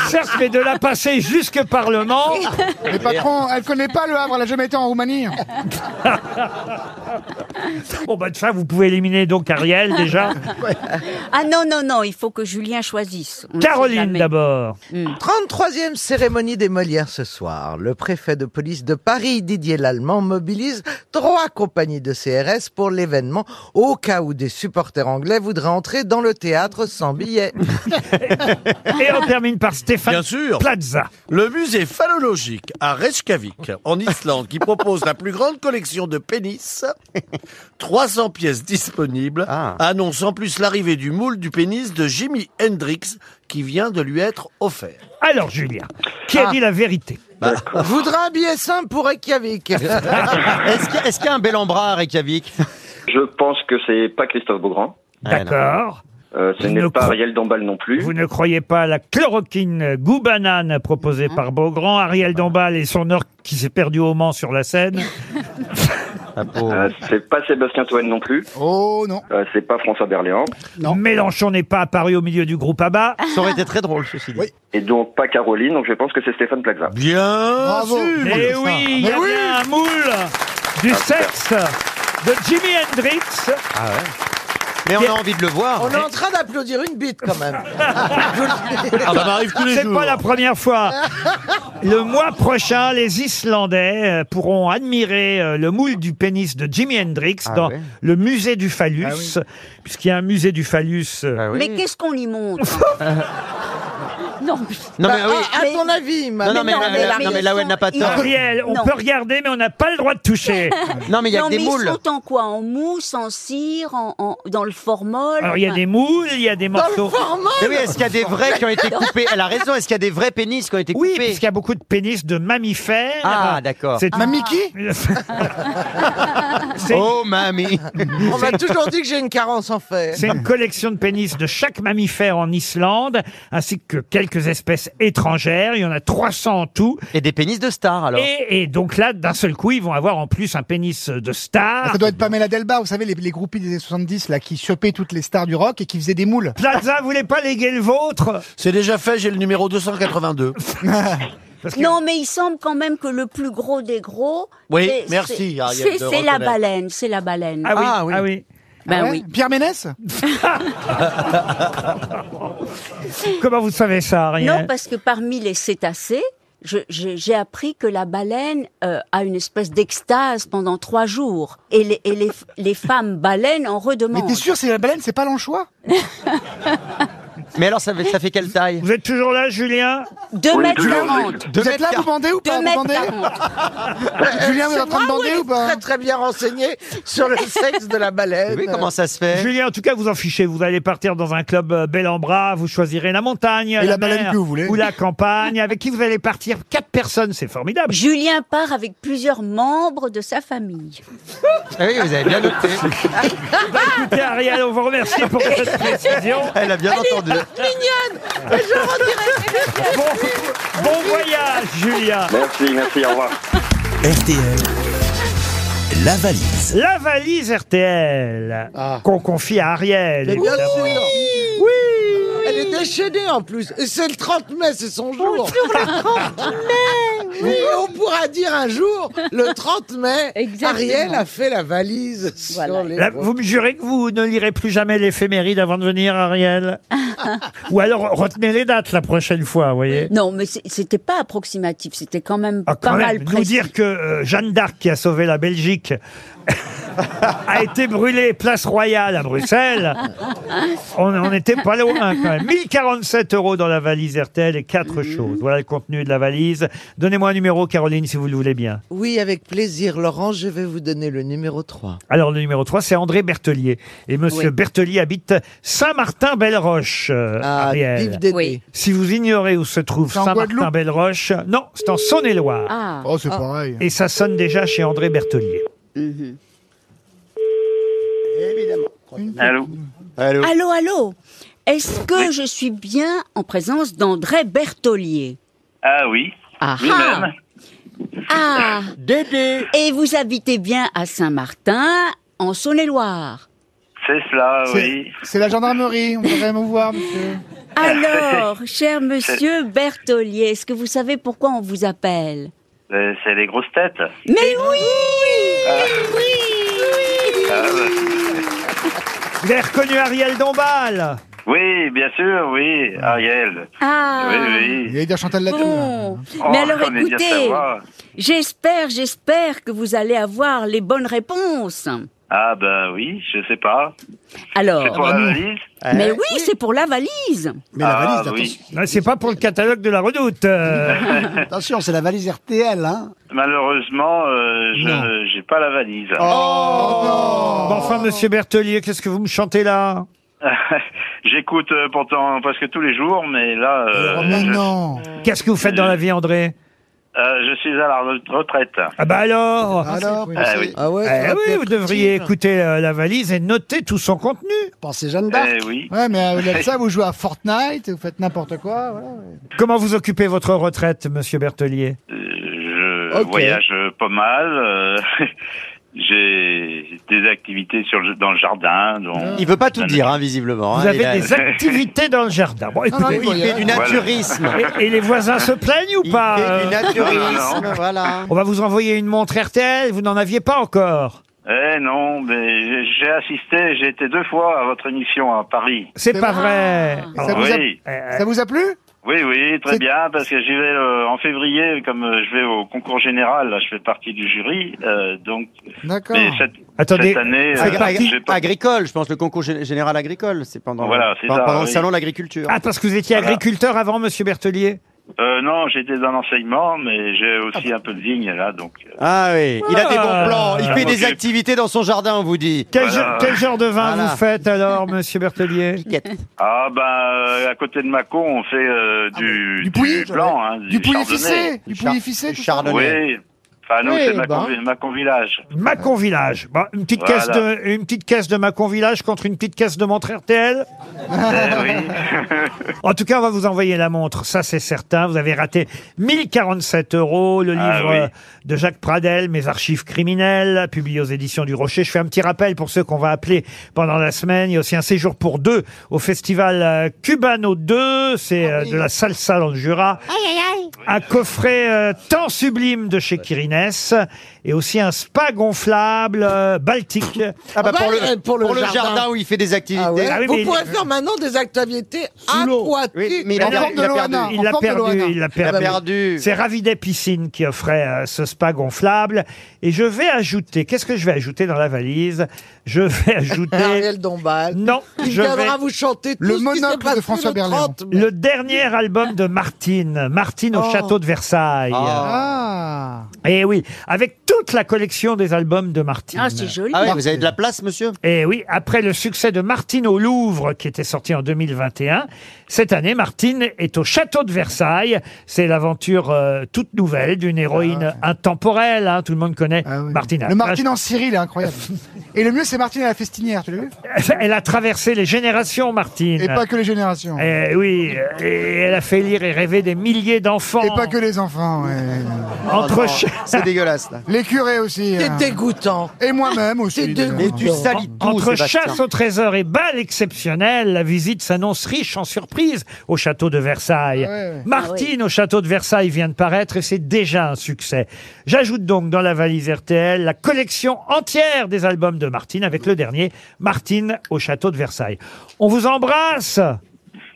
Speaker 2: Certes, mais de la passer jusque par
Speaker 6: [LAUGHS]
Speaker 2: Le Mans.
Speaker 6: [LAUGHS] Mais patron, elle connaît pas le Havre, elle a jamais été en [LAUGHS] Roumanie.
Speaker 2: Bon, bah, de ça, vous pouvez éliminer donc Ariel déjà.
Speaker 5: Ah non, non, non, il faut que Julien choisisse. On le sait
Speaker 2: Caroline
Speaker 5: jamais. Hmm.
Speaker 2: d'abord.
Speaker 7: 33e cérémonie des Molières ce soir. Le préfet de police de Paris, Didier Lallemand, mobilise trois compagnies de CRS pour l'événement au cas où des supporters anglais voudraient entrer dans le théâtre sans
Speaker 2: [LAUGHS]
Speaker 7: billet.
Speaker 2: Et on termine par Stéphane
Speaker 8: Bien sûr.
Speaker 2: Plaza.
Speaker 8: Le musée phallologique à Reykjavik, en Islande, qui propose la plus grande collection de pénis, 300 pièces disponibles,
Speaker 2: Ah.
Speaker 8: annonce en plus l'arrivée du moule du pénis de Jimi Hendrix, qui vient de lui être offert. Bah.
Speaker 2: Alors, Julien, qui a dit la vérité
Speaker 7: Voudra Ah. un billet simple pour Reykjavik.
Speaker 3: Est-ce qu'il y, a- est-ce qu'il y a un bel embras à Reykjavik
Speaker 16: Je pense que c'est pas Christophe Beaugrand.
Speaker 2: D'accord.
Speaker 16: Euh, ce
Speaker 2: Je
Speaker 16: n'est
Speaker 2: ne
Speaker 16: pas
Speaker 2: crois-
Speaker 16: Ariel Dombal non plus.
Speaker 2: Vous ne croyez pas à la chloroquine goût banane proposée par Beaugrand, Ariel Dombal et son orque qui s'est perdu au Mans sur la Seine
Speaker 16: Euh, c'est pas Sébastien Toine non plus. Euh,
Speaker 6: Oh non.
Speaker 16: c'est pas François Berléand.
Speaker 2: Mélenchon n'est pas apparu au milieu du groupe ABBA.
Speaker 3: Ça aurait été très drôle, ceci dit.
Speaker 16: Et donc pas Caroline, donc je pense que c'est Stéphane Plaza.
Speaker 8: Bien
Speaker 16: Bravo.
Speaker 2: sûr. Ah, Mais oui, il y a bien un moule du sexe de Jimi Hendrix.
Speaker 3: Ah ouais. Mais on a envie de le voir.
Speaker 7: On est en train d'applaudir une bite quand même.
Speaker 3: Ah,
Speaker 8: ça Ah, bah, m'arrive tous les
Speaker 2: Ah, C'est
Speaker 8: jours.
Speaker 2: pas la première fois. Le mois prochain, les Islandais euh, pourront admirer euh, le moule du pénis de Jimi Hendrix
Speaker 3: Ah
Speaker 2: dans
Speaker 3: ouais. Ah
Speaker 2: le musée du phallus, puisqu'il y a un musée du phallus. euh,
Speaker 5: Mais qu'est-ce qu'on lui montre
Speaker 3: [LAUGHS]
Speaker 5: Non,
Speaker 2: Non, mais oui.
Speaker 7: À ton avis, ma-
Speaker 3: Non, non, mais là- là- non, mais là où elle n'a pas tort.
Speaker 2: Ariel, on peut regarder, mais on n'a pas le droit de
Speaker 6: [LAUGHS]
Speaker 2: toucher.
Speaker 3: [LAUGHS] Non, mais il y a
Speaker 5: non,
Speaker 3: que des
Speaker 5: mais
Speaker 3: moules.
Speaker 5: Ils sont en quoi En mousse, en cire, en, en- dans le formol
Speaker 2: Alors, il y a
Speaker 5: enfin-
Speaker 2: des moules, il y a des morceaux.
Speaker 3: Mais oui, est-ce qu'il y a des vrais qui ont été coupés Elle a raison, est-ce qu'il y a des vrais pénis qui ont été
Speaker 2: Oui,
Speaker 3: coupés
Speaker 2: parce qu'il y a beaucoup de pénis de mammifères.
Speaker 3: Ah, d'accord.
Speaker 2: C'est
Speaker 6: Mamie qui
Speaker 2: [LAUGHS] C'est-
Speaker 3: Oh, mamie
Speaker 7: on m'a toujours dit que j'ai une carence en fer.
Speaker 2: C'est une collection de pénis de chaque mammifère en Islande, ainsi que quelques espèces étrangères. Il y en a 300 en tout.
Speaker 3: Et des pénis de stars, alors
Speaker 2: Et, et donc là, d'un seul coup, ils vont avoir en plus un pénis de star.
Speaker 6: Ah, Ça doit être Pamela Delba, vous savez, les, les groupies des années 70 là, qui chopaient toutes les stars du rock et qui faisaient des moules.
Speaker 2: Plaza, vous voulez pas léguer le vôtre
Speaker 8: C'est déjà fait, j'ai le
Speaker 7: [LAUGHS]
Speaker 8: numéro 282.
Speaker 5: Non, mais il semble quand même que le plus gros des gros.
Speaker 8: Oui,
Speaker 5: c'est-
Speaker 8: merci,
Speaker 5: c'est-
Speaker 8: Ariel,
Speaker 5: C'est
Speaker 8: de
Speaker 5: c'est la
Speaker 8: reconnaître.
Speaker 5: baleine, c'est la baleine.
Speaker 2: Ah oui, ah oui.
Speaker 5: Ben
Speaker 6: Ah ouais
Speaker 5: oui.
Speaker 6: Pierre
Speaker 2: [LAUGHS]
Speaker 6: Ménès
Speaker 2: [LAUGHS] Comment vous savez ça, Ariel
Speaker 5: Non, parce que parmi les cétacés, je- je- j'ai appris que la baleine euh, a une espèce d'extase pendant trois jours. Et les, et les, les femmes baleines en
Speaker 6: Mais
Speaker 5: redemandent.
Speaker 6: t'es sûr, c'est la baleine, c'est pas l'anchois
Speaker 3: Mais alors, ça fait, ça fait quelle taille
Speaker 2: Vous êtes toujours là, Julien
Speaker 5: Deux
Speaker 16: Oui,
Speaker 5: mètres
Speaker 16: deux mètres.
Speaker 5: quarante.
Speaker 6: Vous êtes là, vous bandez ou pas
Speaker 5: Deux
Speaker 6: Vous
Speaker 5: mètres
Speaker 6: bandez
Speaker 5: quarante.
Speaker 7: [LAUGHS]
Speaker 6: Julien, vous êtes en train de
Speaker 7: Moi, oui,
Speaker 6: bander ou pas
Speaker 7: Très très bien renseigné sur le sexe de la baleine.
Speaker 3: Oui, comment ça se fait
Speaker 2: Julien, en tout cas, vous en fichez. Vous allez partir dans un club euh, bel en bras, vous choisirez la montagne,
Speaker 6: la
Speaker 2: mer,
Speaker 6: baleine que vous voulez.
Speaker 2: ou la campagne. Avec qui vous allez partir Quatre personnes, c'est formidable.
Speaker 5: Julien part avec plusieurs membres de sa famille.
Speaker 3: Ah oui, vous avez bien
Speaker 2: [LAUGHS]
Speaker 3: noté.
Speaker 2: Bah, Écoutez, Ariel, on vous remercie
Speaker 5: [LAUGHS]
Speaker 2: pour cette précision.
Speaker 3: Elle a bien entendu.
Speaker 2: Bon, bon voyage, Julien.
Speaker 16: Merci, merci, au revoir.
Speaker 1: RTL, la valise.
Speaker 2: La valise RTL
Speaker 6: Ah.
Speaker 2: qu'on confie à Ariel.
Speaker 7: Mais bien
Speaker 2: évidemment.
Speaker 7: sûr. Elle est déchaînée en plus. Et c'est le 30 mai, c'est son jour. le 30 mai. Oui, on pourra dire un jour, le 30 mai,
Speaker 5: Exactement.
Speaker 7: Ariel a fait la valise sur les...
Speaker 2: Là, vous me jurez que vous ne lirez plus jamais l'éphéméride avant de venir, Ariel Ou alors retenez les dates la prochaine fois, vous voyez
Speaker 5: [LAUGHS] Non, mais c'est- c'était pas approximatif, c'était quand même
Speaker 2: Ah, quand
Speaker 5: pas
Speaker 2: même,
Speaker 5: mal
Speaker 2: nous
Speaker 5: précis.
Speaker 2: dire que euh, Jeanne d'Arc qui a sauvé la Belgique [LAUGHS] a été brûlé place Royale à Bruxelles. On n'en était pas loin quand même. 1047 euros dans la valise RTL et quatre choses. Voilà le contenu de la valise. Donnez-moi un numéro, Caroline, si vous le voulez bien.
Speaker 7: Oui, avec plaisir, Laurent, je vais vous donner le numéro 3.
Speaker 2: Alors, le numéro 3, c'est André Bertelier. Et monsieur
Speaker 7: Oui.
Speaker 2: Bertelier habite Saint-Martin-Belle-Roche. euh,
Speaker 7: Ah,
Speaker 2: Ariel.
Speaker 7: vive Dédé. Oui.
Speaker 2: Si vous ignorez où se trouve
Speaker 7: C'est en Guadeloupe
Speaker 2: Saint-Martin-Belle-Roche, non, c'est en Saône-et-Loire.
Speaker 7: Ah.
Speaker 6: Oh, c'est Ah. pareil.
Speaker 2: Et ça sonne déjà chez André Bertelier.
Speaker 17: Mhm.
Speaker 12: Évidemment.
Speaker 18: Allô
Speaker 5: Allô, allô. Est-ce que je suis bien en présence d'André Bertolier
Speaker 18: Ah oui.
Speaker 5: Ah,
Speaker 18: Lui-même.
Speaker 5: Ah Dédé Et vous habitez bien à Saint-Martin, en Saône-et-Loire
Speaker 18: C'est cela,
Speaker 6: C'est-
Speaker 18: oui.
Speaker 6: C'est la gendarmerie, on voudrait me voir,
Speaker 18: [LAUGHS]
Speaker 6: monsieur.
Speaker 5: Alors, cher monsieur Bertolier, est-ce que vous savez pourquoi on vous appelle
Speaker 18: Euh, C'est les grosses têtes.
Speaker 5: Mais oui
Speaker 18: Ah, bah.
Speaker 2: Vous avez reconnu Ariel Dombal
Speaker 18: Oui, bien sûr, oui, Ariel.
Speaker 5: Ah.
Speaker 18: Oui, oui.
Speaker 6: Il y a dire Chantal Latou.
Speaker 5: Bon.
Speaker 18: Oh,
Speaker 5: Mais alors
Speaker 18: j'en ai bien
Speaker 5: écoutez,
Speaker 18: savoir.
Speaker 5: j'espère, j'espère que vous allez avoir les bonnes réponses.
Speaker 18: Ah ben oui, je sais pas.
Speaker 5: Alors.
Speaker 18: C'est
Speaker 5: hum. Eh,
Speaker 18: pour la valise
Speaker 5: Mais oui, c'est pour la valise.
Speaker 12: Mais la valise,
Speaker 18: Ah, oui.
Speaker 2: Non, C'est pas pour le catalogue de la redoute. euh.
Speaker 12: [LAUGHS] Attention, c'est la valise RTL, hein.
Speaker 18: Malheureusement, euh, je n'ai pas la valise.
Speaker 12: Oh.
Speaker 2: Bon, enfin, monsieur Bertelier, qu'est-ce que vous me chantez là
Speaker 18: [LAUGHS] J'écoute euh, pourtant presque tous les jours, mais là, euh,
Speaker 12: Oh,
Speaker 18: je,
Speaker 6: non
Speaker 2: Qu'est-ce que vous faites dans la vie, André
Speaker 18: euh, je suis à la re- retraite.
Speaker 2: Ah bah alors
Speaker 12: Alors,
Speaker 18: Ah oui.
Speaker 7: Ah ouais,
Speaker 2: Eh
Speaker 7: ça va
Speaker 2: oui,
Speaker 7: être
Speaker 2: vous devriez
Speaker 7: actif.
Speaker 2: écouter euh, la valise et noter tout son contenu.
Speaker 12: pensez Jeanne d'Arc.
Speaker 18: Eh oui.
Speaker 6: Ouais, mais euh, au-delà de ça, vous jouez à Fortnite, vous faites n'importe quoi. Voilà.
Speaker 2: Comment vous occupez votre retraite, monsieur Bertelier
Speaker 18: Euh, Je
Speaker 7: Ok.
Speaker 18: voyage pas mal. euh, [LAUGHS] J'ai des activités sur, le- dans le jardin. Donc...
Speaker 3: Il veut pas tout dire, hein, visiblement.
Speaker 2: Vous
Speaker 3: hein. Il
Speaker 2: avez
Speaker 3: a-
Speaker 2: des activités dans le jardin. Bon,
Speaker 6: non,
Speaker 2: écoutez,
Speaker 6: mais
Speaker 3: Il fait du naturisme.
Speaker 2: et, et les voisins se plaignent ou
Speaker 3: Il
Speaker 2: pas
Speaker 3: fait
Speaker 2: euh
Speaker 3: du naturisme,
Speaker 18: Non, non,
Speaker 3: voilà.
Speaker 2: On va vous envoyer une montre RTL, vous n'en aviez pas encore.
Speaker 18: Eh non, mais j'ai- j'ai assisté, j'ai été deux fois à votre émission à Paris.
Speaker 2: C'est pas vrai.
Speaker 6: Et Ah. ça,
Speaker 2: Oh,
Speaker 6: vous a...
Speaker 18: Ah oui.
Speaker 2: euh,
Speaker 6: ça vous a plu
Speaker 18: Oui, oui,
Speaker 6: C'est-
Speaker 18: très bien, parce que j'y vais euh, en février, comme euh, je vais au concours général, là, je fais partie du jury, euh, donc.
Speaker 6: D'accord.
Speaker 18: Mais cette,
Speaker 2: Attendez,
Speaker 18: cette année, euh,
Speaker 2: faites partie-
Speaker 18: j'ai pas-
Speaker 3: Agricole, je pense, le concours gé- général agricole. C'est pendant,
Speaker 18: Voilà, c'est
Speaker 3: pendant,
Speaker 18: ça,
Speaker 3: pendant le
Speaker 18: oui.
Speaker 3: salon de l'agriculture.
Speaker 2: Ah, parce que vous étiez
Speaker 18: Voilà.
Speaker 2: agriculteur avant, monsieur Bertelier
Speaker 18: euh, non, j'étais dans l'enseignement, mais j'ai aussi un peu de vigne là, donc. euh,
Speaker 3: Ah oui, il a des
Speaker 2: Ah.
Speaker 3: bons plans. Il fait des
Speaker 18: Ok.
Speaker 3: activités dans son jardin, on vous dit.
Speaker 2: quel,
Speaker 18: Voilà.
Speaker 2: genre- quel genre de vin
Speaker 3: Voilà.
Speaker 2: vous faites alors, monsieur Bertelier
Speaker 18: Ah bah, euh, à côté de Macon, on fait euh, du,
Speaker 6: Ah, du pouilly,
Speaker 18: blanc, hein,
Speaker 6: Du pouillet
Speaker 18: chardonnay.
Speaker 6: ficé Du bah.
Speaker 3: Char-
Speaker 6: pouillet ficé tout ça
Speaker 3: Chardonnay.
Speaker 18: Oui. Enfin, nous,
Speaker 7: Oui,
Speaker 18: c'est Macon,
Speaker 7: ben.
Speaker 18: Macon Village.
Speaker 2: Macon Village. Bon, une, petite
Speaker 18: Voilà.
Speaker 2: caisse de, une petite caisse de Macon Village contre une petite caisse de montre RTL
Speaker 18: Eh oui.
Speaker 2: En tout cas, on va vous envoyer la montre, ça c'est certain. Vous avez raté 1047 euros, le
Speaker 18: Ah
Speaker 2: livre
Speaker 18: oui.
Speaker 2: euh, de Jacques Pradel, Mes archives criminelles, publié aux éditions du Rocher. Je fais un petit rappel pour ceux qu'on va appeler pendant la semaine. Il y a aussi un séjour pour deux au festival euh, Cubano 2, c'est
Speaker 7: Ah
Speaker 2: euh, de la salsa dans le Jura. Un coffret euh, Temps sublime de chez Kirines et aussi un spa gonflable euh, baltique.
Speaker 3: Ah bah,
Speaker 7: Ah bah,
Speaker 3: pour, le,
Speaker 7: euh, pour le
Speaker 3: pour le
Speaker 7: jardin.
Speaker 3: jardin. où il fait des activités.
Speaker 7: Ah ouais.
Speaker 2: Ah oui,
Speaker 7: vous
Speaker 2: mais-
Speaker 7: pourrez faire maintenant des activités aquatiques.
Speaker 3: Oui, mais il
Speaker 7: En
Speaker 3: a,
Speaker 7: forme
Speaker 3: perdu-
Speaker 6: de
Speaker 3: il a
Speaker 6: Loana.
Speaker 3: perdu.
Speaker 6: Ah,
Speaker 2: Il l'a
Speaker 6: en forme de
Speaker 2: perdu,
Speaker 6: Loana.
Speaker 2: il l'a
Speaker 7: bah
Speaker 3: Il a
Speaker 2: perdu.
Speaker 3: perdu.
Speaker 2: C'est Ravidet Piscine qui offrait euh, ce spa gonflable. Et je vais ajouter, qu'est-ce que je vais ajouter dans la valise
Speaker 7: [LAUGHS]
Speaker 2: Je vais ajouter...
Speaker 7: Ariel Dombal.
Speaker 2: non,
Speaker 7: Il
Speaker 2: je vais...
Speaker 7: viendra vous chanter tout
Speaker 6: Le
Speaker 7: ce qui s'est
Speaker 6: monocle de
Speaker 7: passé
Speaker 6: François
Speaker 7: le
Speaker 6: Berléand.
Speaker 7: 30 mai.
Speaker 2: Le dernier album de Martine, Martine au
Speaker 7: Oh.
Speaker 2: château de Versailles.
Speaker 6: Ah
Speaker 2: Et Eh oui, avec toute la collection des albums de Martine.
Speaker 5: Ah, c'est joli.
Speaker 3: Ah ouais, vous avez de la place, monsieur
Speaker 2: Et oui, après le succès de Martine au Louvre, qui était sorti en 2021, cette année, Martine est au château de Versailles. C'est l'aventure euh, toute nouvelle d'une héroïne intemporelle. hein. Tout le monde connaît
Speaker 6: Ah oui.
Speaker 2: Martine.
Speaker 6: Le Martine en Syrie, il est incroyable. Et le mieux, c'est Martine à la festinière, tu l'as vu
Speaker 2: [LAUGHS] Elle a traversé les générations, Martine.
Speaker 6: Et pas que les générations. Et,
Speaker 2: Eh oui, et elle a fait lire et rêver des milliers d'enfants.
Speaker 6: pas que les enfants, ouais.
Speaker 2: Entre cha-
Speaker 3: Ah
Speaker 2: [LAUGHS]
Speaker 3: C'est dégueulasse, là.
Speaker 6: Les curés aussi.
Speaker 7: C'est
Speaker 6: hein.
Speaker 7: dégoûtant.
Speaker 6: Et moi-même
Speaker 7: C'est
Speaker 6: aussi.
Speaker 7: dégoûtant.
Speaker 6: d'ailleurs.
Speaker 3: Et tu salis tout,
Speaker 2: Entre
Speaker 3: Sébastien.
Speaker 2: chasse au trésor et bal exceptionnel, la visite s'annonce riche en surprises au château de Versailles.
Speaker 6: Ah ouais, ouais.
Speaker 2: Martine au château de Versailles vient de paraître et c'est déjà un succès. J'ajoute donc dans la valise RTL la collection entière des albums de Martine avec le dernier, Martine au château de Versailles. On vous embrasse,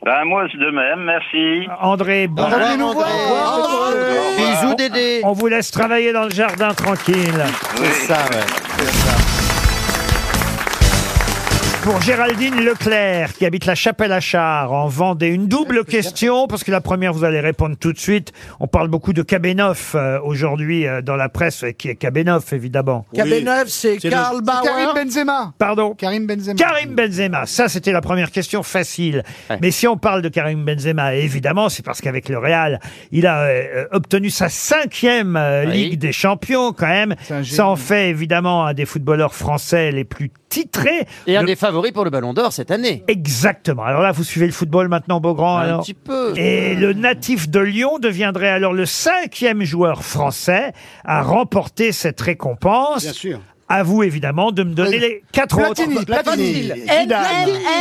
Speaker 18: Ben, moi, c'est de même, merci.
Speaker 6: Ah,
Speaker 2: André. Bon-
Speaker 6: Revenez-nous voir.
Speaker 3: Bisous, Dédé.
Speaker 2: On vous laisse travailler dans le jardin tranquille.
Speaker 3: C'est ça, ouais.
Speaker 2: Pour Géraldine Leclerc, qui habite la Chapelle à Char, en Vendée, une double question, parce que la première, vous allez répondre tout de suite. On parle beaucoup de Kabenoff euh, aujourd'hui euh, dans la presse, euh, qui est Kabenoff, évidemment.
Speaker 7: KB9, c'est Karl Bauer.
Speaker 6: Karim Benzema.
Speaker 2: Pardon
Speaker 6: Karim Benzema.
Speaker 2: Karim Benzema, ça c'était la première question facile. Mais si on parle de Karim Benzema, évidemment, c'est parce qu'avec le Real, il a euh, obtenu sa cinquième euh, Ligue des Champions quand même. Ça en fait évidemment un des footballeurs français les plus titrés.
Speaker 3: Et un des favoris pour le Ballon d'Or cette année.
Speaker 2: Exactement. Alors là, vous suivez le football maintenant, Beaugrand.
Speaker 3: Un
Speaker 2: alors.
Speaker 3: petit peu. Euh.
Speaker 2: Et le natif de Lyon deviendrait alors le cinquième joueur français à remporter cette récompense.
Speaker 4: Bien sûr.
Speaker 2: À vous, évidemment, de me donner les quatre
Speaker 6: Platini,
Speaker 2: autres.
Speaker 6: Platini,
Speaker 5: M, M,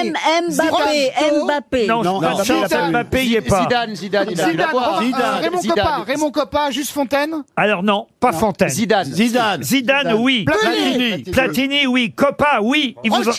Speaker 5: M, Mbappé, Mbappé.
Speaker 2: Non, non, non, Zidane, Mbappé, il est pas.
Speaker 3: Zidane, Zidane, il a eu la
Speaker 6: Zidane,
Speaker 3: voix.
Speaker 6: Raymond-
Speaker 3: Zidane,
Speaker 6: Raymond
Speaker 3: Zidane.
Speaker 6: Coppa, Raymond Coppa, juste Fontaine.
Speaker 2: Alors non, pas Fontaine.
Speaker 3: Zidane.
Speaker 2: Zidane. Zidane, oui.
Speaker 6: Platini.
Speaker 2: Platini. Platini, oui. Coppa, oui. Il vous, en...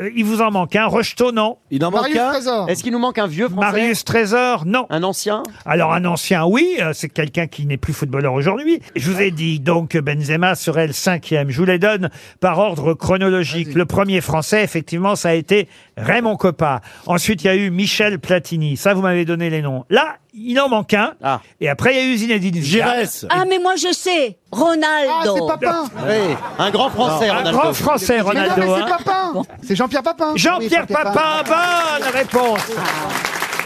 Speaker 2: Euh, il vous en manque un. Rocheteau, non.
Speaker 3: Il en
Speaker 6: Marius Trésor.
Speaker 3: Est-ce qu'il nous manque un vieux français
Speaker 2: Marius Trésor, non.
Speaker 3: Un ancien
Speaker 2: Alors un ancien, oui, euh, c'est quelqu'un qui n'est plus footballeur aujourd'hui. Je vous ai dit donc que Benzema serait le cinquième. Je vous les donne par ordre chronologique. Le premier français, effectivement, ça a été Raymond Coppa. Ensuite, il y a eu Michel Platini. Ça, vous m'avez donné les noms. Là, il en manque un.
Speaker 3: Ah.
Speaker 2: Et après, il y a eu Zinedine Zidane.
Speaker 8: Giresse.
Speaker 5: Ah, mais moi je sais,
Speaker 6: Ah, c'est
Speaker 5: Ronaldo.
Speaker 6: Papin.
Speaker 3: Oui, un grand français,
Speaker 2: Un
Speaker 3: Ronaldo.
Speaker 2: grand français,
Speaker 6: Mais non,
Speaker 2: Ronaldo.
Speaker 6: mais
Speaker 2: hein.
Speaker 6: c'est Papin. C'est Jean-Pierre Papin.
Speaker 2: Jean-Pierre
Speaker 6: Oui,
Speaker 2: Papin, bonne réponse.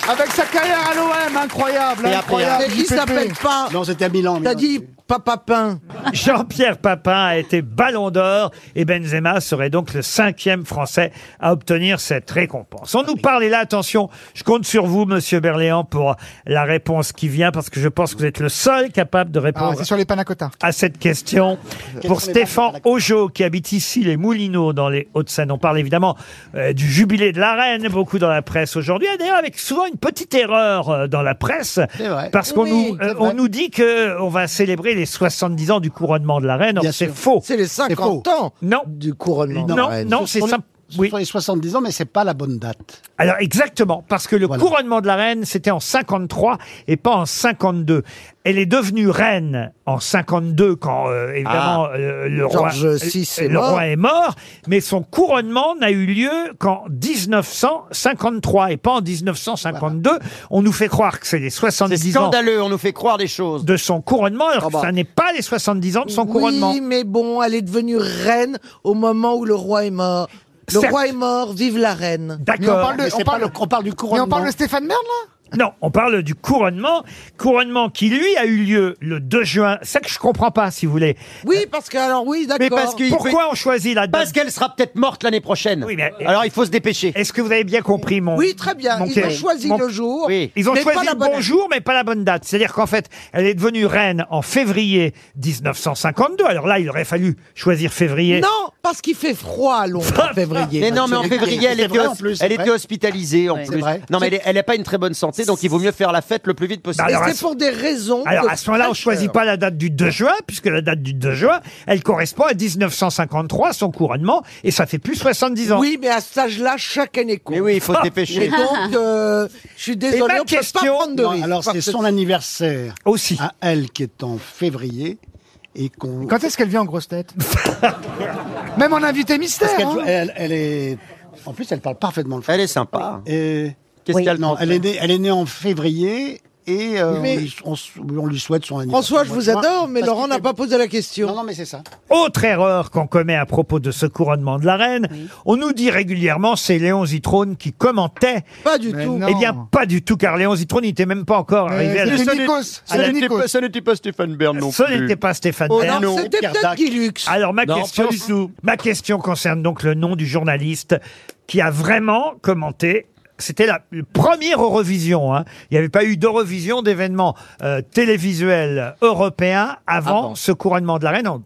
Speaker 6: Avec sa carrière à l'OM, incroyable,
Speaker 3: Et après,
Speaker 6: incroyable.
Speaker 7: Mais il
Speaker 6: JPP.
Speaker 7: s'appelle pas.
Speaker 4: Non, c'était à Milan.
Speaker 7: T'as
Speaker 4: Milan.
Speaker 7: dit Papa Pain.
Speaker 2: Jean-Pierre Papin a été ballon d'or et Benzema serait donc le cinquième français à obtenir cette récompense. On nous parle, et là, attention, je compte sur vous, monsieur Berléand, pour la réponse qui vient parce que je pense que vous êtes le seul capable de
Speaker 6: Ah,
Speaker 2: répondre
Speaker 6: c'est sur les panacotas.
Speaker 2: à cette question. Pour Stéphane Augeot, qui habite ici les Moulineaux dans les Hauts-de-Seine, on parle évidemment euh, du jubilé de la reine, beaucoup dans la presse aujourd'hui, et d'ailleurs avec souvent une petite erreur euh, dans la presse,
Speaker 4: C'est vrai.
Speaker 2: parce qu'on
Speaker 7: Oui,
Speaker 2: nous, euh,
Speaker 7: c'est
Speaker 2: on
Speaker 7: vrai.
Speaker 2: nous dit que on va célébrer les 70 ans du couronnement de la reine, Or,
Speaker 4: Bien
Speaker 2: c'est
Speaker 4: sûr.
Speaker 2: faux.
Speaker 7: C'est les 50 ans
Speaker 2: Non,
Speaker 7: du couronnement.
Speaker 2: non,
Speaker 7: Ouais.
Speaker 2: non,
Speaker 4: Ce
Speaker 2: c'est
Speaker 4: sont les-
Speaker 2: simple.
Speaker 4: Ce
Speaker 2: Oui.
Speaker 4: sont les 70 ans, mais c'est pas la bonne date.
Speaker 2: Alors exactement, parce que le
Speaker 4: Voilà.
Speaker 2: couronnement de la reine, c'était en 53 et pas en 52. Elle est devenue reine en 52 quand euh, évidemment
Speaker 3: Ah.
Speaker 2: euh, le roi
Speaker 7: George VI est
Speaker 2: le
Speaker 7: mort.
Speaker 2: roi est mort, mais son couronnement n'a eu lieu qu'en 1953 et pas en 1952. On nous fait croire que c'est les
Speaker 3: C'est
Speaker 2: 70 ans
Speaker 3: scandaleux, on nous fait croire des choses.
Speaker 2: de son couronnement, alors
Speaker 7: Ah bah.
Speaker 2: que ça n'est pas les 70 ans de son couronnement.
Speaker 7: Oui, mais bon, elle est devenue reine au moment où le roi est mort. Le
Speaker 2: Certes.
Speaker 7: roi est mort, vive la reine.
Speaker 6: Mais on
Speaker 2: D'accord.
Speaker 6: parle de, on parle,
Speaker 4: on parle du
Speaker 6: mais
Speaker 4: couronnement.
Speaker 6: on parle de Stéphane Bern, là?
Speaker 2: Non, on parle du couronnement, couronnement qui lui a eu lieu le 2 juin. C'est ça que je comprends pas, si vous voulez. Euh,
Speaker 7: Oui, parce que alors oui, d'accord.
Speaker 3: Mais parce qu'il
Speaker 2: Pourquoi on choisit la date
Speaker 3: Parce qu'elle sera peut-être morte l'année prochaine.
Speaker 2: Oui, mais-
Speaker 3: Alors il faut se dépêcher.
Speaker 2: Eh, Est-ce que vous avez bien compris mon
Speaker 7: Oui, très bien.
Speaker 2: mon-
Speaker 7: Ils ont choisi
Speaker 2: mon-
Speaker 7: le jour.
Speaker 3: Oui.
Speaker 2: Ils ont
Speaker 7: mais
Speaker 2: choisi
Speaker 7: pas la
Speaker 2: le
Speaker 7: bonne
Speaker 2: bon jour, mais pas la bonne date. C'est-à-dire qu'en fait, elle est devenue reine en février 1952. Alors là, il aurait fallu choisir février.
Speaker 7: Non, parce qu'il fait froid à Londres en février.
Speaker 3: Mais non, mais en février, elle
Speaker 4: C'est
Speaker 3: était,
Speaker 4: vrai,
Speaker 3: hos-
Speaker 4: en plus, c'est
Speaker 3: elle
Speaker 4: vrai.
Speaker 3: était hospitalisée en
Speaker 5: Oui.
Speaker 3: plus.
Speaker 4: vrai.
Speaker 3: Non, mais elle est- elle n'a pas une très bonne santé, donc il vaut mieux faire la fête le plus vite possible.
Speaker 7: Mais
Speaker 2: Bah, Alors, à
Speaker 7: c'est
Speaker 2: ce-
Speaker 7: pour des raisons.
Speaker 2: Alors
Speaker 7: de
Speaker 2: à ce moment-là, on
Speaker 7: fraîcheur.
Speaker 2: choisit pas la date du 2 juin, puisque la date du 2 juin, elle correspond à 1953, son couronnement, et ça fait plus 70 ans.
Speaker 7: Oui, mais à cet âge-là, chaque année compte.
Speaker 3: Mais oui,
Speaker 7: [LAUGHS]
Speaker 3: il faut se dépêcher.
Speaker 7: Et donc, euh, je suis
Speaker 2: Et
Speaker 7: désolé,
Speaker 2: ma
Speaker 7: on peut
Speaker 2: question-
Speaker 7: pas prendre de
Speaker 4: Non,
Speaker 7: risque.
Speaker 4: alors, c'est
Speaker 7: parce
Speaker 4: son anniversaire
Speaker 2: Aussi.
Speaker 4: à elle qui est en février et qu'on.
Speaker 6: Quand est-ce qu'elle vient en grosse tête Même en invité mystère.
Speaker 4: Parce qu'elle
Speaker 6: hein.
Speaker 4: joue- elle, elle est. En plus, elle parle parfaitement le français.
Speaker 3: Elle est sympa.
Speaker 4: Et-
Speaker 3: Qu'est-ce qu'elle
Speaker 4: non,
Speaker 3: pense
Speaker 4: elle est née, elle est née en février et euh,
Speaker 7: Mais-
Speaker 4: on, lui, on s- on lui souhaite son anniversaire.
Speaker 7: François, je vous adore, mais
Speaker 4: Parce
Speaker 7: Laurent
Speaker 4: qu'il
Speaker 7: n'a
Speaker 4: fait-
Speaker 7: pas posé la question.
Speaker 4: Non, non, mais c'est ça.
Speaker 2: Autre erreur qu'on commet à propos de ce couronnement de la reine, on nous dit régulièrement c'est Léon Zitrone qui commentait.
Speaker 7: Pas du
Speaker 6: Mais
Speaker 7: tout.
Speaker 6: non.
Speaker 2: Eh bien, pas du tout, car Léon Zitrone n'était même pas encore arrivé à
Speaker 7: Euh,
Speaker 2: la-
Speaker 6: C'était Nikos. C'était Nikos.
Speaker 3: ça n'était pas Stéphane Bern
Speaker 2: Ce n'était pas Stéphane
Speaker 7: Oh,
Speaker 2: Bern.
Speaker 7: non, c'était peut-être
Speaker 4: Pierre
Speaker 7: Guilux.
Speaker 2: Alors ma
Speaker 8: Non,
Speaker 2: question,
Speaker 8: pas du tout.
Speaker 2: ma question concerne donc le nom du journaliste qui a vraiment commenté. C'était la le premier Eurovision. hein. Il n'y avait pas eu d'Eurovision d'événements euh, télévisuels européens avant
Speaker 7: Ah
Speaker 2: ce couronnement de la reine en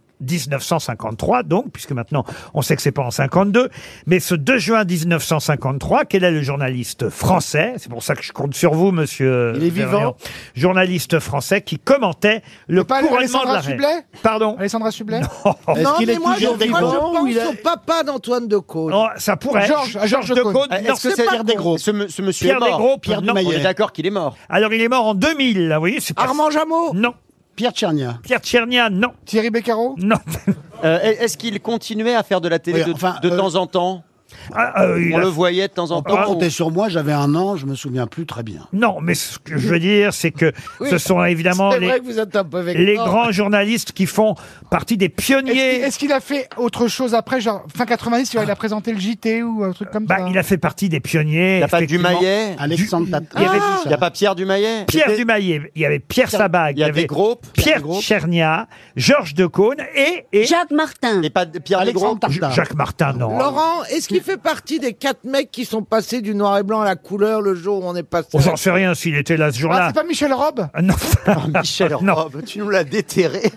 Speaker 2: 1953, donc, puisque maintenant on sait que c'est pas en 52, mais ce 2 juin 1953, quel est le journaliste français C'est pour ça que je compte sur vous, monsieur.
Speaker 6: Il est
Speaker 2: Berléand.
Speaker 6: vivant
Speaker 2: Journaliste français qui commentait le
Speaker 6: C'est pas
Speaker 2: couronnement de
Speaker 6: Alessandra
Speaker 2: la reine.
Speaker 6: Sublet
Speaker 2: Pardon.
Speaker 6: Alessandra Sublet
Speaker 3: Oh.
Speaker 7: Non, mais moi, je, moi, je
Speaker 6: vivant ou
Speaker 7: pense
Speaker 6: il est-
Speaker 7: au papa d'antoine de Caunes.
Speaker 2: Oh, ça pourrait.
Speaker 6: Georges-
Speaker 2: Georges
Speaker 6: Georges
Speaker 2: de
Speaker 6: Decaune.
Speaker 2: Caunes.
Speaker 3: Est-ce
Speaker 2: non.
Speaker 3: que c'est Pierre Desgros ce, m- ce monsieur
Speaker 2: Pierre
Speaker 3: est mort.
Speaker 2: Desgros, Pierre
Speaker 3: Non, on
Speaker 2: Desmaillers.
Speaker 3: est d'accord qu'il est mort.
Speaker 2: Alors il est mort en 2000, là, vous voyez, c'est pas
Speaker 7: Armand Jameau
Speaker 2: Non.
Speaker 4: Pierre Tchernia.
Speaker 2: Pierre Tchernia, non.
Speaker 6: Thierry Beccaro
Speaker 2: Non.
Speaker 3: Euh, Est-ce qu'il continuait à faire de la télé
Speaker 4: Oui,
Speaker 3: de,
Speaker 4: enfin,
Speaker 3: de
Speaker 4: euh,
Speaker 3: temps en temps
Speaker 2: Ah, euh,
Speaker 3: On le voyait de
Speaker 2: Oh,
Speaker 3: temps en temps.
Speaker 4: Quand comptez sur moi, j'avais un an, je me souviens plus très bien.
Speaker 2: Non, mais ce que je veux dire, c'est que ce sont évidemment
Speaker 7: C'est
Speaker 2: les,
Speaker 7: vrai que vous êtes un peu végan.
Speaker 2: les grands journalistes qui font partie des
Speaker 6: Est-ce qu'il-
Speaker 2: pionniers.
Speaker 6: est-ce qu'il a fait autre chose après, genre fin 90, genre, il a présenté le JT ou un truc comme
Speaker 2: Bah,
Speaker 6: ça
Speaker 2: il a fait partie des pionniers.
Speaker 3: Il n'y a pas
Speaker 2: effectivement.
Speaker 3: Dumaillet
Speaker 4: Alexandre
Speaker 2: Il y avait-
Speaker 3: Il n'y a pas Pierre Dumaillet
Speaker 2: Pierre Dumaillet, il y avait Pierre Sabag,
Speaker 3: Il y avait Groupe.
Speaker 2: Pierre Tchernia, Georges Decaune et, et
Speaker 5: Jacques Martin.
Speaker 3: Et pas de- Pierre Desgros
Speaker 2: Jacques Martin, non.
Speaker 7: Laurent, est-ce qu'il fait partie des quatre mecs qui sont passés du noir et blanc à la couleur le jour où on est passé
Speaker 2: On s'en sait rien s'il était là ce
Speaker 6: Ah,
Speaker 2: jour-là.
Speaker 6: c'est pas Michel Robb
Speaker 2: Ah, non.
Speaker 3: [LAUGHS]
Speaker 2: [LAUGHS]
Speaker 3: Michel
Speaker 2: Non.
Speaker 3: Robb, tu nous l'as déterré.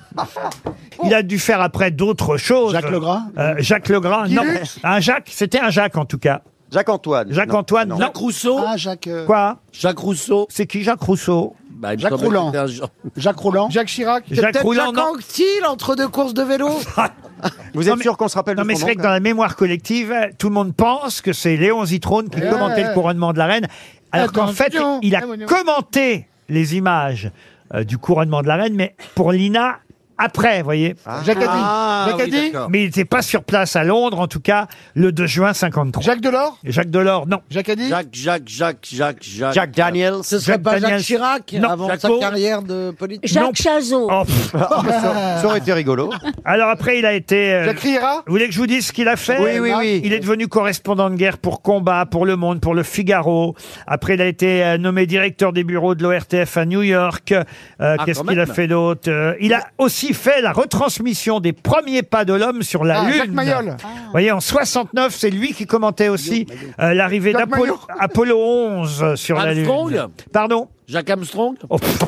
Speaker 2: Il a dû faire après d'autres choses.
Speaker 4: Jacques Legras
Speaker 2: Euh, Jacques Legras,
Speaker 6: Guy
Speaker 2: non.
Speaker 6: Lux
Speaker 2: Un Jacques, c'était un Jacques en tout cas.
Speaker 3: Jacques-Antoine. Non.
Speaker 2: Jacques-Antoine, non.
Speaker 8: Jacques Rousseau
Speaker 4: Ah, Jacques. euh,
Speaker 2: Quoi
Speaker 8: Jacques Rousseau
Speaker 2: C'est qui Jacques Rousseau
Speaker 8: Bah, il me
Speaker 4: Jacques
Speaker 8: semblait que
Speaker 4: Roulant.
Speaker 8: c'était un genre-
Speaker 4: Jacques Roulant.
Speaker 6: Jacques Chirac
Speaker 7: C'est
Speaker 2: Jacques
Speaker 7: peut-être
Speaker 2: Roulant,
Speaker 7: Jacques
Speaker 2: non.
Speaker 7: Anquetil entre deux courses de vélo
Speaker 3: Vous êtes
Speaker 2: Non, mais-
Speaker 3: sûr qu'on se rappelle
Speaker 2: Non,
Speaker 3: de
Speaker 2: mais
Speaker 3: son
Speaker 2: c'est vrai
Speaker 3: nom,
Speaker 2: que dans la mémoire collective, euh, tout le monde pense que c'est Léon Zitrone qui commentait le couronnement de la reine, alors qu'en fait,
Speaker 6: Attention, Ah,
Speaker 2: il a
Speaker 6: attention.
Speaker 2: commenté les images euh, du couronnement de la reine, mais pour Lina, après, vous voyez.
Speaker 6: Jacques Attali.
Speaker 8: Ah,
Speaker 6: Jacques
Speaker 8: oui,
Speaker 6: Attali
Speaker 8: d'accord.
Speaker 2: Mais il n'était pas sur place à Londres, en tout cas, le 2 juin 53.
Speaker 6: Jacques Delors
Speaker 2: Jacques Delors, non.
Speaker 6: Jacques Addy
Speaker 8: Jacques, Jacques, Jacques, Jacques, Jacques.
Speaker 3: Jack Daniels.
Speaker 7: Ce serait
Speaker 2: Jacques
Speaker 7: pas Jacques
Speaker 2: Daniels.
Speaker 7: Chirac
Speaker 2: Non,
Speaker 7: avant
Speaker 2: Jacques
Speaker 7: sa
Speaker 2: Beau.
Speaker 7: carrière de politique
Speaker 2: Non.
Speaker 5: Jacques Chazot.
Speaker 2: Oh, pff.
Speaker 6: [LAUGHS]
Speaker 3: Ça aurait été rigolo.
Speaker 2: Ah. Alors après, il a été... euh,
Speaker 6: Jacques Riera
Speaker 2: vous voulez que je vous dise ce qu'il a fait
Speaker 3: Oui, oui, oui.
Speaker 2: Il est devenu correspondant de guerre pour Combat, pour Le Monde, pour Le Figaro. Après, il a été euh, nommé directeur des bureaux de l'ORTF à New York. Euh,
Speaker 3: Ah,
Speaker 2: Qu'est-ce
Speaker 8: quand
Speaker 2: qu'il a
Speaker 8: même.
Speaker 2: fait d'autre Euh, Il a aussi fait la retransmission des premiers pas de l'homme sur la
Speaker 6: Ah,
Speaker 2: Lune.
Speaker 6: Jacques Mayol.
Speaker 2: Vous voyez, en 69, c'est lui qui commentait aussi euh, l'arrivée
Speaker 6: Jacques
Speaker 2: d'Apollo Apollo 11 sur
Speaker 8: Armstrong
Speaker 2: la Lune. Pardon
Speaker 8: Jacques Armstrong
Speaker 2: [LAUGHS] Oh, pff.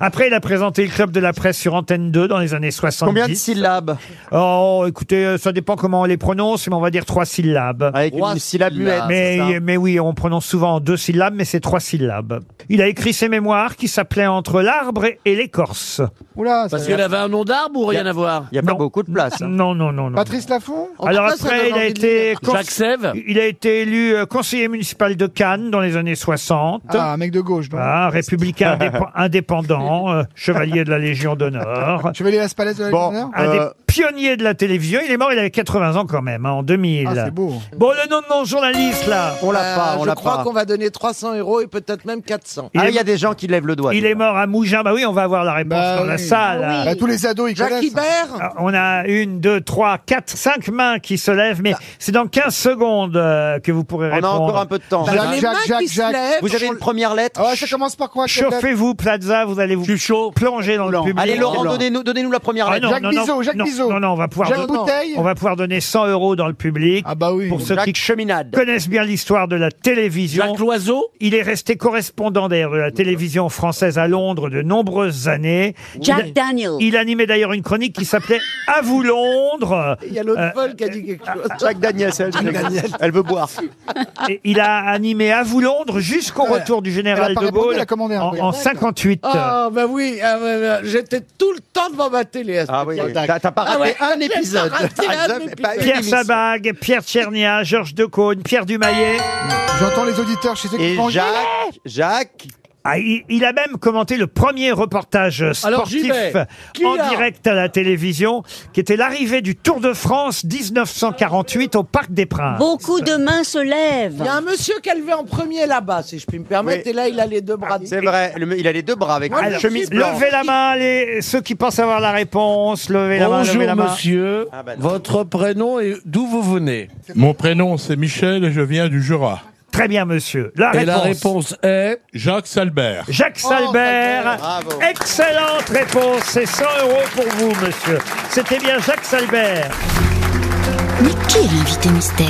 Speaker 2: Après, il a présenté le club de la presse sur Antenne 2 dans les années 70.
Speaker 3: Combien de syllabes
Speaker 2: Oh, écoutez, euh, ça dépend comment on les prononce, mais on va dire trois syllabes.
Speaker 3: Avec
Speaker 8: Trois
Speaker 3: une syllabe muette.
Speaker 8: syllabes.
Speaker 2: mais, euh,
Speaker 3: c'est ça
Speaker 2: mais oui, on prononce souvent en deux syllabes, mais c'est trois syllabes. Il a écrit ses mémoires qui s'appelaient Entre l'arbre et l'écorce.
Speaker 6: Oula,
Speaker 8: Parce
Speaker 6: ça-
Speaker 8: qu'il avait un nom d'arbre ou rien à voir
Speaker 3: Il n'y a pas
Speaker 2: Non.
Speaker 3: beaucoup de place. hein.
Speaker 2: Non, non, non, non.
Speaker 6: Patrice Lafont
Speaker 7: En
Speaker 2: Alors
Speaker 7: tout cas, ça
Speaker 2: après,
Speaker 7: donne
Speaker 2: il a
Speaker 7: envie de
Speaker 2: été
Speaker 7: lire.
Speaker 2: cons-
Speaker 8: Jacques Sève
Speaker 2: il a été élu euh, conseiller municipal de Cannes dans les années 60.
Speaker 6: Ah, un mec de gauche. Donc.
Speaker 2: Ah,
Speaker 6: [LAUGHS]
Speaker 2: républicain indép- indépendant, euh, chevalier de la
Speaker 6: [LAUGHS]
Speaker 2: Légion d'honneur.
Speaker 6: Tu veux aller à ce palais de la
Speaker 3: Bon.
Speaker 6: Légion d'honneur
Speaker 2: Un
Speaker 3: Euh,
Speaker 2: des pionniers de la télévision. Il est mort, il avait 80 ans quand même, hein, en 2000.
Speaker 6: Ah, c'est beau.
Speaker 2: Bon, le nom de mon journaliste, là.
Speaker 3: On l'a pas,
Speaker 7: Euh,
Speaker 3: on
Speaker 7: Je
Speaker 3: l'a
Speaker 7: crois
Speaker 3: pas.
Speaker 7: qu'on va donner 300 euros et peut-être même 400.
Speaker 2: Il
Speaker 3: Ah,
Speaker 2: est-
Speaker 3: il y a des gens qui lèvent le doigt.
Speaker 2: Il est mort à Mougins. Bah oui, on va avoir la réponse
Speaker 6: Bah
Speaker 2: dans la
Speaker 6: oui.
Speaker 2: salle.
Speaker 5: Ah
Speaker 6: Bah, tous les ados, ils
Speaker 7: Jacques
Speaker 3: hein.
Speaker 6: connaissent.
Speaker 7: Ibert
Speaker 2: Ah, On a une, deux, trois, quatre, cinq mains qui se lèvent, mais c'est dans 15 secondes euh, que vous pourrez
Speaker 3: On a
Speaker 2: répondre.
Speaker 3: encore un peu de temps.
Speaker 7: Bah,
Speaker 6: Jacques,
Speaker 7: Les
Speaker 6: Jacques,
Speaker 7: mains qui
Speaker 6: Jacques,
Speaker 7: se
Speaker 6: Jacques.
Speaker 7: lèvent.
Speaker 3: Vous avez une première lettre
Speaker 6: Ah, ça commence par quoi quelle lettre
Speaker 2: Chauffez-vous, Plaza, vous allez vous plonger dans le
Speaker 4: Blanc.
Speaker 2: public.
Speaker 3: Allez, Laurent,
Speaker 4: Blanc.
Speaker 3: donnez-nous donnez-nous la première
Speaker 2: Ah,
Speaker 3: lettre.
Speaker 2: non,
Speaker 6: Jacques
Speaker 2: non, non,
Speaker 6: Bizot, Jacques
Speaker 2: non,
Speaker 6: Bizot.
Speaker 2: non, non, on va pouvoir,
Speaker 6: Jacques
Speaker 2: don-
Speaker 6: Bouteille
Speaker 2: on va pouvoir donner 100 euros dans le public
Speaker 6: Ah bah oui.
Speaker 2: pour ceux
Speaker 3: Jacques
Speaker 2: qui
Speaker 3: Cheminade.
Speaker 2: connaissent bien l'histoire de la télévision.
Speaker 8: Jacques Loiseau
Speaker 2: Il est resté correspondant d'ailleurs de la télévision française à Londres de nombreuses années.
Speaker 5: Jack Daniel.
Speaker 2: Il animait d'ailleurs une chronique qui s'appelait À vous Londres.
Speaker 7: Il y a l'autre
Speaker 2: Euh,
Speaker 7: folle qui a dit quelque chose.
Speaker 3: Jacques Daniels, elle, elle veut boire.
Speaker 2: Et il a animé À vous Londres jusqu'au
Speaker 6: Ouais.
Speaker 2: retour du général
Speaker 6: Elle a pas
Speaker 2: de
Speaker 6: répondu,
Speaker 2: Gaulle
Speaker 6: elle a commandé un
Speaker 2: en,
Speaker 6: peu.
Speaker 2: en 58.
Speaker 7: Ah, bah oui, ah, bah, bah, j'étais tout le temps devant ma télé. à ce
Speaker 3: Ah oui,
Speaker 7: moment-là.
Speaker 3: t'as t'as pas
Speaker 7: Ah
Speaker 3: raté
Speaker 7: ouais,
Speaker 3: un
Speaker 7: j'ai pas
Speaker 3: épisode.
Speaker 7: raté
Speaker 3: Ah,
Speaker 7: un
Speaker 3: jamais
Speaker 7: épisode.
Speaker 3: pas une
Speaker 2: Pierre
Speaker 3: émission.
Speaker 2: Sabag, Pierre Tchernia, Georges Decaune, Pierre Dumaillet.
Speaker 6: J'entends les auditeurs chez ceux qui
Speaker 3: Et
Speaker 6: mangent.
Speaker 3: Jacques, Jacques,
Speaker 2: Ah, il, il a même commenté le premier reportage
Speaker 8: Alors, j'y
Speaker 2: sportif
Speaker 8: vais. Qui
Speaker 2: en
Speaker 8: a
Speaker 2: direct à la télévision, qui était l'arrivée du Tour de France 1948 au Parc des Princes.
Speaker 5: Beaucoup de mains se lèvent.
Speaker 7: Il y a un monsieur qui a levé en premier là-bas, si je puis me permettre,
Speaker 3: Oui.
Speaker 7: et là,
Speaker 3: Ah,
Speaker 7: il a les deux bras de
Speaker 3: c'est vrai, Ah, le- il a les deux bras avec une
Speaker 2: Alors,
Speaker 3: chemise blanche.
Speaker 2: Levez la main, les, ceux qui pensent avoir la réponse. Levez la main, levez la
Speaker 8: Bonjour
Speaker 2: main.
Speaker 8: monsieur,
Speaker 3: Ah bah non.
Speaker 8: votre prénom et d'où vous venez
Speaker 19: Mon prénom, c'est Michel et je viens du Jura.
Speaker 2: Très bien, monsieur. La
Speaker 8: Et
Speaker 2: réponse.
Speaker 8: la réponse est
Speaker 19: Jacques Salbert.
Speaker 2: Jacques Salbert.
Speaker 3: Oh, Bravo.
Speaker 2: Excellente réponse. C'est 100 euros pour vous, monsieur. C'était bien Jacques Salbert.
Speaker 11: Mais qui est l'invité mystère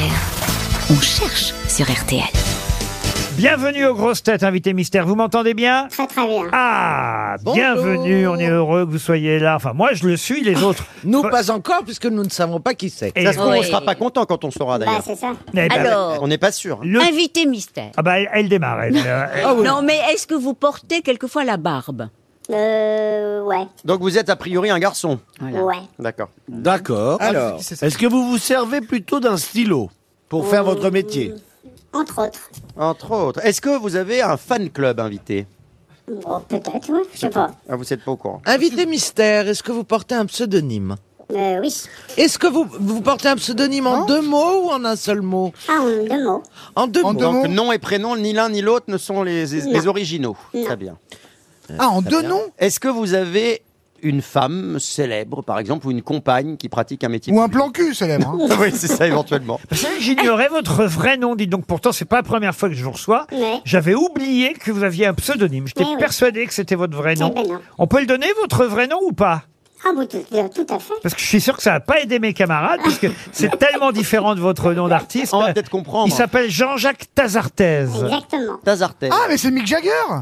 Speaker 11: On cherche sur RTL.
Speaker 2: Bienvenue aux grosses têtes, invité mystère. Vous m'entendez bien
Speaker 15: Très très bien.
Speaker 2: Ah,
Speaker 7: Bonjour.
Speaker 2: bienvenue. On est heureux que vous soyez là. Enfin, moi, je le suis. Les autres.
Speaker 7: Ah, Nous, pas encore, puisque nous ne savons pas qui c'est.
Speaker 2: Et-
Speaker 3: Bah, Ça se trouve, on
Speaker 5: Oui.
Speaker 3: sera pas content quand on saura
Speaker 15: Bah,
Speaker 3: d'ailleurs.
Speaker 15: c'est ça.
Speaker 2: eh ben,
Speaker 5: Alors,
Speaker 3: On n'est pas sûr. hein.
Speaker 2: le-
Speaker 5: invité mystère.
Speaker 2: Ah bah, elle, elle démarre.
Speaker 15: [LAUGHS]
Speaker 2: elle.
Speaker 3: Ah
Speaker 2: Euh,
Speaker 15: Ah
Speaker 5: Non, mais est-ce que vous portez quelquefois la barbe
Speaker 15: Euh, ouais.
Speaker 3: Donc vous êtes a priori un garçon.
Speaker 15: Ouais. Ah,
Speaker 3: D'accord.
Speaker 8: D'accord.
Speaker 7: Alors,
Speaker 8: Est-ce que vous vous servez plutôt d'un stylo pour faire votre métier
Speaker 15: Euh, Entre autres.
Speaker 3: Entre autres. Est-ce que vous avez un fan club invité
Speaker 17: Bon, peut-être, ouais, je sais pas.
Speaker 3: Ah, vous êtes pas au courant.
Speaker 7: Invité mystère, est-ce que vous portez un pseudonyme
Speaker 17: Euh, oui.
Speaker 7: Est-ce que vous, vous portez un pseudonyme en deux mots ou en un seul mot
Speaker 17: Ah, en deux mots.
Speaker 7: En deux mots.
Speaker 3: Donc nom et prénom, ni l'un ni l'autre ne sont les, les
Speaker 17: Non.
Speaker 3: originaux.
Speaker 17: Non.
Speaker 3: Très bien. Euh,
Speaker 7: Ah, en
Speaker 3: Très
Speaker 7: deux
Speaker 3: bien.
Speaker 7: noms
Speaker 3: Est-ce que vous avez une femme célèbre, par exemple, ou une compagne qui pratique un métier
Speaker 6: Ou un plan cul célèbre. hein.
Speaker 3: [LAUGHS] oui, c'est ça éventuellement.
Speaker 2: Vous savez, J'ignorais votre vrai nom, dites donc. Pourtant, c'est pas la première fois que je vous reçois.
Speaker 17: Ouais.
Speaker 2: J'avais oublié que vous aviez un pseudonyme. J'étais
Speaker 17: Ouais, ouais.
Speaker 2: persuadé que c'était votre vrai nom.
Speaker 17: Eh ben non.
Speaker 2: On peut le donner, votre vrai nom ou pas
Speaker 17: Ah, bon, tout, euh, tout à fait.
Speaker 2: Parce que je suis sûr que ça n'a pas aidé mes camarades,
Speaker 17: [LAUGHS]
Speaker 2: parce que c'est tellement différent de votre nom d'artiste. On va peut-être comprendre. Il s'appelle Jean-Jacques Tazartez.
Speaker 17: Exactement.
Speaker 3: Tazartez.
Speaker 17: Oh.
Speaker 6: Ah, mais c'est Mick Jagger Ah,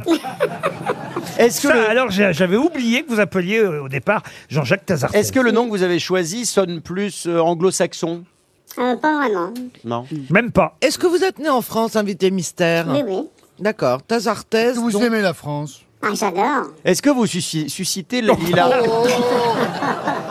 Speaker 3: Est-ce que,
Speaker 2: Ça,
Speaker 3: le-
Speaker 2: alors, j'ai- j'avais oublié que vous appeliez euh, au départ Jean-Jacques Tazartez.
Speaker 3: est-ce que le nom que vous avez choisi sonne plus euh, anglo-saxon
Speaker 17: Euh, pas vraiment.
Speaker 3: Non.
Speaker 2: Même pas.
Speaker 7: Est-ce que vous êtes né en France, invité mystère
Speaker 17: Oui, oui.
Speaker 7: D'accord. Tazartès.
Speaker 6: Vous
Speaker 7: donc-
Speaker 6: aimez la France
Speaker 17: Ah, j'adore.
Speaker 3: Est-ce que vous susci- suscitez le-
Speaker 2: [LAUGHS]
Speaker 3: il a-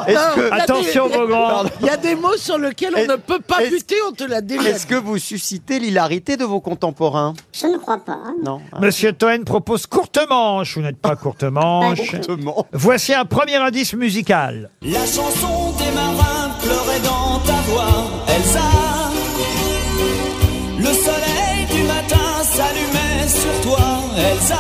Speaker 3: Est-ce que-
Speaker 7: Non,
Speaker 2: Attention,
Speaker 7: il y a Ah, des-
Speaker 2: Beaugrand.
Speaker 7: Il y a des mots sur lesquels on
Speaker 3: Est-
Speaker 7: ne peut pas
Speaker 3: est-ce-
Speaker 7: buter, on te l'a déjà
Speaker 3: Est-ce que vous suscitez l'hilarité de vos contemporains
Speaker 17: Je ne crois pas. hein.
Speaker 3: Non. hein.
Speaker 2: Monsieur Toen propose courte manche. Vous n'êtes pas courte manche.
Speaker 3: Exactement.
Speaker 2: Voici un premier indice musical.
Speaker 12: La chanson des marins pleurait dans ta voix, Elsa. Le soleil du matin s'allumait sur toi, Elsa.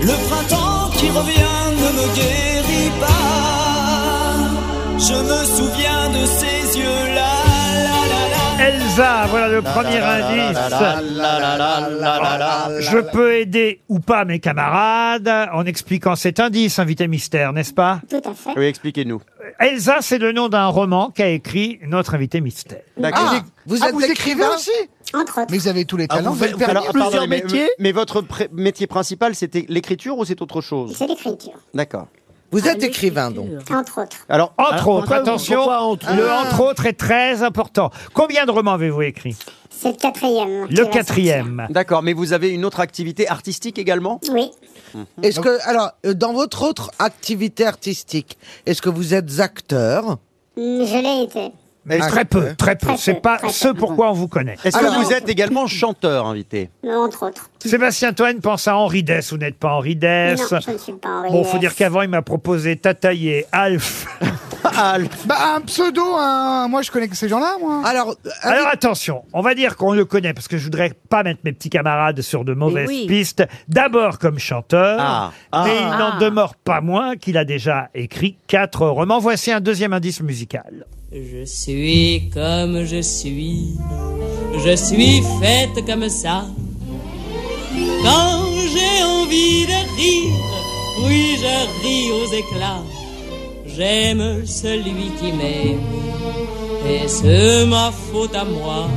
Speaker 12: Le printemps qui revient ne me guérit pas. Je me souviens de ces yeux-là. La, la, la.
Speaker 2: Elsa, voilà le premier indice.
Speaker 12: Ah
Speaker 2: Ah Oh, Je peux aider ou pas mes camarades en expliquant cet indice, invité mystère, n'est-ce pas Euh,
Speaker 17: Tout à fait.
Speaker 3: Oui, expliquez-nous.
Speaker 2: Elsa, c'est le nom d'un roman qu'a écrit notre invité mystère.
Speaker 3: D'accord.
Speaker 6: Ah,
Speaker 7: Vous
Speaker 6: ah,
Speaker 7: êtes
Speaker 6: vous écrivez
Speaker 7: écrivain
Speaker 6: aussi
Speaker 17: Entre autres.
Speaker 6: Mais vous avez tous les talents.
Speaker 3: Ah, vous
Speaker 6: Ah, vous avez
Speaker 3: faites-
Speaker 6: perdu
Speaker 3: alors,
Speaker 6: plusieurs
Speaker 3: pardonnez, mais-
Speaker 6: métiers.
Speaker 3: Mais, votre pré- métier principal, c'était l'écriture ou c'est autre chose
Speaker 17: C'est l'écriture. Ah,
Speaker 3: D'accord.
Speaker 7: Vous êtes écrivain donc.
Speaker 17: Entre autres.
Speaker 3: Alors, hein,
Speaker 2: Entre
Speaker 3: alors,
Speaker 2: autres,
Speaker 3: pourquoi-
Speaker 2: attention,
Speaker 3: pourquoi entre-
Speaker 2: le entre autres est très important. Combien de romans avez-vous écrit
Speaker 17: C'est le quatrième. qui
Speaker 2: Le
Speaker 17: va
Speaker 2: quatrième.
Speaker 3: D'accord, mais vous avez une autre activité artistique également
Speaker 17: sortir. Oui.
Speaker 7: Mhm. Est-ce que, alors, euh, dans votre autre activité artistique, est-ce que vous êtes acteur
Speaker 17: Mm, Je l'ai été.
Speaker 2: Mais
Speaker 7: Ah,
Speaker 2: très peu, très peu.
Speaker 17: Très
Speaker 2: C'est
Speaker 17: peu,
Speaker 2: pas
Speaker 17: très peu.
Speaker 2: ce pourquoi on vous connaît.
Speaker 3: Est-ce
Speaker 7: Alors-
Speaker 3: que vous êtes également chanteur invité
Speaker 17: Mais entre autres.
Speaker 2: Sébastien Toine pense à Henri Dess. Vous n'êtes pas Henri Dess.
Speaker 17: Non, je ne suis pas en
Speaker 2: Bon, faut dire qu'avant, il m'a proposé Tataillé,
Speaker 6: [LAUGHS]
Speaker 2: Alf.
Speaker 6: Bah, un pseudo, un... moi je connais que ces gens-là, moi.
Speaker 7: Alors, euh,
Speaker 2: Alors attention, on va dire qu'on le connaît parce que je voudrais pas mettre mes petits camarades sur de mauvaises
Speaker 20: oui.
Speaker 2: pistes. D'abord comme chanteur,
Speaker 3: Ah.
Speaker 2: mais il n'en
Speaker 20: Ah.
Speaker 2: demeure pas moins qu'il a déjà écrit quatre romans. Voici un deuxième indice musical.
Speaker 12: Je suis comme je suis, je suis faite comme ça. Quand j'ai envie de rire, oui, je ris aux éclats. J'aime celui qui m'aime, et c'est ma faute à moi.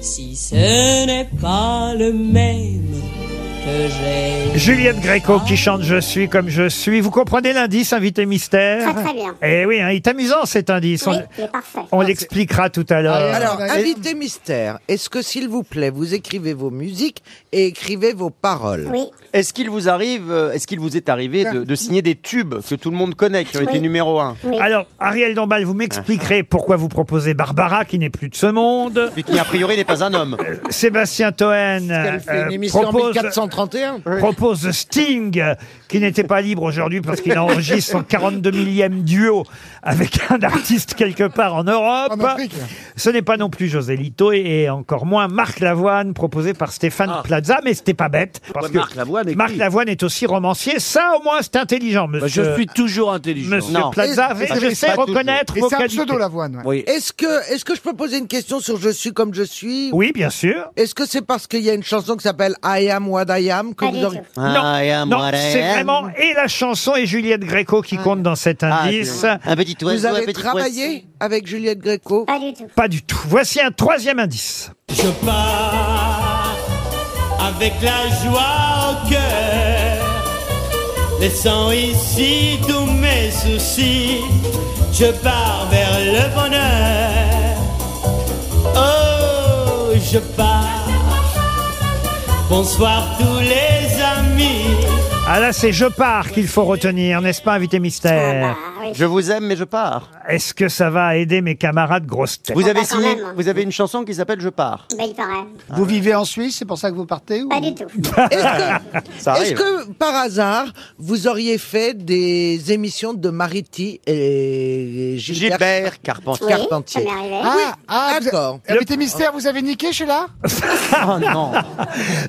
Speaker 12: Si ce n'est pas le même que j'ai.
Speaker 2: Juliette
Speaker 17: Ah.
Speaker 2: Gréco qui chante Je suis comme je suis. Vous comprenez l'indice, invité mystère
Speaker 17: Très, très bien.
Speaker 2: Eh oui, hein, il est amusant cet indice.
Speaker 17: Oui,
Speaker 2: On-
Speaker 17: il est parfait.
Speaker 2: On l'expliquera tout à l'heure.
Speaker 7: Ah, alors,
Speaker 6: euh,
Speaker 7: invité mystère, est-ce que, s'il vous plaît, vous écrivez vos musiques et écrivez vos paroles
Speaker 17: Oui.
Speaker 3: Est-ce qu'il vous arrive, euh, est-ce qu'il vous est arrivé de, de signer des tubes que tout le monde connaît, qui ont été
Speaker 17: Oui.
Speaker 3: numéro un
Speaker 17: Oui.
Speaker 2: Alors, Ariel Dombal, vous m'expliquerez pourquoi vous proposez Barbara, qui n'est plus de ce monde.
Speaker 3: Puis qui, a priori, n'est pas un homme.
Speaker 2: Sébastien Toen
Speaker 7: Elle fait une
Speaker 2: euh,
Speaker 7: émission en
Speaker 2: propose,
Speaker 7: 1431.
Speaker 2: propose Sting, euh, qui n'était pas libre aujourd'hui parce qu'il
Speaker 7: [LAUGHS]
Speaker 2: enregistre son 42 millième duo avec un artiste quelque part en Europe.
Speaker 6: En Afrique.
Speaker 2: Ce n'est pas non plus José Lito et, et encore moins Marc Lavoine, proposé par Stéphane Plaza, mais c'était pas bête. Parce
Speaker 8: Ah. Ouais,
Speaker 2: que
Speaker 8: Marc Lavoine est
Speaker 2: Marc
Speaker 8: qui
Speaker 2: Lavoine est aussi romancier. Ça, au moins, c'est intelligent, monsieur.
Speaker 8: Bah, je suis toujours intelligent.
Speaker 2: Euh, Monsieur
Speaker 3: Non.
Speaker 2: Plaza,
Speaker 6: Et- et-
Speaker 2: je sais
Speaker 3: pas toujours.
Speaker 2: reconnaître
Speaker 6: Et
Speaker 2: vos
Speaker 6: c'est un
Speaker 2: qualités.
Speaker 6: pseudo, l'avoine. ouais.
Speaker 8: Oui.
Speaker 7: Est-ce que, est-ce que je peux poser une question sur Je suis comme je suis
Speaker 2: Oui, bien sûr.
Speaker 7: Est-ce que c'est parce qu'il y a une chanson qui s'appelle I am what I am que
Speaker 17: Pas
Speaker 7: vous
Speaker 17: du
Speaker 7: auriez-
Speaker 17: tout.
Speaker 3: I am
Speaker 2: non,
Speaker 3: what I
Speaker 2: c'est
Speaker 3: am.
Speaker 2: vraiment et la chanson et Juliette Gréco qui comptent dans cet
Speaker 3: Ah,
Speaker 2: indice.
Speaker 3: Un petit oiseau,
Speaker 7: Vous
Speaker 3: un
Speaker 7: avez
Speaker 3: petit
Speaker 7: travaillé avec
Speaker 2: [LAUGHS]
Speaker 7: Juliette Gréco
Speaker 17: Pas du tout.
Speaker 2: Pas du tout. Voici un troisième indice.
Speaker 12: Je pars avec la joie au cœur, laissant ici tous mes soucis. Je pars vers le bonheur. Oh, je pars. Bonsoir tous les amis.
Speaker 2: Ah là, c'est Je pars qu'il faut retenir, n'est-ce pas, invité mystère
Speaker 3: Je vous aime, mais je pars.
Speaker 2: Est-ce que ça va aider mes camarades grosses têtes
Speaker 3: Vous avez signé, vous avez une chanson qui s'appelle Je pars.
Speaker 21: Ben, il paraît.
Speaker 6: Vous vivez en Suisse, c'est pour ça que vous partez ou...
Speaker 21: Pas du tout.
Speaker 3: Ça
Speaker 7: Est-ce
Speaker 3: arrive.
Speaker 7: que par hasard, vous auriez fait des émissions de Mariti et Gilbert,
Speaker 3: Gilbert Carpentier.
Speaker 6: Oui,
Speaker 7: Carpentier.
Speaker 6: ça m'est arrivé.
Speaker 7: Ah,
Speaker 6: Oui.
Speaker 7: ah, d'accord.
Speaker 6: Invité mystère, vous avez niqué chez là
Speaker 2: [LAUGHS]
Speaker 3: Oh non.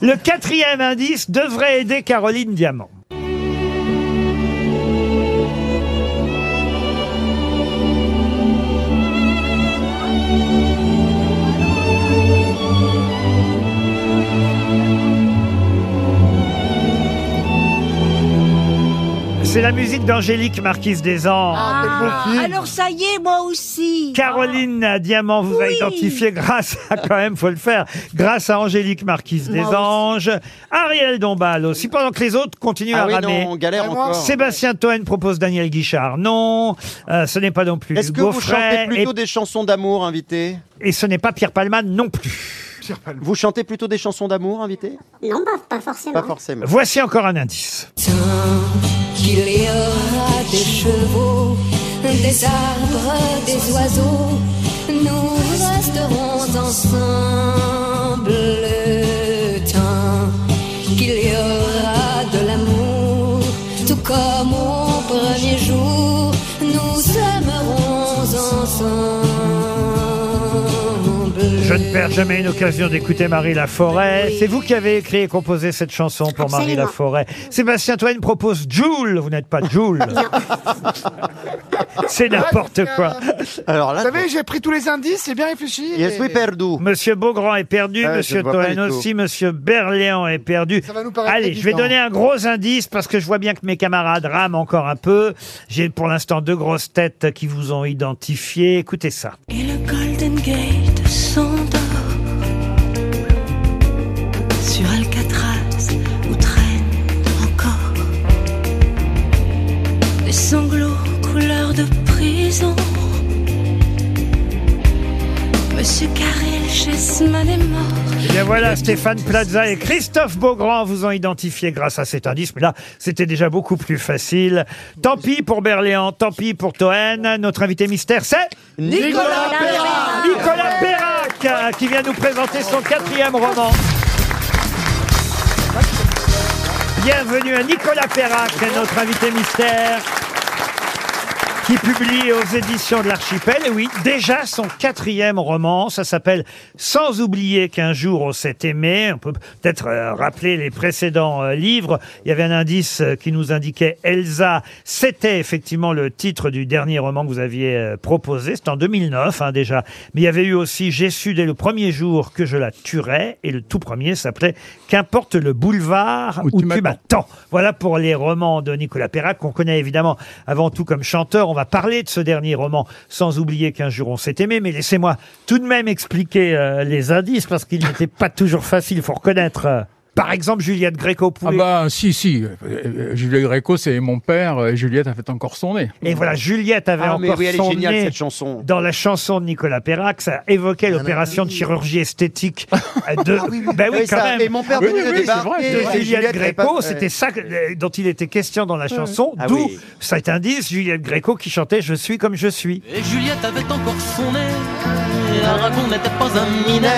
Speaker 2: Le quatrième indice devrait aider Caroline Diamant. C'est la musique d'Angélique Marquise des Anges.
Speaker 5: Alors ça y est, moi aussi. Ah.
Speaker 2: Caroline Diamant vous a
Speaker 5: Oui.
Speaker 2: identifié grâce à, quand même, faut le faire, grâce à Angélique Marquise des
Speaker 5: Moi aussi.
Speaker 2: Anges, Ariel Dombal aussi, pendant que les autres continuent
Speaker 3: Ah
Speaker 2: à
Speaker 3: oui,
Speaker 2: ramer.
Speaker 3: non, on galère
Speaker 6: Vraiment,
Speaker 3: encore.
Speaker 2: Sébastien Toen propose Daniel Guichard. Non, euh, ce n'est pas non plus
Speaker 3: Est-ce que vous chantez
Speaker 2: Gaufret
Speaker 3: plutôt des chansons d'amour, invité
Speaker 2: et, et ce n'est pas Pierre Palman non plus.
Speaker 3: Vous chantez plutôt des chansons d'amour, invité
Speaker 21: Non, pas, pas forcément.
Speaker 3: Pas forcément.
Speaker 2: Voici encore un indice.
Speaker 9: qu'il y aura des chevaux, des arbres, des oiseaux, nous resterons ensemble le temps qu'il y aura de l'amour, tout comme au premier jour, nous aimerons ensemble.
Speaker 2: Je ne perds jamais une occasion d'écouter Marie Laforêt. C'est vous qui avez écrit et composé cette chanson pour Marie
Speaker 21: Absolument.
Speaker 2: Laforêt. Sébastien Toen propose Joule. Vous n'êtes pas Joule. [LAUGHS] C'est n'importe quoi. Oh,
Speaker 3: Alors
Speaker 6: Vous
Speaker 3: là,
Speaker 6: savez, j'ai pris tous les indices, j'ai bien réfléchi.
Speaker 3: je
Speaker 6: et-
Speaker 3: suis perdu.
Speaker 2: Monsieur Beaugrand est perdu,
Speaker 3: Ah, je
Speaker 2: Monsieur
Speaker 3: ne vois pas
Speaker 2: Toen
Speaker 3: du tout.
Speaker 2: aussi, Monsieur Berléand est perdu.
Speaker 6: Ça va nous paraître
Speaker 2: Allez,
Speaker 6: très
Speaker 2: je vais
Speaker 6: différent.
Speaker 2: donner un gros indice parce que je vois bien que mes camarades rament encore un peu. J'ai pour l'instant deux grosses têtes qui vous ont identifié. Écoutez ça.
Speaker 9: Et le Golden Gate s'endort sur Alcatraz où traîne encore des sanglots couleur de prison. Monsieur Carrel Chessman est mort.
Speaker 2: Eh bien voilà, Stéphane Plaza et Christophe Beaugrand vous ont identifié grâce à cet indice. Mais là, c'était déjà beaucoup plus facile. Tant pis pour Berléand, tant pis pour Toen. Notre invité mystère, c'est
Speaker 7: Nicolas Perrin
Speaker 2: Nicolas Perrac euh, qui vient nous présenter son quatrième roman. Bienvenue à Nicolas Perrac, notre invité mystère, qui publie aux éditions de l'Archipel, et oui, déjà son quatrième roman, ça s'appelle « Sans oublier qu'un jour on s'est aimé ». On peut peut-être euh, rappeler les précédents euh, livres. Il y avait un indice euh, qui nous indiquait Elsa. C'était effectivement le titre du dernier roman que vous aviez euh, proposé. C'était en 2009 hein, déjà. Mais il y avait eu aussi « J'ai su dès le premier jour que je la tuerais » et le tout premier s'appelait « Qu'importe le boulevard où, tu m'attends ». Voilà pour les romans de Nicolas Perrac qu'on connaît évidemment avant tout comme chanteur. On va parler de ce dernier roman sans oublier qu'un jour on s'est aimé. Mais laissez-moi tout de même expliquer euh, les indices parce qu'ils n'étaient pas toujours faciles. Il faut reconnaître euh, par exemple Juliette
Speaker 19: Ah
Speaker 2: Gréco-Poulet.
Speaker 19: bah si, si. Euh, euh, Julien Gréco, c'est mon père, euh, et Juliette a fait encore son nez.
Speaker 2: Et voilà, Juliette avait
Speaker 3: Ah, mais
Speaker 2: encore
Speaker 3: oui, elle est
Speaker 2: son
Speaker 3: géniale,
Speaker 2: nez
Speaker 3: cette chanson. Ah,
Speaker 2: Dans la chanson de Nicolas Perrac, ça évoquait l'opération de chirurgie
Speaker 3: [LAUGHS]
Speaker 2: esthétique euh, de. Ben oui,
Speaker 3: Oui,
Speaker 2: quand
Speaker 3: ça,
Speaker 2: même.
Speaker 3: Et mon père
Speaker 19: Oui,
Speaker 3: venait
Speaker 19: oui,
Speaker 3: de
Speaker 19: oui, c'est
Speaker 3: débarquer,
Speaker 19: vrai, c'est
Speaker 3: et
Speaker 19: vrai.
Speaker 2: de Juliette
Speaker 3: Juliette n'avait pas-
Speaker 2: Gréco,
Speaker 3: ouais.
Speaker 2: c'était ça que- euh, dont il était question dans la chanson,
Speaker 3: Ah
Speaker 2: d'où
Speaker 3: oui.
Speaker 2: cet indice, Juliette Gréco qui chantait Je suis comme je suis.
Speaker 22: Et Juliette avait encore son nez. Et Aragon n'était pas un minet.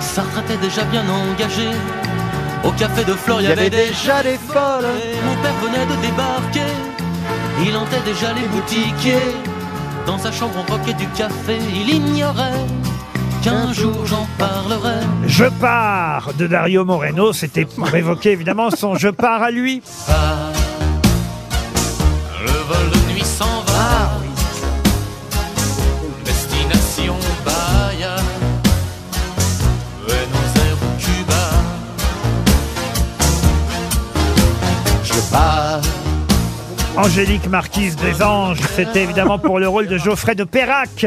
Speaker 22: Sartre était déjà bien engagé. Au café de Flore,
Speaker 3: Il y avait déjà des folles.
Speaker 22: Et Mon père venait de débarquer. Il hantait déjà les boutiquiers. Dans sa chambre, on croquait du café. Il ignorait qu'un jour j'en parlerai.
Speaker 2: Je pars de Dario Moreno, c'était pour évoquer évidemment son Je pars à lui.
Speaker 22: Ah, le vol de nuit s'en va. Destination Bahia. Buenos Aires ou Cuba. Je pars.
Speaker 2: En Angélique Marquise des Anges, c'était évidemment pour le rôle de Geoffrey de Perrac,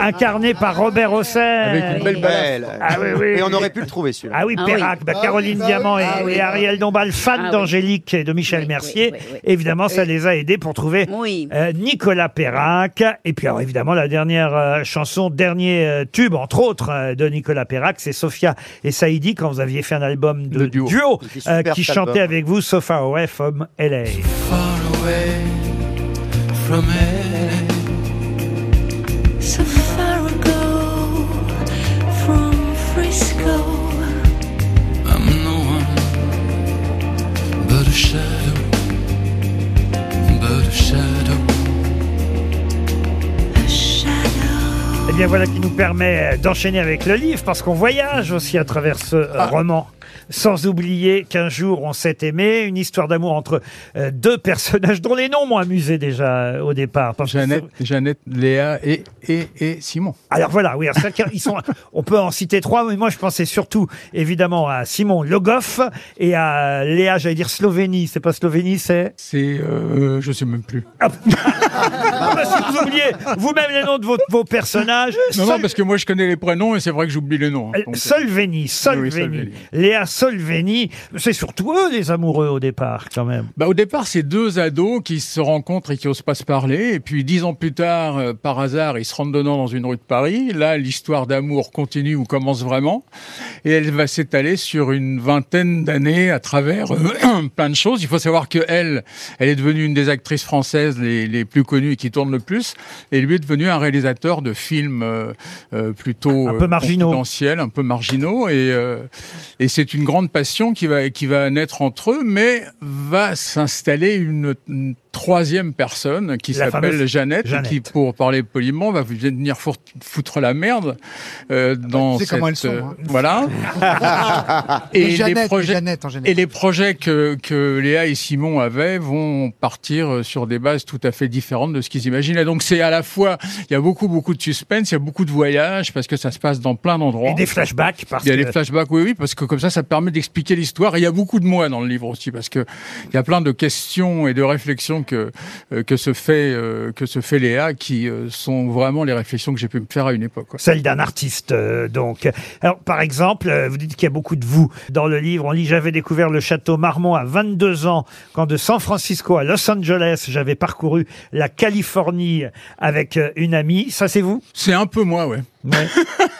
Speaker 2: incarné par Robert Hossein.
Speaker 3: Avec une belle belle.
Speaker 2: Ah oui, oui.
Speaker 3: Et on aurait pu le trouver celui-là.
Speaker 2: Ah oui,
Speaker 3: Ah oui.
Speaker 2: Perrac, bah,
Speaker 3: Ah
Speaker 2: Caroline
Speaker 3: oui, bah
Speaker 2: Diamant
Speaker 3: oui.
Speaker 2: et,
Speaker 3: Ah oui.
Speaker 2: et Ariel Dombal, fan
Speaker 3: Ah oui.
Speaker 2: d'Angélique et de Michel Mercier. Évidemment, ça les a aidés pour trouver euh, Nicolas Perrac. Et puis, alors, évidemment, la dernière euh, chanson, dernier euh, tube, entre autres, euh, de Nicolas Perrac, c'est Sophia et Saïdi, quand vous aviez fait un album de
Speaker 3: Le
Speaker 2: duo,
Speaker 3: duo.
Speaker 2: euh,
Speaker 3: Super
Speaker 2: qui
Speaker 3: cet
Speaker 2: chantait
Speaker 3: album.
Speaker 2: avec vous, Sofa OF, Homme LA.
Speaker 22: far away from LA.
Speaker 9: so far ago from Frisco.
Speaker 22: I'm no one but a shadow, but a shadow.
Speaker 2: Eh bien voilà qui nous permet euh, d'enchaîner avec le livre parce qu'on voyage aussi à travers ce euh,
Speaker 19: Ah.
Speaker 2: roman. Sans oublier qu'un jour on s'est aimé, une histoire d'amour entre euh, deux [LAUGHS] personnages dont les noms m'ont amusé déjà euh, au départ. parce que
Speaker 19: Jeannette, Jeannette, Léa et, et, et Simon.
Speaker 2: Alors voilà, oui, alors c'est vrai
Speaker 19: [LAUGHS]
Speaker 2: qu'ils sont, on peut en citer trois, mais moi je pensais surtout évidemment à Simon Logoff et à euh, Léa, j'allais dire Slovénie, c'est pas Slovénie, c'est
Speaker 19: C'est, euh, je sais même plus.
Speaker 2: Ah, bah, si vous oubliez vous-même les noms de vos, vos personnages,
Speaker 19: Non, non,
Speaker 2: Sol-
Speaker 19: parce que moi je connais les prénoms et c'est vrai que j'oublie les noms. hein. Donc,
Speaker 2: Solveni, Solveni,
Speaker 19: Solveni.
Speaker 2: Léa Solveni, c'est surtout eux les amoureux au départ quand même.
Speaker 19: Bah, au départ, c'est deux ados qui se rencontrent et qui osent pas se parler. Et puis, dix ans plus tard, euh, par hasard, ils se rendent dedans dans une rue de Paris. Là, l'histoire d'amour continue ou commence vraiment. Et elle va s'étaler sur une vingtaine d'années à travers euh, [CLEARS THROAT] plein de choses. Il faut savoir que elle, elle est devenue une des actrices françaises les, les plus connues et qui tourne le plus. Et lui est devenu un réalisateur de films euh, euh, plutôt
Speaker 2: Un peu
Speaker 19: euh,
Speaker 2: marginaux.
Speaker 19: confidentiels, un peu marginaux. Et, euh, et c'est une grande passion qui va, qui va naître entre eux, mais va s'installer une, une troisième personne qui
Speaker 2: La
Speaker 19: s'appelle
Speaker 2: fameuse
Speaker 19: Jeannette,
Speaker 2: Jeannette.
Speaker 19: qui, pour parler poliment, va venir fout- foutre la merde euh, dans
Speaker 6: Bah, tu sais
Speaker 19: cette...
Speaker 6: comment elles sont,
Speaker 19: euh,
Speaker 6: hein. [LAUGHS]
Speaker 19: Voilà.
Speaker 6: Les Jeannettes, les
Speaker 19: projets-
Speaker 6: Jeannettes en général.
Speaker 19: et les projets que, que Léa et Simon avaient vont partir euh, sur des bases tout à fait différentes de ce qu'ils imaginaient. Donc c'est à la fois, il y a beaucoup, beaucoup de suspense, il y a beaucoup de voyages parce que ça se passe dans plein d'endroits.
Speaker 2: Et des flashbacks parce
Speaker 19: Il y a
Speaker 2: que-
Speaker 19: des flashbacks, oui, oui, parce que comme ça, ça permet d'expliquer l'histoire. Et il y a beaucoup de moi dans le livre aussi parce que il y a plein de questions et de réflexions que, euh, que se fait, euh, que se fait Léa qui euh, sont vraiment les réflexions que j'ai pu me faire à une époque. quoi.
Speaker 2: Celle d'un artiste, euh, donc. Alors, par exemple, euh, vous dites qu'il y a beaucoup de vous dans le livre. On lit J'avais découvert le château Marmont à 22 ans, quand de San Francisco à Los Angeles, j'avais parcouru la Californie avec euh, une amie. Ça, c'est vous
Speaker 19: C'est un peu moi, ouais.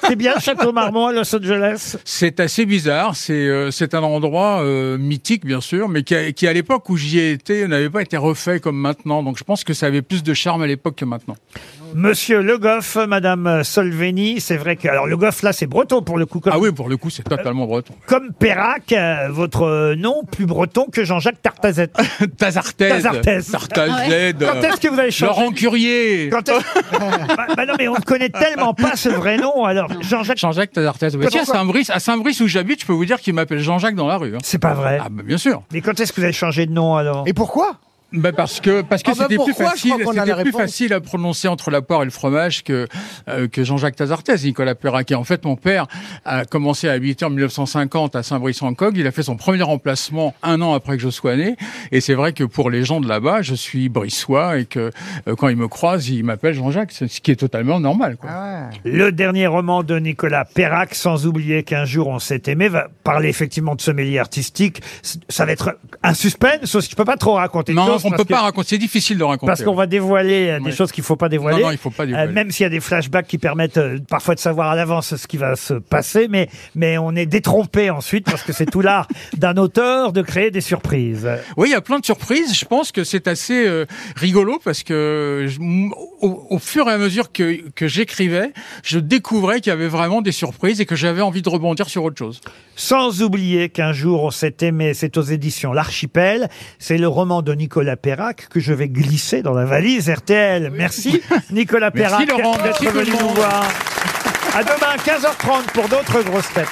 Speaker 2: C'est bien le château Marmont à Los Angeles
Speaker 19: C'est assez bizarre. C'est euh, c'est un endroit euh, mythique, bien sûr, mais qui, a- qui, à l'époque où j'y ai été, n'avait pas été refait comme maintenant. Donc je pense que ça avait plus de charme à l'époque que maintenant.
Speaker 2: Monsieur Le Goff, Madame euh, Solveni, c'est vrai que. Alors, Le Goff, là, c'est breton pour le coup. Comme,
Speaker 19: Ah oui, pour le coup, c'est totalement breton.
Speaker 2: comme Perrac, euh, votre euh, nom plus breton que Jean-Jacques Tartazette.
Speaker 19: [LAUGHS] Tazartez.
Speaker 2: Tazartez.
Speaker 19: Tartazed.
Speaker 2: Quand est-ce que vous avez changé
Speaker 19: Laurent Curier.
Speaker 2: Quand
Speaker 19: [LAUGHS]
Speaker 2: est-ce- bah, bah non, mais on ne connaît tellement pas ce vrai nom, alors. Jean-Jacques.
Speaker 19: Jean-Jacques Tazartez.
Speaker 2: Quand-
Speaker 19: à Saint-Brice, à Saint-Brice où j'habite, je peux vous dire qu'il m'appelle Jean-Jacques dans la rue. hein.
Speaker 2: C'est pas vrai.
Speaker 19: Ah bah, bien sûr.
Speaker 2: Mais quand est-ce que vous avez changé de nom, alors
Speaker 6: Et pourquoi
Speaker 19: Bah parce que parce que
Speaker 6: Ah bah
Speaker 19: c'était plus
Speaker 6: pourquoi Je
Speaker 19: facile,
Speaker 6: crois qu'on a
Speaker 19: c'était
Speaker 6: la
Speaker 19: plus
Speaker 6: réponse.
Speaker 19: facile à prononcer entre la poire et le fromage que euh, que Jean-Jacques Tazartès, Nicolas Perraquet. En fait, mon père a commencé à habiter en 1950 à Saint-Brice-en-Cog. Il a fait son premier remplacement un an après que je sois né. Et c'est vrai que pour les gens de là-bas, je suis brissois et que euh, quand ils me croisent, ils m'appellent Jean-Jacques, ce qui est totalement normal. Quoi.
Speaker 6: Ah
Speaker 2: Le dernier roman de Nicolas Perrac, sans oublier qu'un jour on s'est aimé, va parler effectivement de sommelier artistique. C- Ça va être un suspense, aussi. je peux pas trop raconter. de
Speaker 19: Non,
Speaker 2: choses
Speaker 19: on
Speaker 2: parce
Speaker 19: peut
Speaker 2: que-
Speaker 19: pas raconter. C'est difficile de raconter.
Speaker 2: Parce qu'on va dévoiler euh, des
Speaker 19: Ouais.
Speaker 2: choses qu'il faut pas dévoiler. Euh,
Speaker 19: Non, non, il faut pas dévoiler.
Speaker 2: même s'il y a des flashbacks qui permettent euh, parfois de savoir à l'avance ce qui va se passer, mais, mais on est détrompé ensuite parce que c'est tout l'art d'un auteur de créer des surprises.
Speaker 19: Oui, il y a plein de surprises. Je pense que c'est assez euh, rigolo parce que je- m- au, au fur et à mesure que, que j'écrivais, je découvrais qu'il y avait vraiment des surprises et que j'avais envie de rebondir sur autre chose.
Speaker 2: Sans oublier qu'un jour on s'est aimé, c'est aux éditions L'Archipel. C'est le roman de Nicolas Perrac que je vais glisser dans la valise RTL. Merci Nicolas
Speaker 19: [LAUGHS] Merci,
Speaker 2: Perrac
Speaker 19: Laurent.
Speaker 2: d'être
Speaker 19: Merci, tout
Speaker 2: venu
Speaker 19: le
Speaker 2: nous
Speaker 19: monde.
Speaker 2: voir. À demain 15h30 pour d'autres grosses têtes.